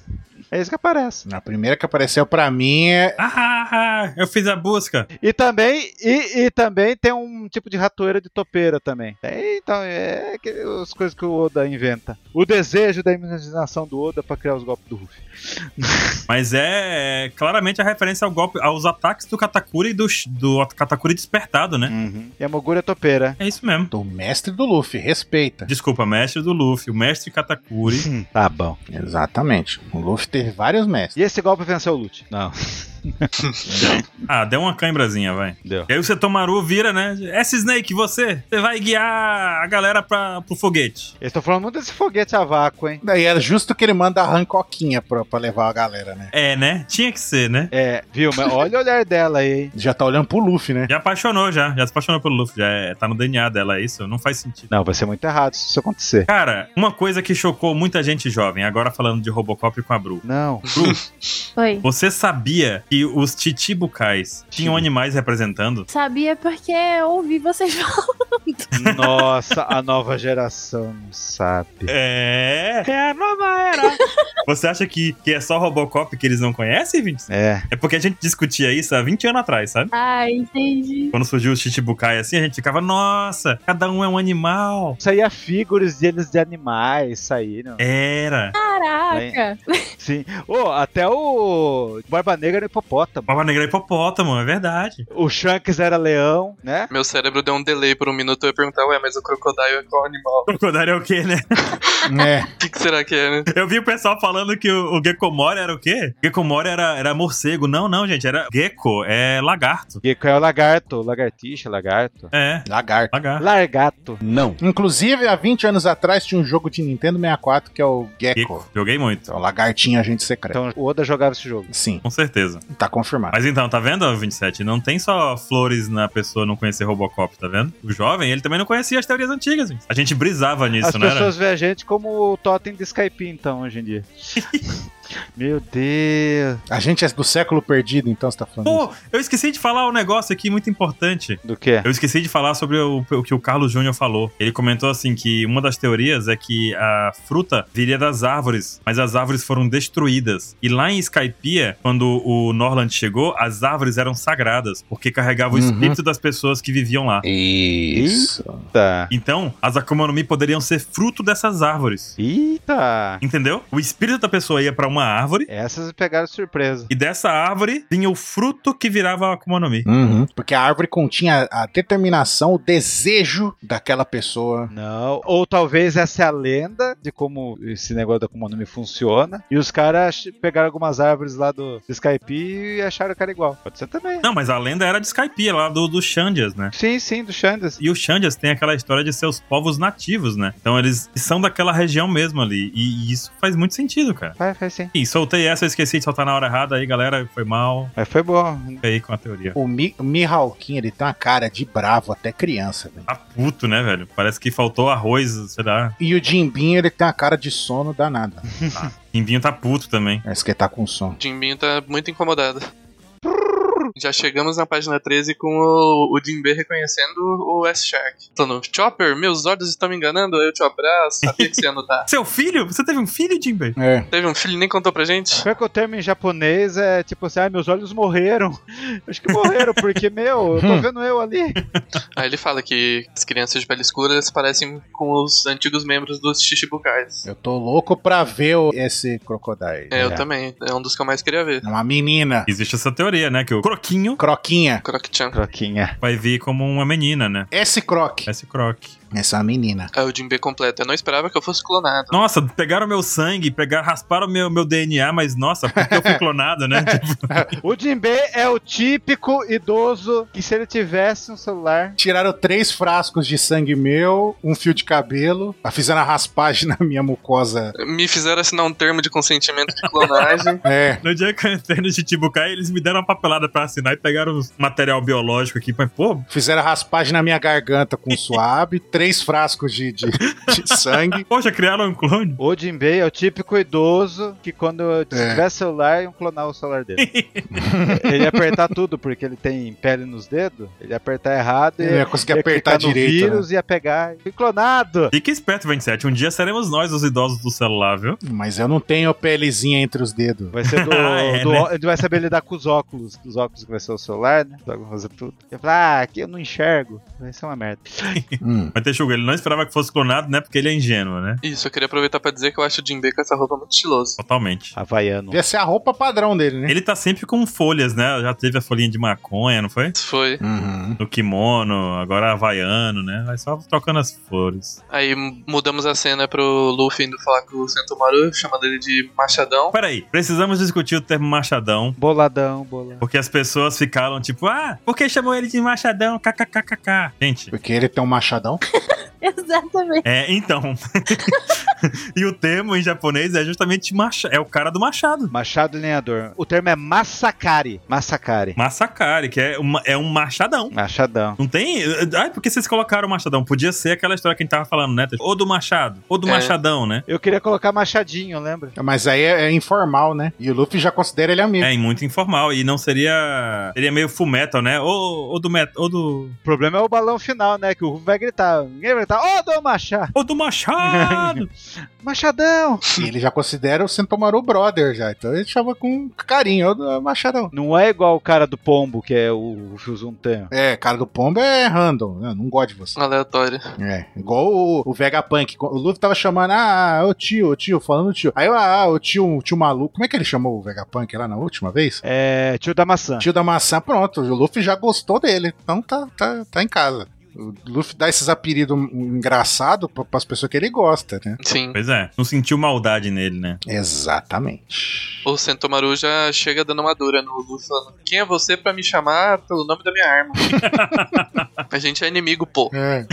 Speaker 3: É isso que aparece.
Speaker 5: Na primeira que apareceu pra mim é.
Speaker 1: Ah, ah, ah, eu fiz a busca.
Speaker 3: E também, e, e também tem um tipo de ratoeira de topeira também. É, então, é que- as coisas que o Oda inventa. O desejo da imaginação do Oda pra criar os golpes do Ruffy.
Speaker 1: Mas é claramente a referência ao golpe, aos ataques do Katakuri e do, Sh- do Katakuri despertado, né?
Speaker 3: E a Mogura é topeira.
Speaker 1: É isso mesmo.
Speaker 5: Do mestre do Luffy, respeita.
Speaker 1: Desculpa, mestre do Luffy, o mestre Katakuri.
Speaker 3: [laughs] Tá bom.
Speaker 5: Exatamente. O Luffy teve vários mestres.
Speaker 3: E esse golpe venceu o Lute? Não.
Speaker 1: Ah, deu uma cãibrazinha, vai.
Speaker 3: Deu.
Speaker 1: E aí o Setomaru vira, né? S Snake, você, você vai guiar a galera pra, pro foguete.
Speaker 3: Eu tô falando muito desse foguete a vácuo, hein?
Speaker 5: Daí era justo que ele manda a Hancoquinha pra, pra levar a galera, né?
Speaker 1: É, né? Tinha que ser, né?
Speaker 3: É, viu? Mas olha o olhar dela aí, hein?
Speaker 5: Já tá olhando pro Luffy, né?
Speaker 1: Já apaixonou, já. Já se apaixonou pelo Luffy. Já é- tá no DNA dela, é isso? Não faz sentido.
Speaker 3: Não, vai ser muito errado se isso acontecer.
Speaker 1: Cara, uma coisa que chocou muita gente jovem, agora falando de Robocop com a Bru.
Speaker 3: Não.
Speaker 4: Oi.
Speaker 1: Você sabia que os Chichibukais tinham animais representando?
Speaker 4: Sabia porque eu ouvi vocês [laughs] falando.
Speaker 3: Nossa, a nova geração não sabe.
Speaker 1: É. É a nova era. Você acha que, que é só Robocop que eles não conhecem, Vinci?
Speaker 3: É.
Speaker 1: É porque a gente discutia isso há 20 anos atrás, sabe?
Speaker 4: Ah, entendi.
Speaker 1: Quando surgiu o Chichibukai assim, a gente ficava, nossa, cada um é um animal.
Speaker 3: Saía figuras deles é de animais, saíram.
Speaker 1: Era.
Speaker 4: Caraca.
Speaker 3: Sim. Ô, até o Barba Negra era hipopótamo.
Speaker 1: Barba Negra é hipopótamo, é verdade.
Speaker 3: O Shanks era leão, né?
Speaker 2: Meu cérebro deu um delay por um minuto e eu ia perguntar, ué, mas o crocodilo é qual animal?
Speaker 1: Crocodile é o quê, né?
Speaker 5: [laughs] É.
Speaker 2: O que, que será que é, né?
Speaker 1: Eu vi o pessoal falando que o, o Gekomori era o quê? Gekomori era, era morcego. Não, não, gente, era gecko, é lagarto.
Speaker 3: E qual é o lagarto? Lagartixa, lagarto.
Speaker 1: É,
Speaker 5: Lagarto.
Speaker 1: lagarto.
Speaker 3: Largato.
Speaker 9: Não.
Speaker 5: Inclusive, há 20 anos atrás tinha um jogo de Nintendo 64 que é o Gecko.
Speaker 1: Gecko. Joguei muito,
Speaker 5: Então, lagartinho agente secreto.
Speaker 3: Então o Oda jogava esse jogo.
Speaker 5: Sim,
Speaker 1: com certeza.
Speaker 5: tá confirmado.
Speaker 1: Mas então, tá vendo, 27? Não tem só flores na pessoa não conhecer Robocop, tá vendo? O jovem, ele também não conhecia as teorias antigas. gente. A gente brisava nisso,
Speaker 3: As
Speaker 1: não era?
Speaker 3: pessoas veem a gente como o totem de Skype, então, hoje em
Speaker 1: [laughs]
Speaker 3: dia. Meu Deus.
Speaker 5: A gente é do século perdido, então você tá falando. isso.
Speaker 1: Pô, eu esqueci de falar um negócio aqui muito importante.
Speaker 3: Do que?
Speaker 1: Eu esqueci de falar sobre o, o que o Carlos Júnior falou. Ele comentou assim que uma das teorias é que a fruta viria das árvores, mas as árvores foram destruídas. E lá em Skypiea, quando o Norland chegou, as árvores eram sagradas, porque carregavam o
Speaker 5: Uhum.
Speaker 1: espírito das pessoas que viviam lá.
Speaker 9: Isso.
Speaker 3: Eita.
Speaker 1: Então, as Akuma no Mi poderiam ser fruto dessas árvores.
Speaker 3: Eita.
Speaker 1: Entendeu? O espírito da pessoa ia pra uma árvore
Speaker 3: Essas me pegaram de surpresa.
Speaker 1: e dessa árvore vinha o fruto que virava a Akuma no Mi.
Speaker 5: Uhum. Porque a árvore continha a determinação, o desejo daquela pessoa.
Speaker 3: Não, ou talvez essa é a lenda de como esse negócio da Akuma no Mi funciona. E os caras pegaram algumas árvores lá do, do Skype e acharam o cara igual. Pode ser também.
Speaker 1: Não, mas a lenda era de Skypiea, lá do, do Xandias, né?
Speaker 3: Sim, sim, do Xandas.
Speaker 1: E os Xandias têm aquela história de seus povos nativos, né? Então eles são daquela região mesmo ali. E, e isso faz muito sentido, cara.
Speaker 3: Vai, faz sim.
Speaker 1: E soltei essa, eu esqueci de soltar na hora errada aí, galera. Foi mal.
Speaker 3: Mas foi bom.
Speaker 1: Fica aí com a teoria.
Speaker 5: O, Mi, o Mihawkin, ele tem uma cara de bravo até criança, velho.
Speaker 1: Tá puto, né, velho? Parece que faltou arroz, sei lá.
Speaker 5: E o Jimbinho, ele tem uma cara de sono danada.
Speaker 1: Quimbinho tá puto também.
Speaker 5: Parece que ele tá com sono.
Speaker 2: Jimbinho tá muito incomodado. Já chegamos na página 13 com o, o Jinbe reconhecendo o S-Shark. Falando, Chopper, meus olhos estão me enganando, eu te abraço, sabia que você
Speaker 1: [laughs]
Speaker 2: ia anotar.
Speaker 1: Seu filho? Você teve um filho, Jinbei?
Speaker 5: É.
Speaker 2: Teve um filho e nem contou pra gente?
Speaker 3: Pior que o termo em japonês é tipo assim, ai, meus olhos morreram. [laughs] Acho que morreram, porque, meu, eu tô vendo eu ali.
Speaker 2: Aí ele fala que as crianças de pele escura elas parecem com os antigos membros dos Chichibukais.
Speaker 5: Eu tô louco pra ver o- esse Crocodile.
Speaker 2: É, eu também, é um dos que eu mais queria ver.
Speaker 5: É Uma menina.
Speaker 1: Existe essa teoria, né? Que o croquinho
Speaker 5: Croquinha.
Speaker 2: Croc-chan.
Speaker 3: Croquinha.
Speaker 1: vai vir como uma menina, né?
Speaker 5: Esse Croc.
Speaker 1: Esse croc.
Speaker 5: Essa é uma menina.
Speaker 2: É o Jinbe completo, eu não esperava que eu fosse clonado.
Speaker 1: Nossa, pegaram meu sangue, pegaram, rasparam meu, meu DNA, mas nossa, porque eu fui clonado, né? Tipo,
Speaker 3: O Jinbei é o típico idoso que se ele tivesse um celular...
Speaker 5: Tiraram três frascos de sangue meu, um fio de cabelo, Ah, fizeram a raspagem [laughs] na minha mucosa.
Speaker 2: Me fizeram assinar um termo de consentimento de clonagem.
Speaker 5: É.
Speaker 1: no dia que eu entrei no Chichibukai, eles me deram uma papelada pra assinar e pegaram uns material biológico aqui. Mas, pô,
Speaker 3: [laughs]
Speaker 5: Fizeram a raspagem na minha garganta com suave, três frascos de, de, de sangue.
Speaker 1: Poxa, criaram um clone?
Speaker 3: O Jinbei é o típico idoso que
Speaker 5: É.
Speaker 3: quando tiver celular, iam clonar o celular
Speaker 5: [laughs]
Speaker 3: dele. ele ia apertar tudo, porque ele tem pele nos dedos, ele ia apertar errado e
Speaker 5: Ele ia conseguir apertar
Speaker 3: É, clicar no
Speaker 5: direito. né?
Speaker 3: vírus ia pegar. Fui clonado!
Speaker 1: Fica esperto, 27. Um dia seremos nós, os idosos do celular, viu?
Speaker 5: Mas eu não tenho a pelezinha entre os
Speaker 3: [laughs]
Speaker 5: dedos.
Speaker 3: Vai
Speaker 5: [laughs]
Speaker 3: ser do.
Speaker 1: Ah, é,
Speaker 3: do-
Speaker 1: né?
Speaker 3: Ele vai saber lidar com os óculos. Os óculos que vai ser o celular, né? Os óculos vão fazer tudo. Ele vai falar, ah, aqui eu não enxergo. Vai ser uma merda.
Speaker 5: Hum.
Speaker 1: Mas Teixuga, ele não esperava que fosse clonado, né? Porque ele é ingênuo, né?
Speaker 2: [laughs] Isso, eu queria aproveitar pra dizer que eu acho o Jinbei com essa roupa muito estiloso.
Speaker 3: Ah,
Speaker 1: Totalmente.
Speaker 3: Havaiano.
Speaker 5: Ia ser a roupa padrão dele, né?
Speaker 1: Ele tá sempre com folhas, né? Já teve a folhinha de maconha, não foi?
Speaker 2: Isso foi.
Speaker 3: Uhum.
Speaker 1: No kimono, agora havaiano, né? Vai só trocando as flores.
Speaker 2: Aí m- mudamos a cena pro Luffy indo falar com o Sentomaru, chamando ele de Machadão.
Speaker 1: Peraí, precisamos discutir o termo machadão.
Speaker 3: Boladão, boladão.
Speaker 1: Porque as pessoas ficaram tipo, ah, por que chamou ele de machadão? KKKKK. Gente,
Speaker 5: Porque ele tem um machadão.
Speaker 4: Exatamente.
Speaker 1: é, então. [laughs] e o termo em japonês é justamente macha é o cara do machado.
Speaker 3: Machado lenhador. O termo é massacare. Massacare.
Speaker 1: Massacare, que é, uma, é um machadão.
Speaker 3: Machadão.
Speaker 1: Não tem? Ai, por que vocês colocaram o machadão? Podia ser aquela história que a gente tava falando, né? Ou do machado, ou do
Speaker 2: É.
Speaker 1: machadão, né?
Speaker 3: Eu queria colocar machadinho, lembra?
Speaker 5: Mas aí é, é informal, né? E o Luffy já considera ele amigo.
Speaker 1: É, e muito informal. E não seria. Seria meio full metal, né? Ou, ou do metal. Ou do.
Speaker 3: O problema é o balão final, né? Que o Ruff vai gritar. Ninguém vai gritar, ô, Dom Machado!
Speaker 1: Ou do
Speaker 3: [laughs]
Speaker 1: machado!
Speaker 3: Machadão!
Speaker 5: E ele já considera o Sentomaru brother já. Então ele chama com carinho, ó, do machadão.
Speaker 3: Não é igual o cara do pombo, que é o Ruff usa um termo.
Speaker 5: É, cara do pombo é random. né? não gosto de você.
Speaker 2: Ah. Aleatório.
Speaker 5: É, igual o, o Vegapunk. O Luffy tava chamando, ah, o tio, o tio, falando tio. Aí, ah, o tio, o tio maluco. Como é que ele chamou o Vegapunk lá na última vez?
Speaker 3: É, tio da maçã.
Speaker 5: Tio da maçã, pronto. O Luffy já gostou dele. Então tá, tá, tá em casa. O Luffy dá esses apelidos engraçados pra- pras pessoas que ele gosta, né?
Speaker 2: Sim.
Speaker 1: pois é, não sentiu maldade nele, né?
Speaker 5: Exatamente.
Speaker 2: O Sentomaru já chega dando uma dura no Luffy, falando: Quem é você pra me chamar pelo nome da minha arma? a gente é inimigo, pô.
Speaker 5: É.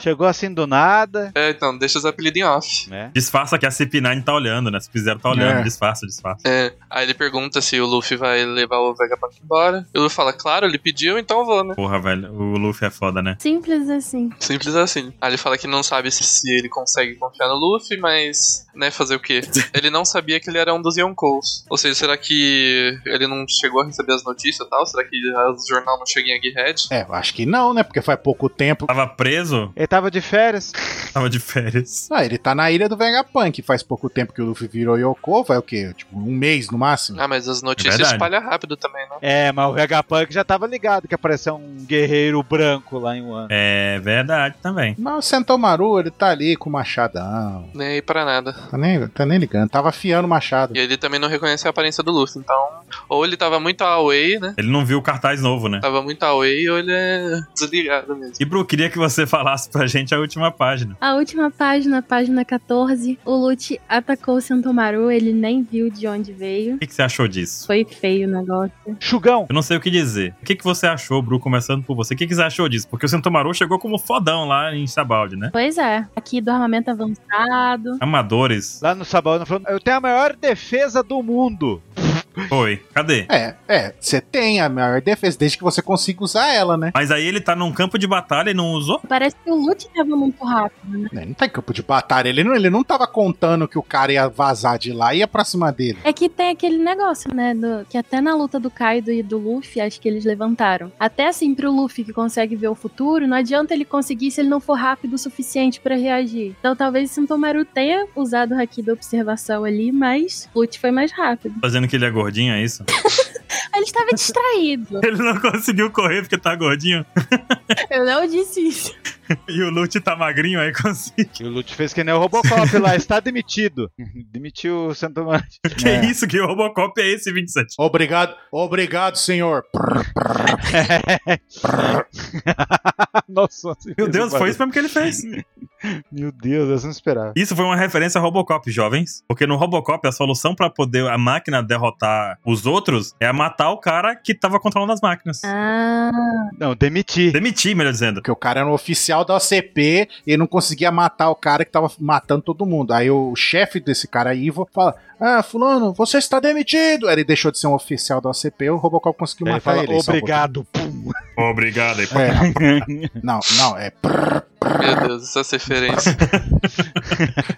Speaker 3: Chegou assim do nada,
Speaker 2: É, então, deixa os apelidos em off.
Speaker 3: né?
Speaker 1: Disfarça que a CP9 tá olhando, né? Se fizeram tá olhando,
Speaker 5: É.
Speaker 1: disfarça, disfarça.
Speaker 2: É, aí ele pergunta se o Luffy vai levar o Vegapunk embora. E o Luffy fala, claro, ele pediu, então eu vou, né?
Speaker 1: Porra, velho, o Luffy é foda, né?
Speaker 4: Simples assim.
Speaker 2: Simples assim. Aí ele fala que não sabe se, se ele consegue confiar no Luffy, mas, né, fazer o quê? Ele não sabia que ele era um dos Yonkous. Ou seja, será que ele não chegou a receber as notícias e tal? Será que o jornal não chega em Egghead?
Speaker 5: É, eu acho que não, né? Porque faz pouco tempo.
Speaker 1: Tava preso, [laughs]
Speaker 3: Ele tava de férias.
Speaker 1: tava de férias.
Speaker 5: Ah, ele tá na ilha do Vegapunk. Faz pouco tempo que o Luffy virou Yoko. Vai o quê? Tipo, um mês no máximo?
Speaker 2: Ah, mas as
Speaker 1: É
Speaker 2: notícias
Speaker 1: verdade.
Speaker 2: espalham rápido também, né?
Speaker 3: É, mas o Vegapunk já tava ligado que apareceu um guerreiro branco lá em um ano.
Speaker 1: É verdade também.
Speaker 5: Mas o Sentomaru, ele tá ali com o machadão.
Speaker 2: Nem aí né, pra nada.
Speaker 5: Tá nem, tá nem ligando. Tava afiando o machado.
Speaker 2: E ele também não reconhece a aparência do Luffy, então... Ou ele tava muito away, né?
Speaker 1: Ele não viu o cartaz novo, né?
Speaker 2: Tava muito away, ou ele é desligado mesmo.
Speaker 1: E Bru, queria que você [laughs] falasse pra gente a última página.
Speaker 4: A última página, página 14, o Lute atacou o Sentomaru, ele nem viu de onde veio.
Speaker 1: O que, que você achou disso?
Speaker 4: Foi feio o negócio.
Speaker 3: Chugão!
Speaker 1: Eu não sei o que dizer. O que, que você achou, Bru, começando por você? O que, que você achou disso? Porque o Sentomaru chegou como fodão lá em Sabaldi, né?
Speaker 4: Pois é, aqui do armamento avançado.
Speaker 1: Amadores.
Speaker 3: Lá no Sabão, ele falou, eu tenho a maior defesa do mundo.
Speaker 1: Foi. Cadê?
Speaker 5: É, é. Você tem a maior defesa, desde que você consiga usar ela, né?
Speaker 1: Mas aí ele tá num campo de batalha e não usou?
Speaker 4: Parece que o Lute tava muito rápido. né?
Speaker 5: Ele não tá em campo de batalha. Ele não, ele não tava contando que o cara ia vazar de lá e ia pra cima dele.
Speaker 4: É que tem aquele negócio, né? do- que até na luta do Kaido e do Luffy, acho que eles levantaram. Até assim, pro Luffy que consegue ver o futuro, não adianta ele conseguir se ele não for rápido o suficiente pra reagir. Então talvez o Sentomaru tenha usado o haki da observação ali, mas o Lute foi mais rápido.
Speaker 1: Fazendo que ele é gordinho, é isso? [laughs]
Speaker 4: Ele estava distraído.
Speaker 1: Ele não conseguiu correr porque tá gordinho.
Speaker 4: Eu não disse isso.
Speaker 1: E o Lute tá magrinho, aí [laughs] consegue.
Speaker 3: E o Lute fez que nem o Robocop
Speaker 1: [laughs]
Speaker 3: lá, está demitido. [laughs] Demitiu o Santo Mar-
Speaker 1: Que isso? Que Robocop é esse, 27?
Speaker 5: Obrigado, obrigado, senhor. Prr, prr.
Speaker 3: [laughs] Nossa,
Speaker 1: Meu Deus, foi isso mesmo que ele fez.
Speaker 3: Meu Deus, eu não esperava.
Speaker 1: Isso foi uma referência a Robocop, jovens. Porque no Robocop, a solução pra poder a máquina derrotar os outros é matar o cara que tava controlando as máquinas.
Speaker 4: Ah,
Speaker 3: Não, demiti.
Speaker 1: Demitir, melhor dizendo.
Speaker 5: Porque o cara era um oficial da OCP e não conseguia matar o cara que tava matando todo mundo. Aí o chefe desse cara, Ivo, fala: Ah, Fulano, você está demitido. Aí ele deixou de ser um oficial da OCP e o Robocop conseguiu
Speaker 3: Aí ele
Speaker 5: matar
Speaker 3: fala,
Speaker 5: ele. é Ele só um botou-
Speaker 3: obrigado. Pum.
Speaker 1: Obrigado aí.
Speaker 5: É. Não, não, é. prrr, prrr.
Speaker 2: Meu Deus, essas referências. [laughs]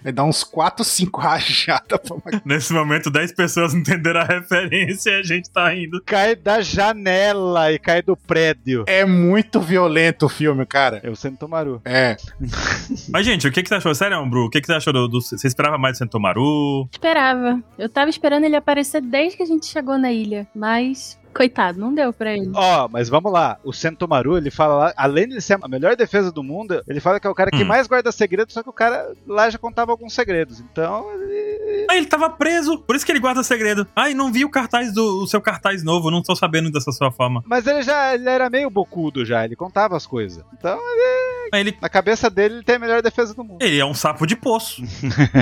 Speaker 5: É dar uns 4, 5 [laughs] rajadas pra uma...
Speaker 1: [laughs] Nesse momento, 10 pessoas [laughs] entenderam a referência e a gente tá rindo.
Speaker 3: Cai da janela e cai do prédio.
Speaker 5: É muito violento o filme, cara.
Speaker 3: É o Sentomaru.
Speaker 5: É.
Speaker 1: Mas, gente, o que, que você achou? Sério, Bru, o que, que você achou do, do- Você esperava mais do Sentomaru?
Speaker 4: Esperava. Eu tava esperando ele aparecer desde que a gente chegou na ilha, mas coitado, não deu pra ele.
Speaker 3: Ó, mas vamos lá. O Sentomaru, ele fala lá, além de ser a melhor defesa do mundo, ele fala que é o cara que
Speaker 1: Hum.
Speaker 3: mais guarda segredos, só que o cara lá já contava alguns segredos. Então, ele...
Speaker 1: Ah, ele tava preso, por isso que ele guarda segredo. Ah, e não vi o cartaz do o seu cartaz novo, não tô sabendo dessa sua forma.
Speaker 3: mas ele já ele era meio bocudo já, ele contava as coisas. Então,
Speaker 1: Ah, ele,
Speaker 3: na cabeça dele, ele tem a melhor defesa
Speaker 1: [laughs]
Speaker 3: do mundo.
Speaker 1: ele é um sapo de poço.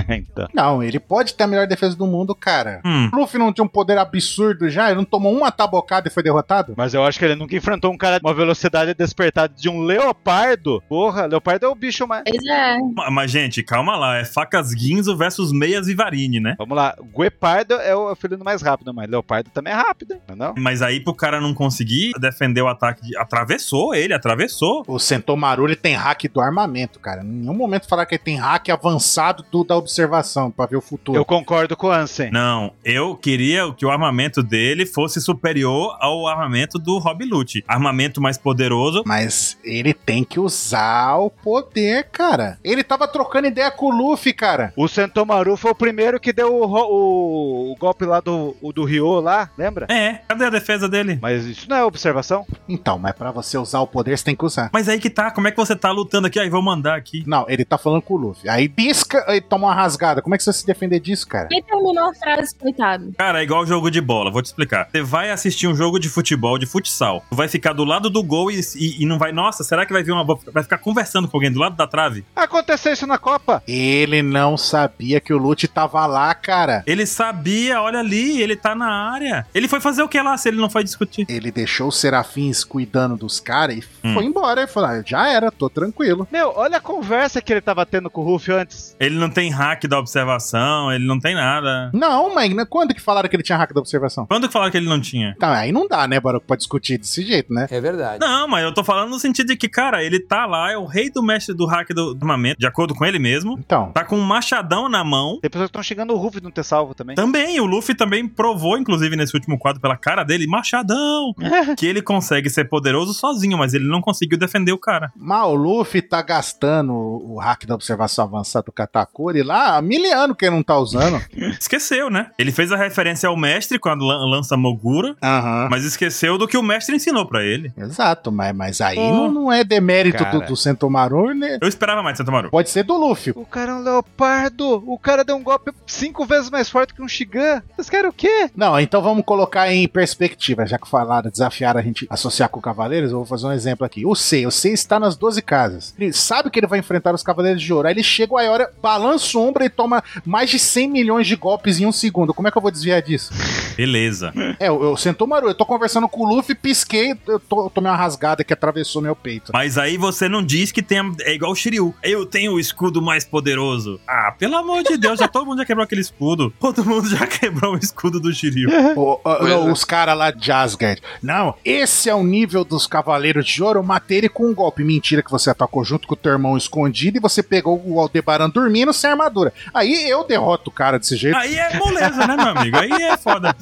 Speaker 3: então.
Speaker 5: Não, ele pode ter a melhor defesa do mundo, cara.
Speaker 1: Hum.
Speaker 5: O Luffy não tinha um poder absurdo já? Ele não tomou uma tabocada e foi derrotado?
Speaker 3: Mas eu acho que ele nunca enfrentou um cara de uma velocidade despertada de um leopardo. Porra, leopardo é o bicho mais.
Speaker 4: Pois é.
Speaker 1: Ma- Mas, gente, calma lá. É facas Guinzo versus meias e varine, né?
Speaker 3: Vamos lá, guepardo é o felino mais rápido, mas leopardo também é rápido, hein? Não é não?
Speaker 1: Mas aí, pro cara não conseguir defender o ataque, de- atravessou ele, atravessou.
Speaker 5: O Sentomaru, ele tem hack do armamento, cara. Em nenhum momento falar que ele tem hack avançado do, da observação pra ver o futuro.
Speaker 3: Eu concordo com o Ansem.
Speaker 1: Não, eu queria que o armamento dele fosse superior ao armamento do Rob Lute. Armamento mais poderoso.
Speaker 5: Mas ele tem que usar o poder, cara. Ele tava trocando ideia com o Luffy, cara.
Speaker 3: O Sentomaru foi o primeiro que deu o, ro- o- o golpe lá do, o do Ryo lá, lembra?
Speaker 1: É, cadê a defesa dele?
Speaker 3: Mas isso não é observação?
Speaker 5: Então, mas pra você usar o poder, você tem que usar.
Speaker 1: Mas aí que tá, como é que você tá lutando aqui? Aí vou mandar aqui.
Speaker 5: Não, ele tá falando com o Luffy. Aí pisca e toma uma rasgada. Como é que você vai se defender disso, cara?
Speaker 4: Ele terminou a frase, coitado.
Speaker 1: Cara, é igual jogo de bola, vou te explicar. Você vai assistir um jogo de futebol, de futsal. Tu vai ficar do lado do gol e, e- e não vai. Nossa, será que vai vir uma. Vai ficar conversando com alguém do lado da trave?
Speaker 3: Aconteceu isso na Copa.
Speaker 5: Ele não sabia que o Lute tava lá, cara.
Speaker 1: Ele sabia, olha ali, ele tá na área. Ele foi fazer o que lá se ele não foi discutir?
Speaker 5: Ele deixou os serafins cuidando dos caras e
Speaker 1: Hum.
Speaker 5: foi embora. Ele falou: "Ah, já era, tô tranquilo.
Speaker 3: Meu, olha a conversa que ele tava tendo com o Ruff antes.
Speaker 1: Ele não tem hack da observação, ele não tem nada.
Speaker 5: Não, mas né, quando que falaram que ele tinha hack da observação?
Speaker 1: Quando que falaram que ele não tinha?
Speaker 5: Então, aí não dá, né, Baruco, pra discutir desse jeito, né?
Speaker 10: É verdade.
Speaker 1: Não, mas eu tô falando no sentido de que, cara, ele tá lá, é o rei do mestre do hack do armamento, de acordo com ele mesmo.
Speaker 5: Então,
Speaker 1: Tá com um machadão na mão.
Speaker 3: Tem pessoas que estão xingando o Ruff de não ter salvo também.
Speaker 1: Também, o Luffy também provou, inclusive, nesse último quadro, pela cara dele, machadão, que ele consegue ser poderoso sozinho, mas ele não conseguiu defender o cara.
Speaker 5: Mas o Luffy tá gastando o o hack da observação avançada do Katakuri lá há mil anos que ele não tá usando.
Speaker 1: Esqueceu, né? Ele fez a referência ao mestre com a lan- lança Mogura,
Speaker 5: Aham.
Speaker 1: mas esqueceu do que o mestre ensinou pra ele.
Speaker 5: Exato, mas, mas aí
Speaker 1: Pô.
Speaker 5: não, não é demérito
Speaker 3: Cara.
Speaker 5: do, do Sentomaru, né?
Speaker 1: Eu esperava mais, Santamaru.
Speaker 5: Pode ser do Luffy.
Speaker 3: [laughs] O cara é um leopardo. O cara deu um golpe cinco vezes mais forte que um Shigan. Vocês querem o quê?
Speaker 5: Não, então vamos colocar em perspectiva, já que falaram, desafiaram a gente a associar com Cavaleiros, eu vou fazer um exemplo aqui. O C, o C está nas 12 casas. Ele sabe que ele vai enfrentar os Cavaleiros de Ouro. Aí ele chega o Ayora, balança o ombro e toma mais de 100 milhões de golpes em um segundo. Como é que eu vou desviar disso?
Speaker 1: Beleza.
Speaker 5: É, eu, eu sentou Maru, eu tô conversando com o Luffy, pisquei, eu, to- eu tomei uma rasgada que atravessou meu peito.
Speaker 1: Mas aí você não diz que tem. É igual o Shiryu. Eu tenho o escudo mais poderoso. Ah, pelo amor de Deus, já todo mundo já quebrou aquele escudo. Todo mundo já [laughs] quebrou o escudo do Shiryu.
Speaker 5: O- o-
Speaker 2: Pois
Speaker 5: o-
Speaker 2: é.
Speaker 5: os caras lá de Asgard. Não, esse é o nível dos Cavaleiros de Ouro. Eu matei ele com um golpe. Mentira que você atacou junto com o teu irmão escondido e você pegou o Aldebaran dormindo sem armadura. Aí eu derroto o cara desse jeito.
Speaker 1: Aí é moleza, né, meu amigo? Aí é foda.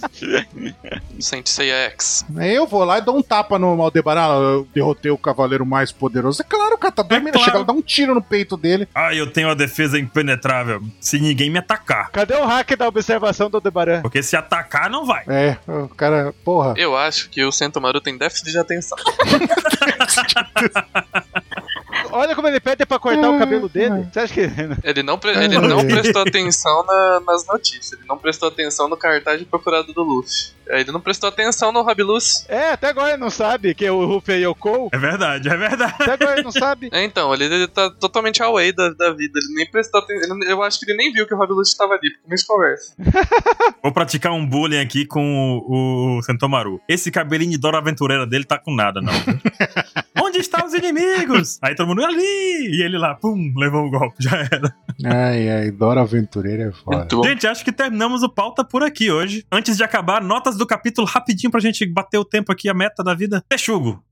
Speaker 2: Sensei X.
Speaker 5: Aí eu vou lá e dou um tapa no Aldebaran. Eu derrotei o cavaleiro mais poderoso. É claro, o cara tá dormindo.
Speaker 1: claro.
Speaker 5: Chega lá, dá um tiro no peito dele.
Speaker 1: Ah, eu tenho a defesa impenetrável. Se ninguém me atacar.
Speaker 3: Cadê o hack da observação do Aldebaran?
Speaker 1: Porque se atacar, não vai.
Speaker 5: É, o cara, porra.
Speaker 2: Eu acho que o Sentomaru tem déficit de atenção.
Speaker 3: Olha como ele pede pra cortar o cabelo dele. Você acha que...
Speaker 2: Ele não, pre- ele não prestou atenção na- nas notícias. Ele não prestou atenção no cartaz de procurado do Luffy. Aí Ele não prestou atenção no Rob Luffy.
Speaker 3: É, até agora ele não sabe que o Ruff é Yoko.
Speaker 1: É verdade, é verdade.
Speaker 3: Até agora ele não sabe.
Speaker 2: É, então, ele, ele tá totalmente away da, da vida. Ele nem prestou atenção. Eu acho que ele nem viu que o Rob Luffy tava ali, porque começo de conversa.
Speaker 1: Vou praticar um bullying aqui com o, o Sentomaru. Esse cabelinho de Dora Aventureira dele tá com nada, não. Onde estão os inimigos? Aí todo mundo ali! E ele lá, pum, levou um golpe. Já era.
Speaker 5: Ai, ai, Dora Aventureira
Speaker 2: [laughs]
Speaker 5: é foda.
Speaker 2: Muito bom.
Speaker 1: Gente, acho que terminamos o pauta por aqui hoje. Antes de acabar, notas do capítulo rapidinho pra gente bater o tempo aqui, a meta da vida. Texugo.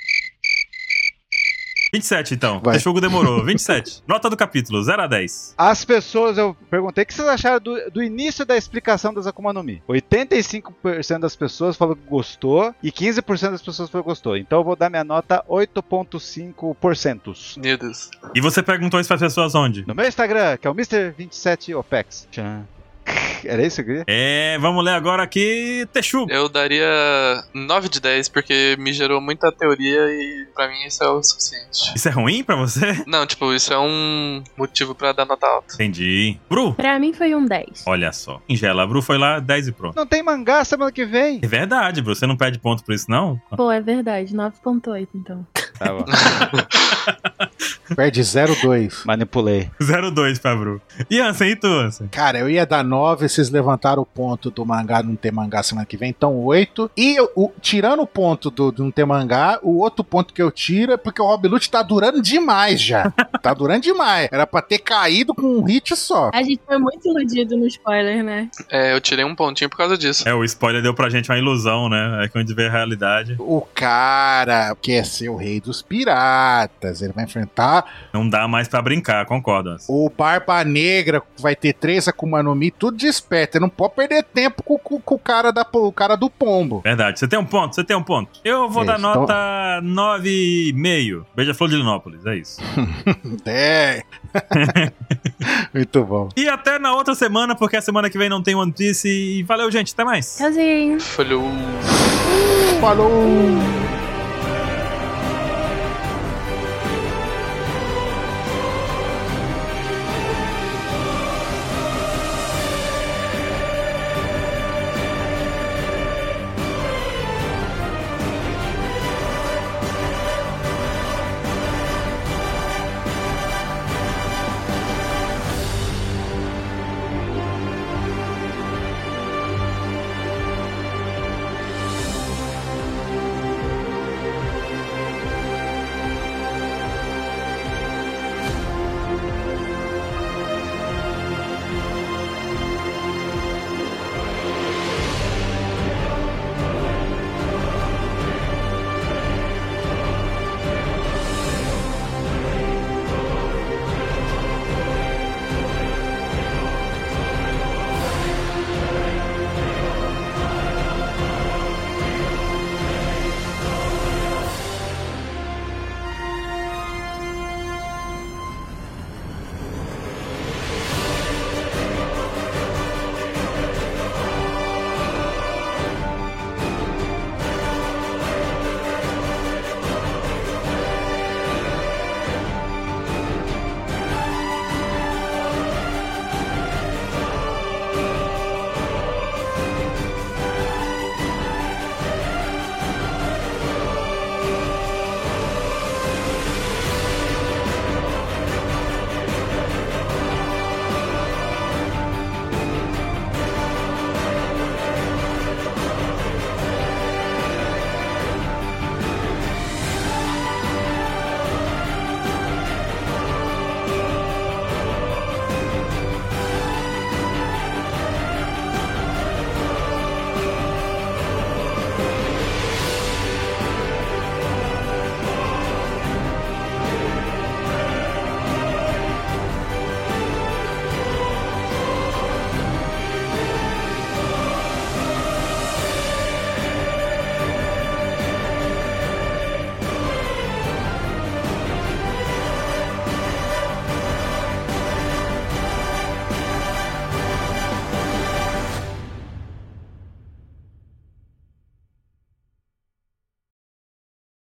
Speaker 1: 27, então.
Speaker 3: Vai.
Speaker 1: Esse jogo demorou. 27. Nota do capítulo, 0 a 10.
Speaker 3: As pessoas, eu perguntei o que vocês acharam do, do início da explicação das Akuma no Mi. 85% das pessoas falou que gostou e 15% das pessoas falou que gostou. Então eu vou dar minha nota 8,5%.
Speaker 2: Meu Deus.
Speaker 1: E você perguntou isso pras pessoas onde?
Speaker 3: No meu Instagram, que é o Mr27OPEX. Tchan. [laughs] Era isso que eu queria?
Speaker 1: É, vamos ler agora aqui. Texu.
Speaker 2: Eu daria 9 de 10, porque me gerou muita teoria e pra mim isso é o suficiente.
Speaker 1: Isso é ruim pra você?
Speaker 2: Não, tipo, isso é um motivo pra dar nota alta.
Speaker 1: Entendi. Bru.
Speaker 4: Pra mim foi um 10.
Speaker 1: Olha só. Ingela, Bru foi lá, 10 e pronto.
Speaker 3: Não tem mangá semana que vem.
Speaker 1: É verdade, Bru. Você não perde ponto por isso, não? [laughs]
Speaker 4: Pô, é verdade, 9.8 então.
Speaker 3: Tá bom.
Speaker 5: Perde 0,2.
Speaker 3: Manipulei.
Speaker 1: 0-2 pra Bru. E Ansem, e tu, Ansem?
Speaker 5: Cara, eu ia dar 9, vocês levantaram o ponto do mangá não ter mangá semana que vem, então 8. E eu- o- tirando o ponto do, do não ter mangá, o outro ponto que eu tiro é porque o Rob Lute tá durando demais já. tá durando demais. Era pra ter caído com um hit só.
Speaker 4: A gente foi muito iludido no spoiler, né?
Speaker 2: É, eu tirei um pontinho por causa disso.
Speaker 1: É, o spoiler deu pra gente uma ilusão, né? É quando a gente vê a realidade.
Speaker 5: O cara quer ser o rei dos piratas. Ele vai enfrentar
Speaker 1: Não dá mais pra brincar, concordo. Ansem.
Speaker 5: o Barba Negra, vai ter três Akuma no Mi, tudo desperto. Ele não pode perder tempo com, com- com o, cara da, po- o cara do pombo. [laughs]
Speaker 1: Verdade. Você tem um ponto, você tem um ponto. Eu vou
Speaker 5: É,
Speaker 1: dar
Speaker 5: então-
Speaker 1: nota 9,5. Beija-flor de Linópolis, é isso.
Speaker 5: É. Muito bom.
Speaker 1: E até na outra semana, porque a semana que vem não tem One Piece. E valeu, gente. Até mais.
Speaker 4: Tchauzinho.
Speaker 2: Falhou.
Speaker 5: Falou!